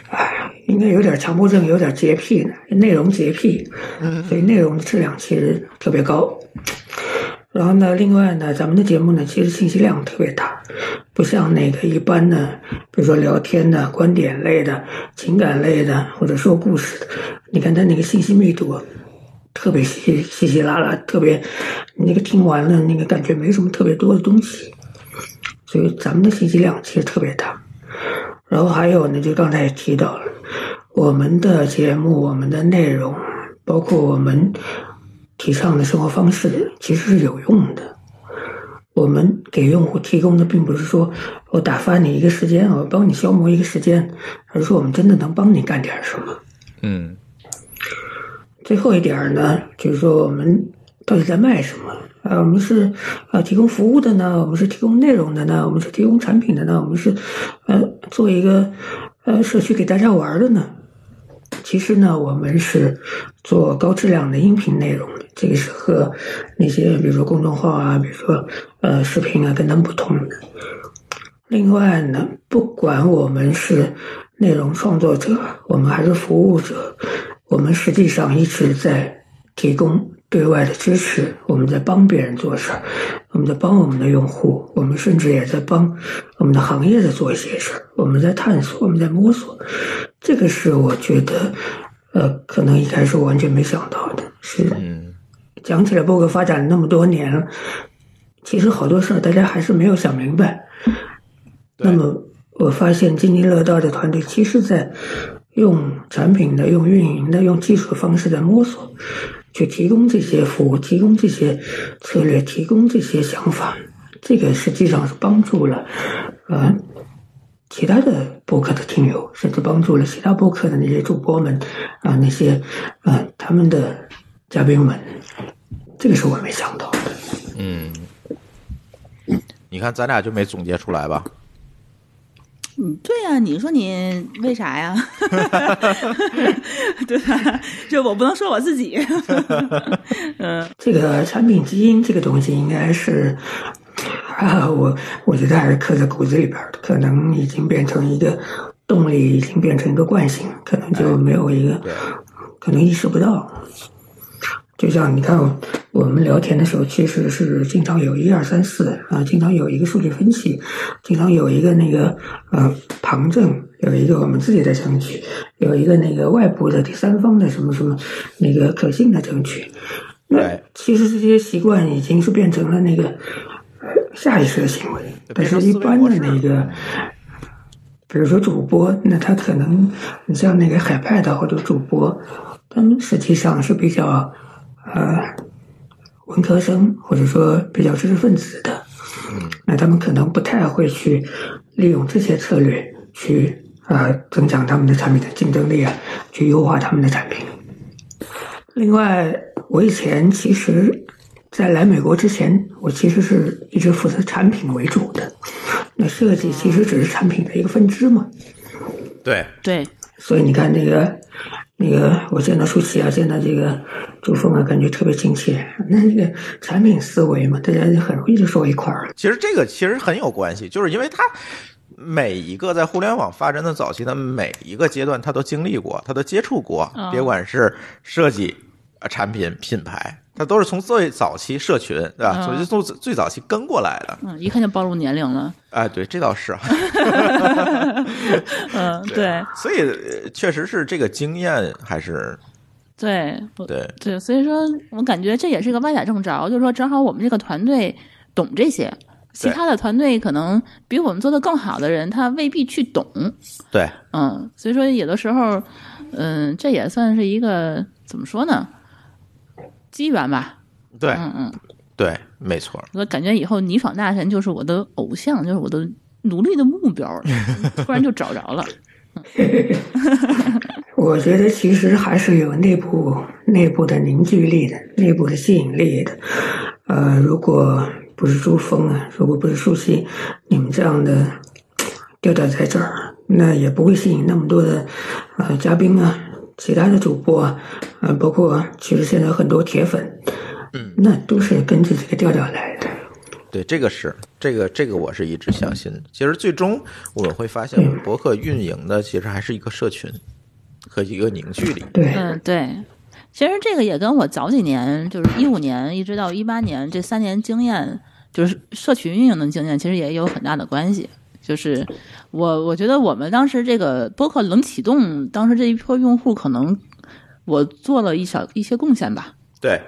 Speaker 3: 哎，应该有点强迫症，有点洁癖呢，内容洁癖，所以内容的质量其实特别高。然后呢，另外呢，咱们的节目呢，其实信息量特别大，不像那个一般的，比如说聊天的、观点类的、情感类的，或者说故事的，你看它那个信息密度啊特别稀稀稀拉拉，特别你那个听完了那个感觉没什么特别多的东西，所以咱们的信息量其实特别大。然后还有呢，就刚才也提到了，我们的节目、我们的内容，包括我们提倡的生活方式，其实是有用的。我们给用户提供的并不是说我打发你一个时间，我帮你消磨一个时间，而是说我们真的能帮你干点什么。
Speaker 1: 嗯
Speaker 3: 最后一点儿呢，就是说我们到底在卖什么？啊，我们是啊提供服务的呢，我们是提供内容的呢，我们是提供产品的呢，我们是呃做一个呃社区给大家玩儿的呢。其实呢，我们是做高质量的音频内容的，这个是和那些比如说公众号啊，比如说呃视频啊，跟他们不同的。另外呢，不管我们是内容创作者，我们还是服务者，我们实际上一直在提供对外的支持，我们在帮别人做事儿，我们在帮我们的用户，我们甚至也在帮我们的行业在做一些事儿，我们在探索，我们在摸索，这个是我觉得，呃，可能一开始我完全没想到的，是
Speaker 1: 嗯
Speaker 3: 讲起来播客发展那么多年了，其实好多事儿大家还是没有想明白。
Speaker 1: 对
Speaker 3: 那么我发现津津乐道的团队，其实在用产品的、用运营的、用技术的方式在摸索，去提供这些服务、提供这些策略、提供这些想法。这个实际上是帮助了，呃，其他的播客的听友，甚至帮助了其他播客的那些主播们啊、那些呃他们的嘉宾们，这个是我没想到的。
Speaker 1: 嗯，你看咱俩就没总结出来吧？
Speaker 2: 嗯，对呀、你说你为啥呀？ 对吧？就我不能说我自己。
Speaker 3: 这个产品基因这个东西，应该是啊，我我觉得还是刻在骨子里边儿的，可能已经变成一个动力，已经变成一个惯性，可能就没有一个，
Speaker 1: 对
Speaker 3: 可能意识不到。就像你看，我们聊天的时候，其实是经常有一二三四啊，经常有一个数据分析，经常有一个那个呃旁证，有一个我们自己的证据，有一个那个外部的第三方的什么什么那个可信的证据。那
Speaker 1: 对
Speaker 3: 其实这些习惯已经是变成了那个呃下意识的行为，
Speaker 1: 变
Speaker 3: 但是
Speaker 1: 成
Speaker 3: 一
Speaker 1: 思维
Speaker 3: 般
Speaker 1: 模
Speaker 3: 的
Speaker 1: 式
Speaker 3: 那个。比如说主播，那他可能你像那个海派的或者主播，他们实际上是比较呃文科生或者说比较知识分子的，那他们可能不太会去利用这些策略去呃增强他们的产品的竞争力啊，去优化他们的产品。另外，我以前其实，在来美国之前，我其实是一直负责产品为主的。那设计其实只是产品的一个分支嘛。
Speaker 1: 对，
Speaker 2: 对，
Speaker 3: 所以你看那个那个，我见到舒淇啊，见到这个朱峰啊，感觉特别亲切。那那个产品思维嘛，大家就很容易就说一块儿了。
Speaker 1: 其实这个其实很有关系，就是因为它每一个在互联网发展的早期的每一个阶段，他都经历过，他都接触过
Speaker 2: 嗯，
Speaker 1: 别管是设计、呃产品、品牌，他都是从最早期社群，对吧？
Speaker 2: 嗯
Speaker 1: 所以从最最早期跟过来的。
Speaker 2: 嗯，一看就暴露年龄了。
Speaker 1: 哎，对，这倒是啊。
Speaker 2: 嗯，对
Speaker 1: 所以呃确实是这个经验还是
Speaker 2: 对我
Speaker 1: 对，
Speaker 2: 对，所以说我感觉这也是一个歪打正着，就是说正好我们这个团队懂这些，其
Speaker 1: 对
Speaker 2: 他的团队可能比我们做的更好的人，他未必去懂。
Speaker 1: 对，
Speaker 2: 嗯，所以说有的时候，嗯，这也算是一个怎么说呢，机缘吧。
Speaker 1: 对，
Speaker 2: 嗯嗯，
Speaker 1: 对，没错。
Speaker 2: 我感觉以后倪爽大神就是我的偶像，就是我的努力的目标了，突然就找着了。
Speaker 3: 我觉得其实还是有内部内部的凝聚力的，内部的吸引力的。呃，如果不是朱峰啊，如果不是舒淇，你们这样的调调在这儿，那也不会吸引那么多的呃嘉宾啊，其他的主播啊，呃，包括其实现在很多铁粉，
Speaker 1: 嗯，
Speaker 3: 那都是根据这个调调来的。
Speaker 1: 对，这个是这个这个我是一直相信的。其实最终我们会发现，我们博客运营的其实还是一个社群和一个凝聚力。
Speaker 3: 对，
Speaker 2: 嗯，对。其实这个也跟我早几年，就是一五年一直到一八年这三年经验，就是社群运营的经验，其实也有很大的关系。就是我我觉得我们当时这个播客冷启动，当时这一波用户可能我做了一小一些贡献吧。
Speaker 1: 对，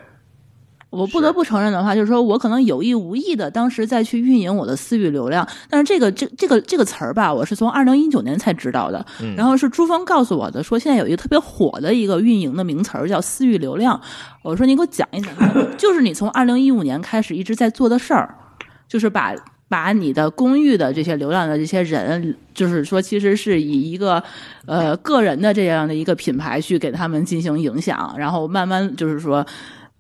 Speaker 2: 我不得不承认的话，就是说我可能有意无意的，当时再去运营我的私域流量，但是这个这这个这个词儿吧，我是从二零一九年才知道的。然后是朱峰告诉我的，说现在有一个特别火的一个运营的名词儿叫私域流量。我说你给我讲一讲，就是你从二零一五年开始一直在做的事儿，就是把把你的公寓的这些流量的这些人，就是说其实是以一个呃个人的这样的一个品牌去给他们进行影响，然后慢慢就是说。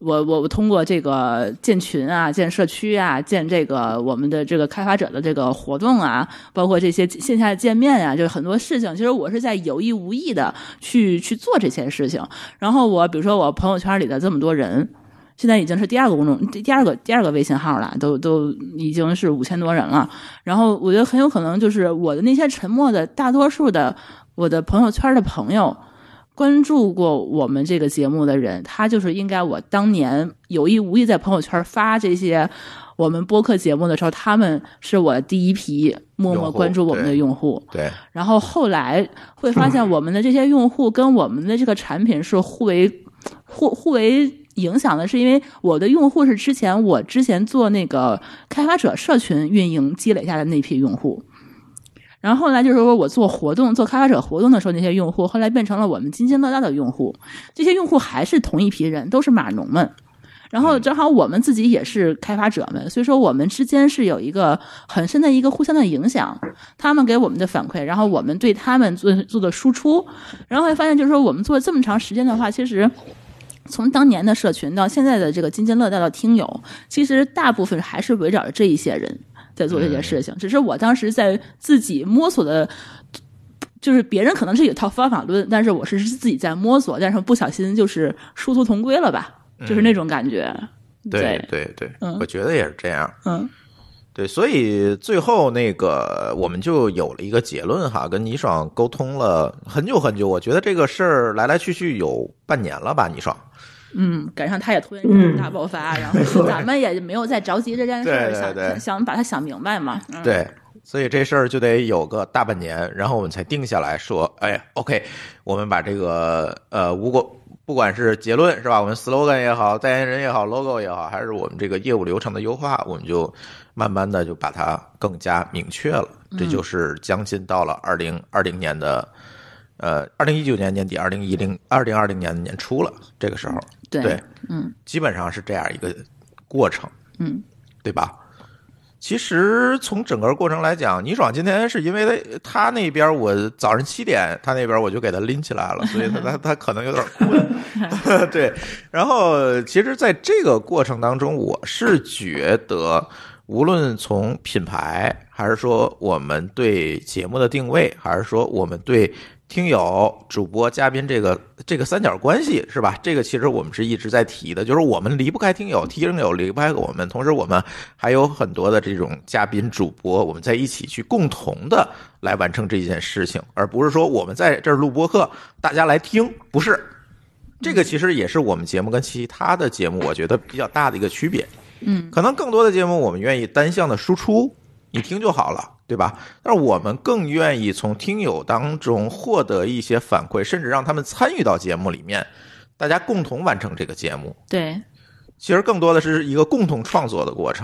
Speaker 2: 我我我通过这个建群啊、建社区啊、建这个我们的这个开发者的这个活动啊，包括这些线下见面啊，就是很多事情，其实我是在有意无意的去去做这些事情。然后我比如说我朋友圈里的这么多人，现在已经是第二个公众、第第二个第二个微信号了，都都已经是五千多人了。然后我觉得很有可能就是我的那些沉默的大多数的我的朋友圈的朋友。关注过我们这个节目的人，他就是应该我当年有意无意在朋友圈发这些我们播客节目的时候，他们是我第一批默
Speaker 1: 用
Speaker 2: 默
Speaker 1: 户
Speaker 2: 关注我们的
Speaker 1: 对
Speaker 2: 用户。
Speaker 1: 对，
Speaker 2: 然后后来会发现，我们的这些用户跟我们的这个产品是互为互互为影响的，是因为我的用户是之前我之前做那个开发者社群运营积累下的那批用户。然后后来就是说我做活动、做开发者活动的时候，那些用户后来变成了我们津津乐道的用户。这些用户还是同一批人，都是码农们。然后正好我们自己也是开发者们，所以说我们之间是有一个很深的一个互相的影响。他们给我们的反馈，然后我们对他们做做的输出，然后会发现就是说我们做了这么长时间的话，其实。从当年的社群到现在的这个津津乐道的听友，其实大部分还是围绕着这一些人在做这些事情。只是我当时在自己摸索的，就是别人可能是有套方法论，但是我是自己在摸索，但是不小心就是殊途同归了吧，就是那种感觉。
Speaker 1: 对，对对
Speaker 2: 嗯，
Speaker 1: 我觉得也是这样。
Speaker 2: 嗯
Speaker 1: 对，所以最后那个我们就有了一个结论哈，跟倪爽沟通了很久很久，我觉得这个事儿来来去去有半年了吧，倪爽。
Speaker 2: 嗯，赶上他也拖延
Speaker 3: 嗯
Speaker 2: 症大爆发，然
Speaker 3: 没
Speaker 2: 后
Speaker 3: 错
Speaker 2: 咱们也没有再着急这件事儿，
Speaker 1: 对对
Speaker 2: 想
Speaker 1: 对
Speaker 2: 想想把它想明白嘛。嗯，
Speaker 1: 对，所以这事儿就得有个大半年，然后我们才定下来说，哎，OK，我们把这个呃，如果不管是结论是吧，我们 slogan 也好，代言人也好，logo 也好，还是我们这个业务流程的优化，我们就慢慢的就把它更加明确了。
Speaker 2: 嗯
Speaker 1: 这就是将近到了二零二零年的。呃，二零一九年年底，二零一零、二零二零年年初了，这个时候，
Speaker 2: 对
Speaker 1: 对
Speaker 2: 嗯
Speaker 1: 基本上是这样一个过程。
Speaker 2: 嗯，
Speaker 1: 对吧？其实从整个过程来讲，倪爽今天是因为他那边我早上七点，他那边我就给他拎起来了，所以他他他可能有点困。 对，然后其实在这个过程当中，我是觉得，无论从品牌，还是说我们对节目的定位，还是说我们对听友、主播、嘉宾这个这个三角关系是吧？这个其实我们是一直在提的，就是我们离不开听友，听友离不开我们，同时我们还有很多的这种嘉宾、主播，我们在一起去共同的来完成这件事情，而不是说我们在这儿录播客，大家来听，不是。这个其实也是我们节目跟其他的节目，我觉得比较大的一个区别。
Speaker 2: 嗯，
Speaker 1: 可能更多的节目我们愿意单向的输出，你听就好了，对吧？但是我们更愿意从听友当中获得一些反馈，甚至让他们参与到节目里面，大家共同完成这个节目。
Speaker 2: 对，
Speaker 1: 其实更多的是一个共同创作的过程。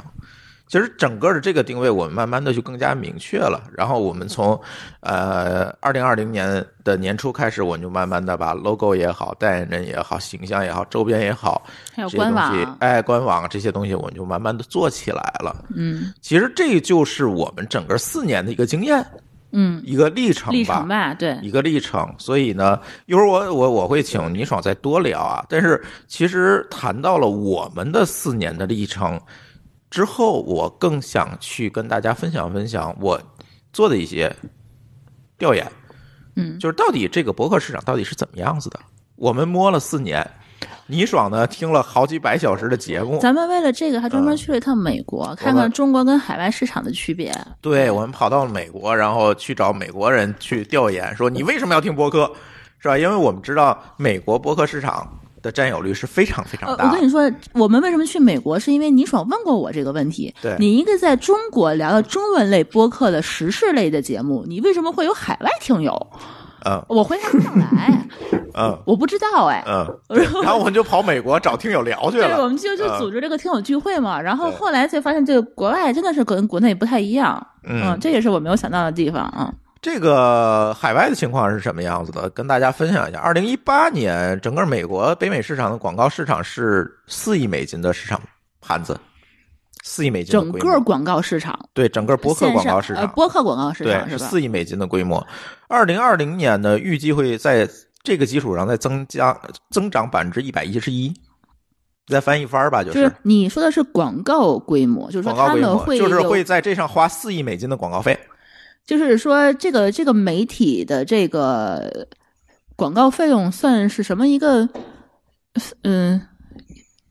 Speaker 1: 其实整个的这个定位，我们慢慢的就更加明确了。然后我们从，呃，二零二零年的年初开始，我们就慢慢的把 logo 也好、代言人也好、形象也好、周边也好，
Speaker 2: 还有
Speaker 1: 这些
Speaker 2: 官
Speaker 1: 东西
Speaker 2: 网，
Speaker 1: 哎，官网这些东西，我们就慢慢的做起来了。
Speaker 2: 嗯
Speaker 1: 其实这就是我们整个四年的一个经验，
Speaker 2: 嗯，
Speaker 1: 一个历程吧，嗯
Speaker 2: 历程吧，对，
Speaker 1: 一个历程。所以呢，一会儿我我我会请倪爽再多聊啊。但是其实谈到了我们的四年的历程之后，我更想去跟大家分享分享我做的一些调研，
Speaker 2: 嗯
Speaker 1: 就是到底这个博客市场到底是怎么样子的？我们摸了四年，倪爽呢听了好几百小时的节目，
Speaker 2: 咱们为了这个还专门去了一趟美国，
Speaker 1: 嗯
Speaker 2: 看看中国跟海外市场的区别。
Speaker 1: 对，我们跑到了美国，然后去找美国人去调研，说你为什么要听播客，是吧？因为我们知道美国播客市场的占有率是非常非
Speaker 2: 呃
Speaker 1: 常，
Speaker 2: 我
Speaker 1: 大
Speaker 2: 跟
Speaker 1: 的。
Speaker 2: 你说，我们为什么去美国？是因为倪爽问过我这个问题。
Speaker 1: 对
Speaker 2: 你一个在中国聊的中文类播客的时事类的节目，你为什么会有海外听友？
Speaker 1: 嗯
Speaker 2: 我回答不上来，
Speaker 1: 嗯
Speaker 2: 我不知道哎。
Speaker 1: 嗯， 对然后我们就跑美国找听友聊去
Speaker 2: 对，我
Speaker 1: 了。
Speaker 2: 们就就
Speaker 1: 嗯
Speaker 2: 组织这个听友聚会嘛，然后
Speaker 1: 对
Speaker 2: 后来才发现，这个国外真的是跟国内不太一样，
Speaker 1: 嗯，
Speaker 2: 这也是我没有想到的地方啊。
Speaker 1: 这个海外的情况是什么样子的？跟大家分享一下。二零一八年，整个美国北美市场的广告市场是四亿美金的市场盘子，四亿美金的
Speaker 2: 整
Speaker 1: 规模
Speaker 2: 个广告市场，
Speaker 1: 对整个播客
Speaker 2: 线
Speaker 1: 广告
Speaker 2: 上
Speaker 1: 市
Speaker 2: 呃，
Speaker 1: 场，
Speaker 2: 播客广告市
Speaker 1: 对
Speaker 2: 场，
Speaker 1: 是
Speaker 2: 吧？
Speaker 1: 四亿美金的规模。二零二零年呢，预计会在这个基础上再增加增长百分之一百一十一，再翻一番儿吧，就
Speaker 2: 就是是你说的是广告规模，就是说
Speaker 1: 广告
Speaker 2: 他
Speaker 1: 规
Speaker 2: 们
Speaker 1: 模，
Speaker 2: 会
Speaker 1: 就是
Speaker 2: 有
Speaker 1: 会在这上花四亿美金的广告费。
Speaker 2: 就是说这个这个媒体的这个广告费用算是什么一个，嗯，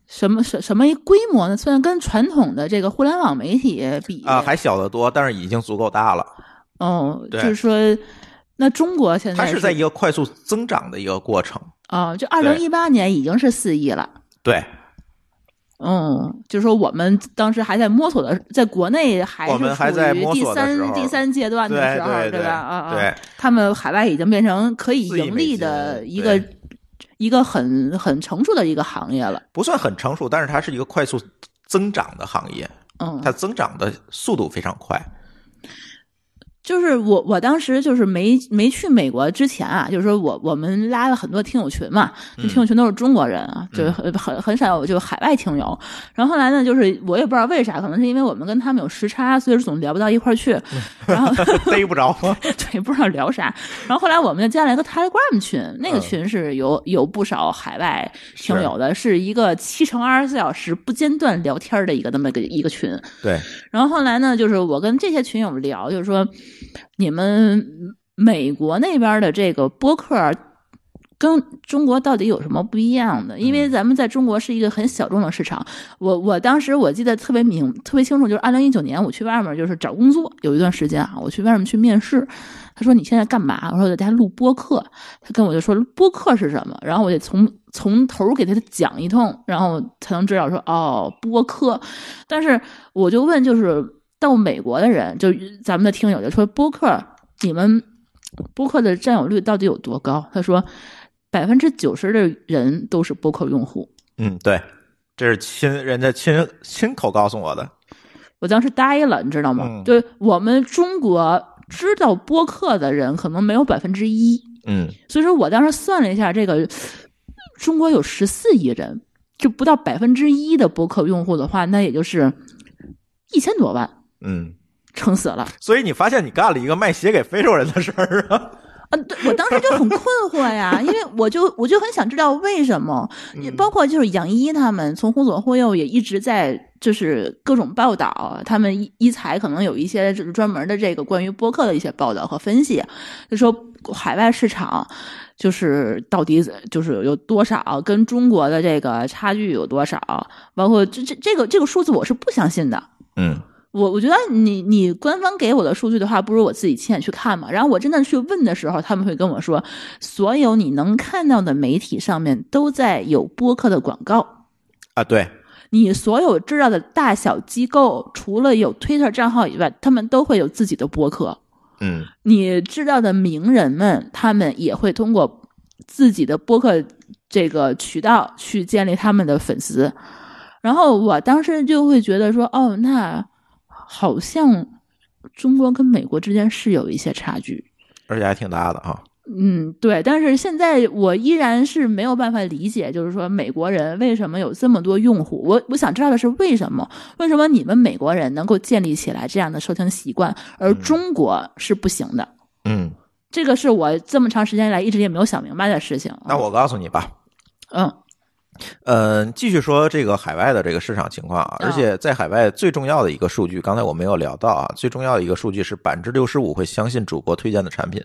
Speaker 2: 什么什什么一规模呢？算跟传统的这个互联网媒体比
Speaker 1: 啊，还小得多，但是已经足够大了。
Speaker 2: 哦，
Speaker 1: 对
Speaker 2: 就是说。那中国现在
Speaker 1: 它是在一个快速增长的一个过程。
Speaker 2: 啊、就二零一八年已经是四亿了，
Speaker 1: 对，
Speaker 2: 嗯，就是说我们当时还在摸索的，在国内还
Speaker 1: 我
Speaker 2: 是
Speaker 1: 们还
Speaker 2: 处
Speaker 1: 在
Speaker 2: 于
Speaker 1: 摸
Speaker 2: 第
Speaker 1: 索的时
Speaker 2: 三
Speaker 1: 候
Speaker 2: 第三阶段的
Speaker 1: 对
Speaker 2: 时候，
Speaker 1: 对对
Speaker 2: 吧？啊啊，
Speaker 1: 对，
Speaker 2: 他们海外已经变成可以
Speaker 1: 4亿
Speaker 2: 盈
Speaker 1: 美
Speaker 2: 利
Speaker 1: 金
Speaker 2: 的一
Speaker 1: 对
Speaker 2: 个一个很很成熟的一个行业了，
Speaker 1: 不算很成熟，但是它是一个快速增长的行业，
Speaker 2: 嗯，
Speaker 1: 它增长的速度非常快。
Speaker 2: 就是我，我当时就是没没去美国之前啊，就是说我我们拉了很多听友群嘛，那听友群都是中国人啊，就是很很很少有就海外听友。然后后来呢，就是我也不知道为啥，可能是因为我们跟他们有时差，所以总聊不到一块儿去。然后
Speaker 1: 逮不着吗？
Speaker 2: 对，不知道聊啥。然后后来我们就加了一个 Telegram 群，那个
Speaker 1: 嗯
Speaker 2: 群是有有不少海外听友的，是一个七乘二十四小时不间断聊天的一个那么一个一个群。
Speaker 1: 对，
Speaker 2: 然后后来呢，就是我跟这些群友聊，就是说你们美国那边的这个播客。跟中国到底有什么不一样的？因为咱们在中国是一个很小众的市场。我我当时我记得特别明特别清楚，就是二零一九年我去外面就是找工作，有一段时间啊，我去外面去面试。他说你现在干嘛？我说我在家录播客。他跟我就说播客是什么，然后我得从从头给他讲一通，然后才能知道说哦播客。但是我就问，就是到美国的人，就咱们的听友就说播客，你们播客的占有率到底有多高？他说百分之九十的人都是播客用户。
Speaker 1: 嗯，对，这是亲人家亲亲口告诉我的。
Speaker 2: 我当时呆了，你知道吗？
Speaker 1: 嗯
Speaker 2: 对我们中国知道播客的人可能没有百分之一，
Speaker 1: 嗯，
Speaker 2: 所以说我当时算了一下，这个中国有十四亿人，就不到百分之一的播客用户的话，那也就是一千多万，
Speaker 1: 嗯，
Speaker 2: 撑死了。
Speaker 1: 所以你发现你干了一个卖鞋给非洲人的事儿啊？
Speaker 2: 啊，对我当时就很困惑呀，因为我就我就很想知道为什么，也包括就是杨一他们从忽左忽右也一直在就是各种报道，他们一一财可能有一些就是专门的这个关于播客的一些报道和分析，就说海外市场就是到底就是有多少跟中国的这个差距有多少，包括这这这个这个数字我是不相信的，
Speaker 1: 嗯，
Speaker 2: 我我觉得你你官方给我的数据的话，不如我自己亲眼去看嘛。然后我真的去问的时候，他们会跟我说，所有你能看到的媒体上面都在有播客的广告。
Speaker 1: 啊，对，
Speaker 2: 你所有知道的大小机构，除了有 Twitter 账号以外，他们都会有自己的播客。
Speaker 1: 嗯，
Speaker 2: 你知道的名人们，他们也会通过自己的播客这个渠道去建立他们的粉丝。然后我当时就会觉得说，哦，那好像中国跟美国之间是有一些差距。
Speaker 1: 而且还挺大的啊。
Speaker 2: 嗯，对。但是现在我依然是没有办法理解，就是说美国人为什么有这么多用户？我我想知道的是为什么？为什么你们美国人能够建立起来这样的收听习惯，而中国是不行的？
Speaker 1: 嗯，
Speaker 2: 这个是我这么长时间以来一直也没有想明白的事情。啊
Speaker 1: 那我告诉你吧，
Speaker 2: 嗯
Speaker 1: 嗯，继续说这个海外的这个市场情况啊，
Speaker 2: 嗯
Speaker 1: 而且在海外最重要的一个数据，刚才我没有聊到啊，最重要的一个数据是百分之六十五会相信主播推荐的产品，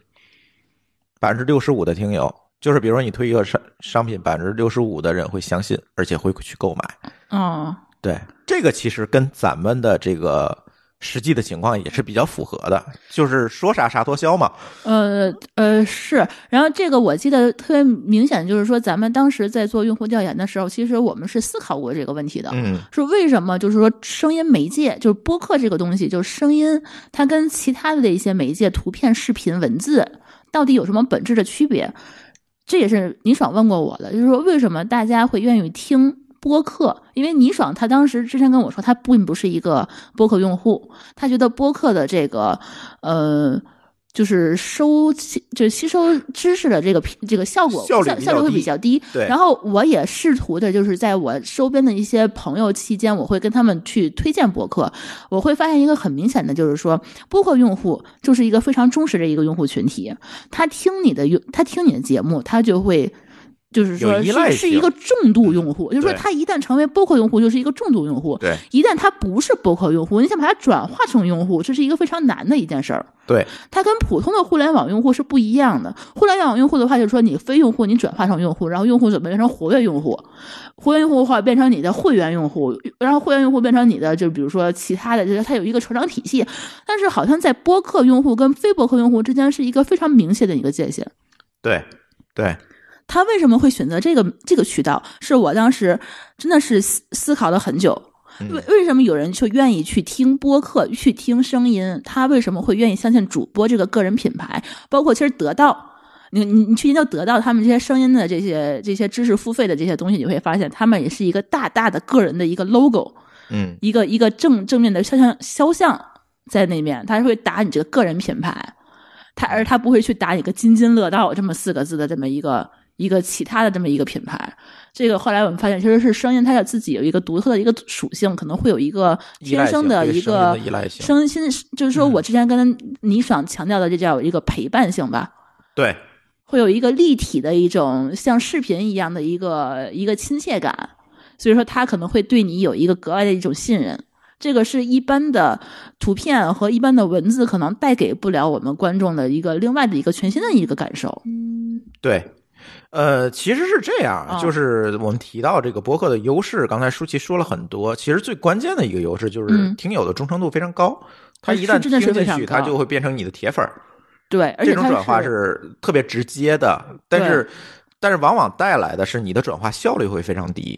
Speaker 1: 百分之六十五的听友，就是比如说你推一个商商品，百分之六十五的人会相信，而且会去购买。
Speaker 2: 嗯
Speaker 1: 对，这个其实跟咱们的这个实际的情况也是比较符合的，就是说啥啥多销嘛。
Speaker 2: 呃呃是，然后这个我记得特别明显，就是说咱们当时在做用户调研的时候，其实我们是思考过这个问题的。
Speaker 1: 嗯
Speaker 2: 是为什么？就是说，声音媒介就是播客这个东西，就是声音，它跟其他的一些媒介，图片、视频、文字，到底有什么本质的区别？这也是倪爽问过我的，就是说为什么大家会愿意听播客？因为倪爽他当时之前跟我说，他并不是一个播客用户，他觉得播客的这个，呃。就是收吸，就是吸收知识的这个这个效果
Speaker 1: 效率比较
Speaker 2: 效率会比
Speaker 1: 低
Speaker 2: 较低，
Speaker 1: 对
Speaker 2: 然后我也试图的，就是在我周边的一些朋友期间，我会跟他们去推荐博客。我会发现一个很明显的，就是说，播客用户就是一个非常忠实的一个用户群体，他听你的用，他听你的节目，他就会。就是说
Speaker 1: 有依
Speaker 2: 是
Speaker 1: 赖性
Speaker 2: 是一个重度用户，就是说
Speaker 1: 对
Speaker 2: 他一旦成为播客用户，就是一个重度用户。
Speaker 1: 对
Speaker 2: 一旦他不是播客用户，你想把他转化成用户，这是一个非常难的一件事儿。
Speaker 1: 对，
Speaker 2: 它跟普通的互联网用户是不一样的。互联网用户的话，就是说你非用户你转化成用户，然后用户怎么变成活跃用户？活跃用户的话变成你的会员用户，然后会员用户变成你的，就比如说其他的，就是它有一个成长体系。但是好像在播客用户跟非播客用户之间是一个非常明显的一个界限。
Speaker 1: 对对，
Speaker 2: 他为什么会选择这个这个渠道？是我当时真的是思思考了很久。为为什么有人就愿意去听播客、去听声音？他为什么会愿意相信主播这个个人品牌？包括其实得到，你你你去研究得到他们这些声音的这些这些知识付费的这些东西，你会发现他们也是一个大大的个人的一个 logo，
Speaker 1: 嗯
Speaker 2: 一个一个正正面的肖像肖像在那面，他会打你这个个人品牌，他而他不会去打你个津津乐道这么四个字的这么一个一个其他的这么一个品牌。这个后来我们发现，其实是声音它有自己有一个独特的一个属性，可能会有一个天生的一个
Speaker 1: 依赖性对声音的依赖性嗯
Speaker 2: 声音，就是说我之前跟倪爽强调的，这叫一个陪伴性吧。
Speaker 1: 对，
Speaker 2: 会有一个立体的一种像视频一样的一个一个亲切感，所以说它可能会对你有一个格外的一种信任。这个是一般的图片和一般的文字可能带给不了我们观众的一个另外的一个全新的一个感受。
Speaker 1: 对，呃，其实是这样
Speaker 2: 啊，
Speaker 1: 就是我们提到这个博客的优势，刚才舒淇说了很多，其实最关键的一个优势就是
Speaker 2: 嗯
Speaker 1: 听友的忠诚度非常高，他
Speaker 2: 啊
Speaker 1: 一
Speaker 2: 是
Speaker 1: 旦
Speaker 2: 真的是
Speaker 1: 听进
Speaker 2: 非常
Speaker 1: 去，他
Speaker 2: 高
Speaker 1: 就会变成你的铁粉儿，
Speaker 2: 对，而
Speaker 1: 这
Speaker 2: 且
Speaker 1: 种
Speaker 2: 它
Speaker 1: 转化是特别直接的，但是但是往往带来的是你的转化效率会非常低，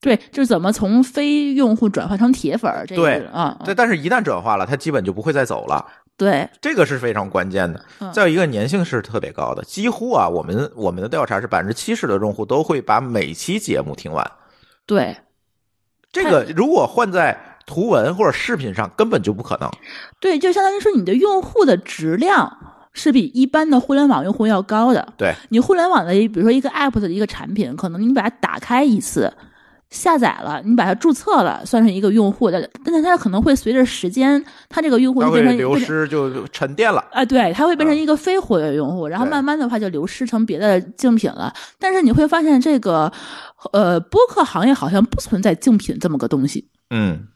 Speaker 2: 对，就是怎么从非用户转化成铁粉儿，这个
Speaker 1: 对
Speaker 2: 是啊，啊
Speaker 1: 但但是一旦转化了，它基本就不会再走了。
Speaker 2: 对，
Speaker 1: 这个是非常关键的。
Speaker 2: 嗯
Speaker 1: 再有一个粘性是特别高的，几乎啊，我们我们的调查是百分之七十的用户都会把每期节目听完。
Speaker 2: 对，
Speaker 1: 这个如果换在图文或者视频上，根本就不可能。
Speaker 2: 对，就相当于说你的用户的质量是比一般的互联网用户要高的。
Speaker 1: 对
Speaker 2: 你互联网的，比如说一个 app 的一个产品，可能你把它打开一次，下载了，你把它注册了，算是一个用户的，但是它可能会随着时间，它这个用户
Speaker 1: 它
Speaker 2: 就
Speaker 1: 会
Speaker 2: 变成
Speaker 1: 流
Speaker 2: 变成
Speaker 1: 失就沉淀了。
Speaker 2: 啊，对，它会变成一个非活跃用户，然后
Speaker 1: 对
Speaker 2: 慢慢的话就流失成别的竞品了。但是你会发现，这个呃播客行业好像不存在竞品这么个东西，
Speaker 1: 嗯，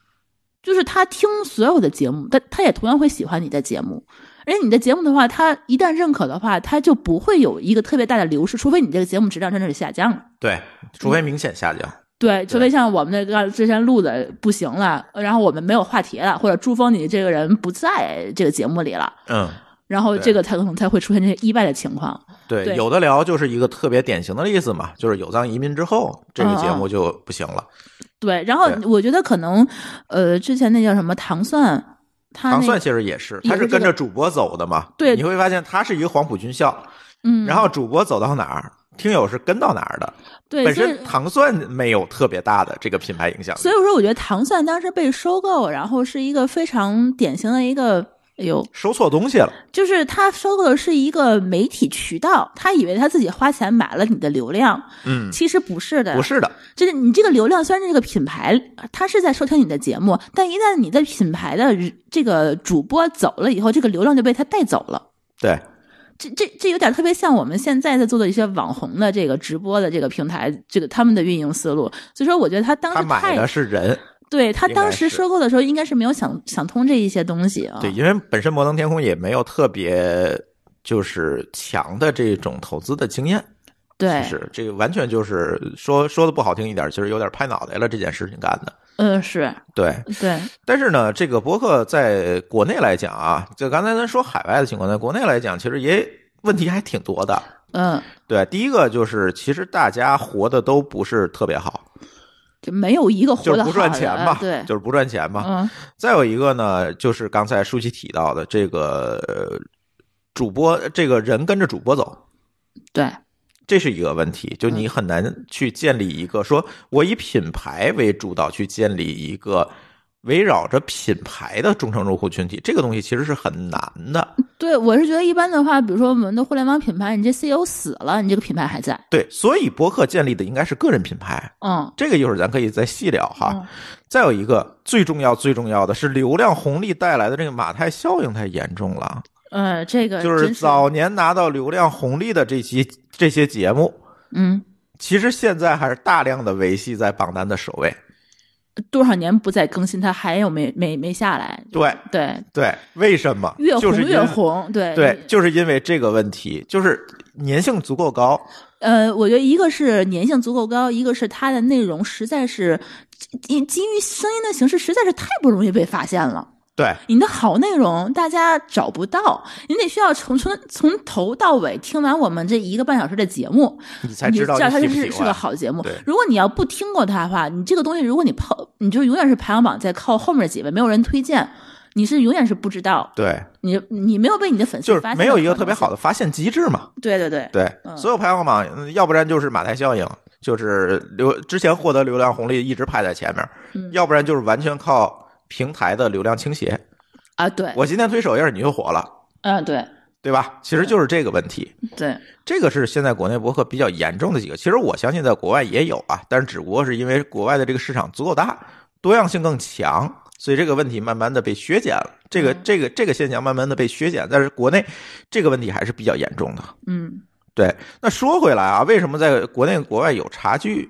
Speaker 2: 就是他听所有的节目，但他也同样会喜欢你的节目。而且你的节目的话，他一旦认可的话，他就不会有一个特别大的流失，除非你这个节目质量真的是下降了。
Speaker 1: 对，除非明显下降。
Speaker 2: 对，除非像我们那个之前录的不行了，呃然后我们没有话题了，或者朱峰你这个人不在这个节目里了，
Speaker 1: 嗯，
Speaker 2: 然后
Speaker 1: 对
Speaker 2: 这个才可能才会出现这些意外的情况。
Speaker 1: 对，
Speaker 2: 对
Speaker 1: 有的聊就是一个特别典型的例子嘛，就是有藏移民之后，这个
Speaker 2: 哦
Speaker 1: 节目就不行了。
Speaker 2: 对，然后
Speaker 1: 对
Speaker 2: 我觉得可能，呃，之前那叫什么糖蒜，他
Speaker 1: 糖
Speaker 2: 那
Speaker 1: 蒜
Speaker 2: 个
Speaker 1: 其实也是，
Speaker 2: 也
Speaker 1: 他
Speaker 2: 是这个
Speaker 1: 跟着主播走的嘛。
Speaker 2: 对
Speaker 1: 你会发现他是一个黄埔军校，
Speaker 2: 嗯，
Speaker 1: 然后主播走到哪儿，听友是跟到哪儿的。
Speaker 2: 对，
Speaker 1: 本
Speaker 2: 所以
Speaker 1: 身糖蒜没有特别大的这个品牌影响力
Speaker 2: 所以我说，我觉得糖蒜当时被收购，然后是一个非常典型的一个，哎呦，
Speaker 1: 收错东西了。
Speaker 2: 就是他收购的是一个媒体渠道，他以为他自己花钱买了你的流量，
Speaker 1: 嗯，
Speaker 2: 其实不是的，
Speaker 1: 不是的，
Speaker 2: 就是你这个流量虽然是这个品牌，它是在收听你的节目，但一旦你的品牌的人这个主播走了以后，这个流量就被他带走了。
Speaker 1: 对，
Speaker 2: 这这这有点特别像我们现在在做的一些网红的这个直播的这个平台，这个他们的运营思路。所以说，我觉得他当
Speaker 1: 他
Speaker 2: 时
Speaker 1: 买的
Speaker 2: 太
Speaker 1: 是人，
Speaker 2: 对他
Speaker 1: 应该
Speaker 2: 当时
Speaker 1: 是
Speaker 2: 收购的时候，应该是没有想想通这一些东西啊。
Speaker 1: 对，因为本身摩登天空也没有特别就是强的这种投资的经验，
Speaker 2: 对
Speaker 1: 其，实这个完全就是说说的不好听一点，其实有点拍脑袋了这件事情干的。
Speaker 2: 嗯，是
Speaker 1: 对，
Speaker 2: 对，
Speaker 1: 但是呢，这个博客在国内来讲啊，就刚才咱说海外的情况，在国内来讲，其实也问题还挺多的。
Speaker 2: 嗯，
Speaker 1: 对，第一个就是，其实大家活的都不是特别好，
Speaker 2: 就没有一个活
Speaker 1: 就是
Speaker 2: 得好
Speaker 1: 不
Speaker 2: 的
Speaker 1: 赚钱嘛，
Speaker 2: 对，
Speaker 1: 就是不赚钱嘛。
Speaker 2: 嗯
Speaker 1: 再有一个呢，就是刚才舒淇提到的这个呃主播，这个人跟着主播走，
Speaker 2: 对，
Speaker 1: 这是一个问题。
Speaker 2: 嗯
Speaker 1: 就你很难去建立一个说，我以品牌为主导去建立一个围绕着品牌的忠诚用户群体，这个东西其实是很难的。
Speaker 2: 对我是觉得一般的话，比如说我们的互联网品牌，你这 CEO 死了，你这个品牌还在，
Speaker 1: 对，所以博客建立的应该是个人品牌，
Speaker 2: 嗯，
Speaker 1: 这个一会儿咱可以再细聊哈。
Speaker 2: 嗯
Speaker 1: 再有一个最重要、最重要的是流量红利带来的这个马太效应太严重了。
Speaker 2: 呃，这个
Speaker 1: 就是
Speaker 2: 真
Speaker 1: 早年拿到流量红利的这期这些节目，
Speaker 2: 嗯，
Speaker 1: 其实现在还是大量的维系在榜单的首位。
Speaker 2: 多少年不再更新，它还有没没没下来，
Speaker 1: 对
Speaker 2: 对，
Speaker 1: 对，为什么？
Speaker 2: 越红
Speaker 1: 就是因
Speaker 2: 越。红，对
Speaker 1: 对，就是因为这个问题，就是粘性足够高。
Speaker 2: 呃，我觉得一个是粘性足够高，一个是它的内容实在是，基基于声音的形式实在是太不容易被发现了。
Speaker 1: 对
Speaker 2: 你的好内容大家找不到，你得需要从从从头到尾听完我们这一个半小时的节目，
Speaker 1: 你才
Speaker 2: 你
Speaker 1: 知
Speaker 2: 知
Speaker 1: 道
Speaker 2: 道它
Speaker 1: 喜
Speaker 2: 是
Speaker 1: 不喜
Speaker 2: 是是
Speaker 1: 欢。
Speaker 2: 个好节目
Speaker 1: 对。
Speaker 2: 如果你要不听过它的话，你这个东西如果你抛，你就永远是排行榜在靠后面几位，没有人推荐，你是永远是不知道，
Speaker 1: 对，
Speaker 2: 你你没有被你的粉
Speaker 1: 就
Speaker 2: 丝发
Speaker 1: 是
Speaker 2: 现，
Speaker 1: 没有一个特别好。的发现机制嘛。
Speaker 2: 对对对，
Speaker 1: 对，
Speaker 2: 嗯
Speaker 1: 所有排行榜，嗯要不然就是马太效应，就是流之前获得流量红利一直排在前面，
Speaker 2: 嗯
Speaker 1: 要不然就是完全靠平台的流量倾斜。
Speaker 2: 啊对，
Speaker 1: 我今天推首页，你就火了。
Speaker 2: 嗯对
Speaker 1: 对吧？其实就是这个问题，
Speaker 2: 对，
Speaker 1: 这个是现在国内博客比较严重的几个。其实我相信在国外也有啊，但是只不过是因为国外的这个市场足够大，多样性更强，所以这个问题慢慢的被削减了。这个这个这个现象慢慢的被削减，但是国内这个问题还是比较严重的。
Speaker 2: 嗯
Speaker 1: 对，那说回来啊，为什么在国内国外有差距？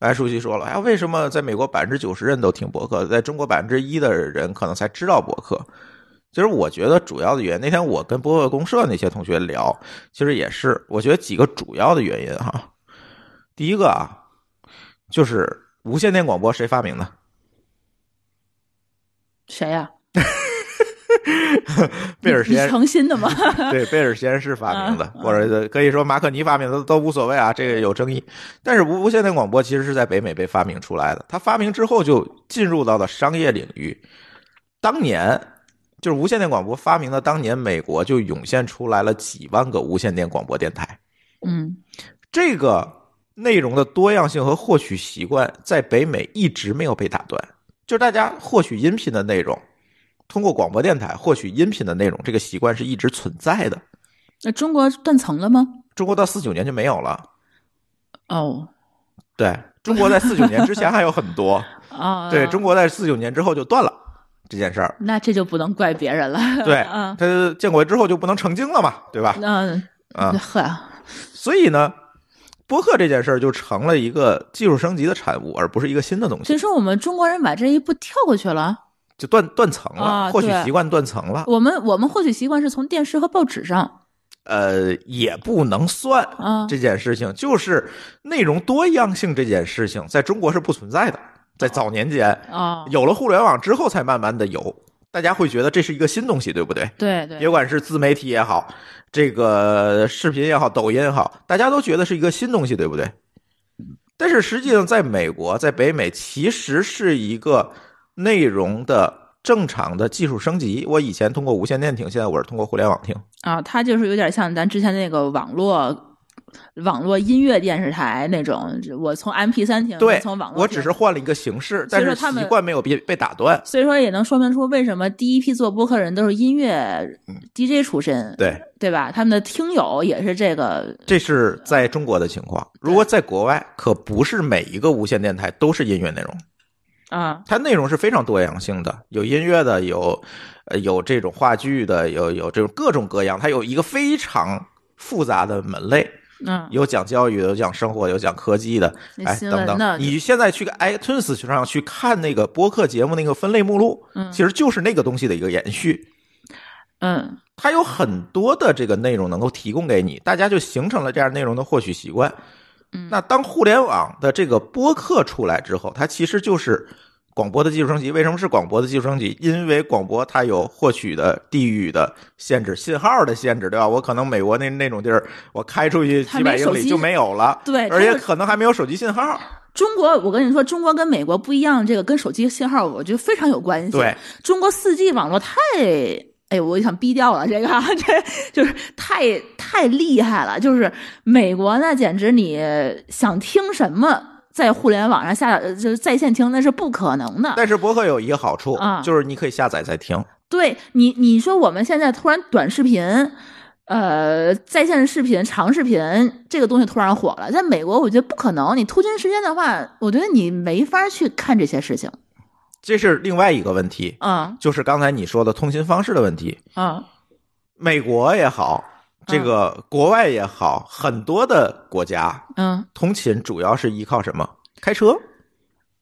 Speaker 1: 刚才舒淇说了，哎呀，为什么在美国百分之九十人都听博客，在中国百分之一的人可能才知道博客？其实我觉得主要的原因，那天我跟博客公社那些同学聊，其实也是，我觉得几个主要的原因哈。第一个啊，就是无线电广播谁发明的？
Speaker 2: 谁呀、
Speaker 1: 贝尔实
Speaker 2: 你
Speaker 1: 验
Speaker 2: 诚心 的吗？
Speaker 1: 对，贝尔实验室发明的，
Speaker 2: 嗯嗯
Speaker 1: 或者可以说马可尼发明的都无所谓啊，这个有争议。但是无无线电广播其实是在北美被发明出来的，它发明之后就进入到了商业领域。当年就是无线电广播发明的当年，美国就涌现出来了几万个无线电广播电台，
Speaker 2: 嗯
Speaker 1: 这个内容的多样性和获取习惯在北美一直没有被打断，就是大家获取音频的内容。通过广播电台获取音频的内容，这个习惯是一直存在的。
Speaker 2: 那中国断层了吗？
Speaker 1: 中国到四九年就没有了。
Speaker 2: 哦，
Speaker 1: 对，中国在四九年之前还有很 多，
Speaker 2: 啊，
Speaker 1: 对，中国在四九年之后就断了这件事儿。
Speaker 2: 那这就不能怪别人了。
Speaker 1: 对，
Speaker 2: 嗯
Speaker 1: 他建国之后就不能成精了嘛，对吧？
Speaker 2: 嗯，
Speaker 1: 啊
Speaker 2: 呵，
Speaker 1: 所以呢，播客这件事儿就成了一个技术升级的产物，而不是一个新的东
Speaker 2: 所
Speaker 1: 西，
Speaker 2: 以说我们中国人把这一步跳过去了。
Speaker 1: 就断断层了，
Speaker 2: 啊
Speaker 1: 获取
Speaker 2: 对
Speaker 1: 习惯断层了。
Speaker 2: 我们我们获取习惯是从电视和报纸上，
Speaker 1: 呃，也不能算
Speaker 2: 啊
Speaker 1: 这件事情，就是内容多样性这件事情，在中国是不存在的。在早年间，
Speaker 2: 啊，
Speaker 1: 有了互联网之后，才慢慢的有，大家会觉得这是一个新东西，对不对？
Speaker 2: 对对
Speaker 1: 也，管是自媒体也好，这个视频也好，抖音也好，大家都觉得是一个新东西，对不对？但是实际上，在美国，在北美，其实是一个内容的正常的技术升级。我以前通过无线电听，现在我是通过互联网听。
Speaker 2: 啊，它就是有点像咱之前那个网络。网络音乐电视台那种，我从 M P 三听，
Speaker 1: 对
Speaker 2: 从网，络
Speaker 1: 我
Speaker 2: 听
Speaker 1: 只是换了一个形式，
Speaker 2: 所
Speaker 1: 但
Speaker 2: 以
Speaker 1: 是
Speaker 2: 说他们
Speaker 1: 习惯没有被被打断。
Speaker 2: 所以说也能说明出为什么第一批做播客人都是音乐
Speaker 1: 嗯
Speaker 2: DJ 出身，
Speaker 1: 对，
Speaker 2: 对吧？他们的听友也是这个，
Speaker 1: 这是在中国的情况。如果在国外，可不是每一个无线电台都是音乐内容。
Speaker 2: 啊
Speaker 1: 它内容是非常多样性的，有音乐的，有呃有这种话剧的，有有这种各种各样，它有一个非常复杂的门类，
Speaker 2: 嗯，
Speaker 1: 有讲教育的，有讲生活，有讲科技的，
Speaker 2: 那
Speaker 1: 哎
Speaker 2: 新
Speaker 1: 等
Speaker 2: 闻呢
Speaker 1: 等。你现在去 iTunes 上去看那个播客节目那个分类目录，
Speaker 2: 嗯
Speaker 1: 其实就是那个东西的一个延续。
Speaker 2: 嗯
Speaker 1: 它有很多的这个内容能够提供给你，大家就形成了这样内容的获取习惯。
Speaker 2: 嗯
Speaker 1: 那当互联网的这个播客出来之后，它其实就是广播的技术升级。为什么是广播的技术升级？因为广播它有获取的地域的限制、信号的限制，对吧？我可能美国那那种地儿，我开出去
Speaker 2: 它
Speaker 1: 几百
Speaker 2: 没
Speaker 1: 英
Speaker 2: 手
Speaker 1: 里
Speaker 2: 机
Speaker 1: 就没有了，
Speaker 2: 对
Speaker 1: 而
Speaker 2: 它
Speaker 1: 且
Speaker 2: 有
Speaker 1: 可能还没有手机信号。
Speaker 2: 中国，我跟你说，中国跟美国不一样，这个跟手机信号，我觉得非常有关系。
Speaker 1: 对，
Speaker 2: 中国四 G 网络太，哎呦，我想逼掉了这个，啊 这就是太太厉害了。就是美国那简直你想听什么，在互联网上下呃就是在线听那是不可能的。
Speaker 1: 但是播客有一个好处
Speaker 2: 啊，
Speaker 1: 就是你可以下载再听。
Speaker 2: 对你，你说我们现在突然短视频，呃，在线视频、长视频这个东西突然火了，在美国我觉得不可能。你突军时间的话，我觉得你没法去看这些事情。
Speaker 1: 这是另外一个问题，
Speaker 2: 啊
Speaker 1: 就是刚才你说的通信方式的问题。
Speaker 2: 啊
Speaker 1: 美国也好，
Speaker 2: 嗯
Speaker 1: 这个国外也好，很多的国家
Speaker 2: 嗯，
Speaker 1: 通勤主要是依靠什么？开车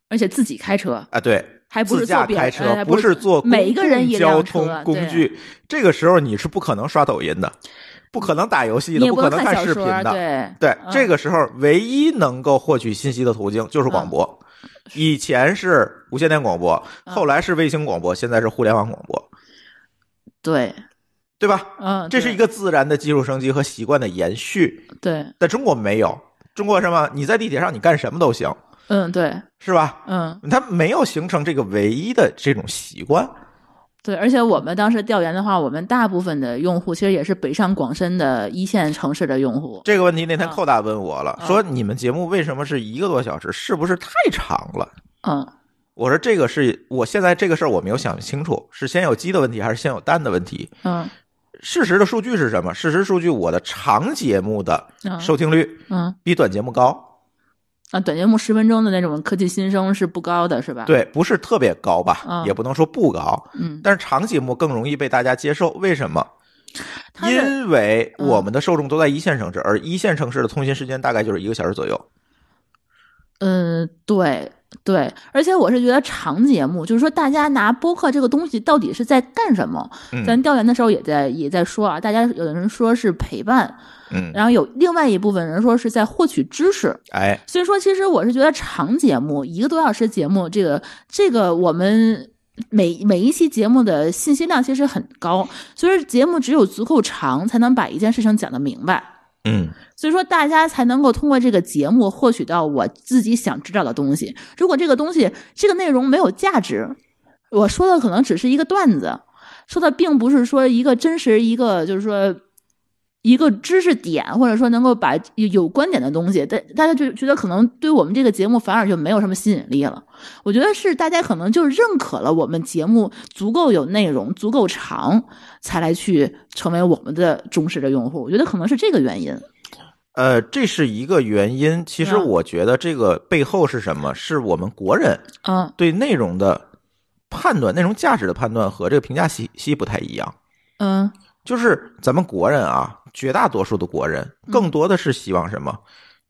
Speaker 2: 而且自己开车，
Speaker 1: 啊，对，
Speaker 2: 还不是
Speaker 1: 自驾
Speaker 2: 坐别人
Speaker 1: 开
Speaker 2: 哎
Speaker 1: 车，
Speaker 2: 还不是
Speaker 1: 是坐公
Speaker 2: 每一个人一
Speaker 1: 共
Speaker 2: 辆
Speaker 1: 交
Speaker 2: 车
Speaker 1: 通工具。这个时候你是不可能刷抖音的，不可能打游戏
Speaker 2: 你
Speaker 1: 的，
Speaker 2: 也
Speaker 1: 不可
Speaker 2: 能
Speaker 1: 能
Speaker 2: 看小
Speaker 1: 视频
Speaker 2: 说，
Speaker 1: 的。
Speaker 2: 对
Speaker 1: 对，
Speaker 2: 嗯
Speaker 1: 这个时候唯一能够获取信息的途径就是广播。以前是无线电广播，
Speaker 2: 嗯
Speaker 1: 后来是卫星广播，现在是互联网广播，
Speaker 2: 对，
Speaker 1: 对吧？
Speaker 2: 嗯，
Speaker 1: 这是
Speaker 2: 对
Speaker 1: 一个自然的技术升级和习惯的延续，
Speaker 2: 对，
Speaker 1: 但中国没有。中国什么？你在地铁上你干什么都行，
Speaker 2: 嗯对，
Speaker 1: 是吧？
Speaker 2: 嗯
Speaker 1: 它没有形成这个唯一的这种习惯。
Speaker 2: 对，而且我们当时调研的话，我们大部分的用户其实也是北上广深的一线城市的用户。
Speaker 1: 这个问题那天
Speaker 2: 啊
Speaker 1: 寇大问我了，
Speaker 2: 啊
Speaker 1: 说你们节目为什么是一个多小时？是不是太长了？
Speaker 2: 嗯
Speaker 1: 我说这个是我现在这个事儿我没有想清楚，是先有鸡的问题还是先有蛋的问题？
Speaker 2: 嗯
Speaker 1: 事实的数据是什么？事实数据，我的长节目的
Speaker 2: 嗯
Speaker 1: 收听率
Speaker 2: 嗯
Speaker 1: 比短节目高，
Speaker 2: 啊，短节目十分钟的那种科技新生是不高的，是吧？，
Speaker 1: 对，不是特别高吧
Speaker 2: 啊，
Speaker 1: 也不能说不高，
Speaker 2: 嗯，
Speaker 1: 但是长节目更容易被大家接受，为什么？
Speaker 2: 它是
Speaker 1: 因为我们的受众都在一线城市，而一线城市的通勤时间大概就是一个小时左右。
Speaker 2: 嗯，对对，而且我是觉得长节目，就是说大家拿播客这个东西到底是在干什么？
Speaker 1: 嗯
Speaker 2: 咱调研的时候也在也在说啊，大家有的人说是陪伴，
Speaker 1: 嗯，
Speaker 2: 然后有另外一部分人说是在获取知识。
Speaker 1: 哎，
Speaker 2: 所以说，其实我是觉得长节目一个多小时节目，这个这个我们。每每一期节目的信息量其实很高，所以节目只有足够长，才能把一件事情讲得明白。
Speaker 1: 嗯。
Speaker 2: 所以说，大家才能够通过这个节目获取到我自己想知道的东西。如果这个东西、这个内容没有价值，我说的可能只是一个段子，说的并不是说一个真实、一个就是说一个知识点，或者说能够把有有观点的东西，大大家就觉得可能对我们这个节目反而就没有什么吸引力了。我觉得是大家可能就认可了我们节目足够有内容、足够长，才来去成为我们的忠实的用户。我觉得可能是这个原因。
Speaker 1: 呃，这是一个原因。其实
Speaker 2: 嗯
Speaker 1: 我觉得这个背后是什么？是我们国人
Speaker 2: 嗯
Speaker 1: 对内容的判断、内容价值的判断和这个评价体系不太一样。
Speaker 2: 嗯
Speaker 1: 就是咱们国人啊，绝大多数的国人更多的是希望什么？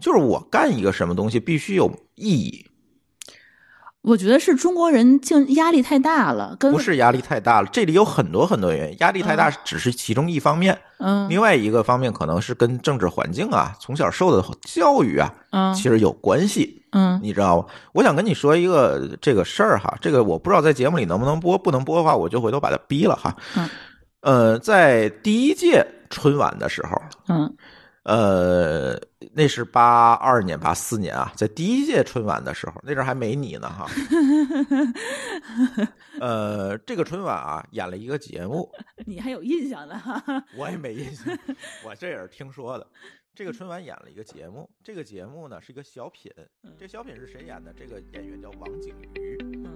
Speaker 1: 就是我干一个什么东西必须有意义，
Speaker 2: 我觉得是中国人竞压力太大了，跟
Speaker 1: 不是压力太大了。这里有很多很多原因，压力太大只是其中一方面，
Speaker 2: 嗯
Speaker 1: 另外一个方面可能是跟政治环境啊、从小受的教育啊，
Speaker 2: 嗯
Speaker 1: 其实有关系。
Speaker 2: 嗯
Speaker 1: 你知道吗？我想跟你说一个这个事儿哈，这个我不知道在节目里能不能播，不能播的话我就回头把它逼了哈。
Speaker 2: 嗯，
Speaker 1: 呃，在第一届春晚的时候，
Speaker 2: 嗯
Speaker 1: 呃，那是八二年、八四年啊，在第一届春晚的时候，那阵儿还没你呢 哈。呃，这个春晚啊，演了一个节目，
Speaker 2: 你还有印象呢？哈哈
Speaker 1: 我也没印象，我这也是听说的。这个春晚演了一个节目，这个节目呢是一个小品，这小品是谁演的？这个演员叫王景瑜。
Speaker 2: 嗯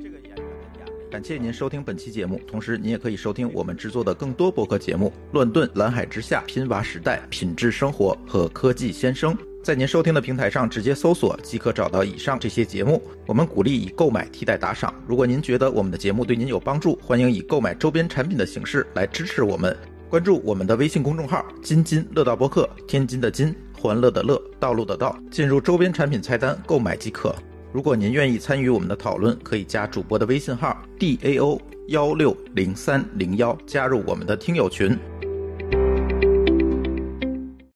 Speaker 1: 这个演员的演绎。感谢您收听本期节目，同时您也可以收听我们制作的更多播客节目《乱炖》《蓝海之下》《拼娃时代》《品质生活》和《科技先生》。在您收听的平台上直接搜索即可找到以上这些节目。我们鼓励以购买替代打赏。如果您觉得我们的节目对您有帮助，欢迎以购买周边产品的形式来支持我们。关注我们的微信公众号“津津乐道播客”，天津的津，欢乐的乐，道路的道，进入周边产品菜单购买即可。如果您愿意参与我们的讨论，可以加主播的微信号 d a o 幺六零三零幺，加入我们的听友群。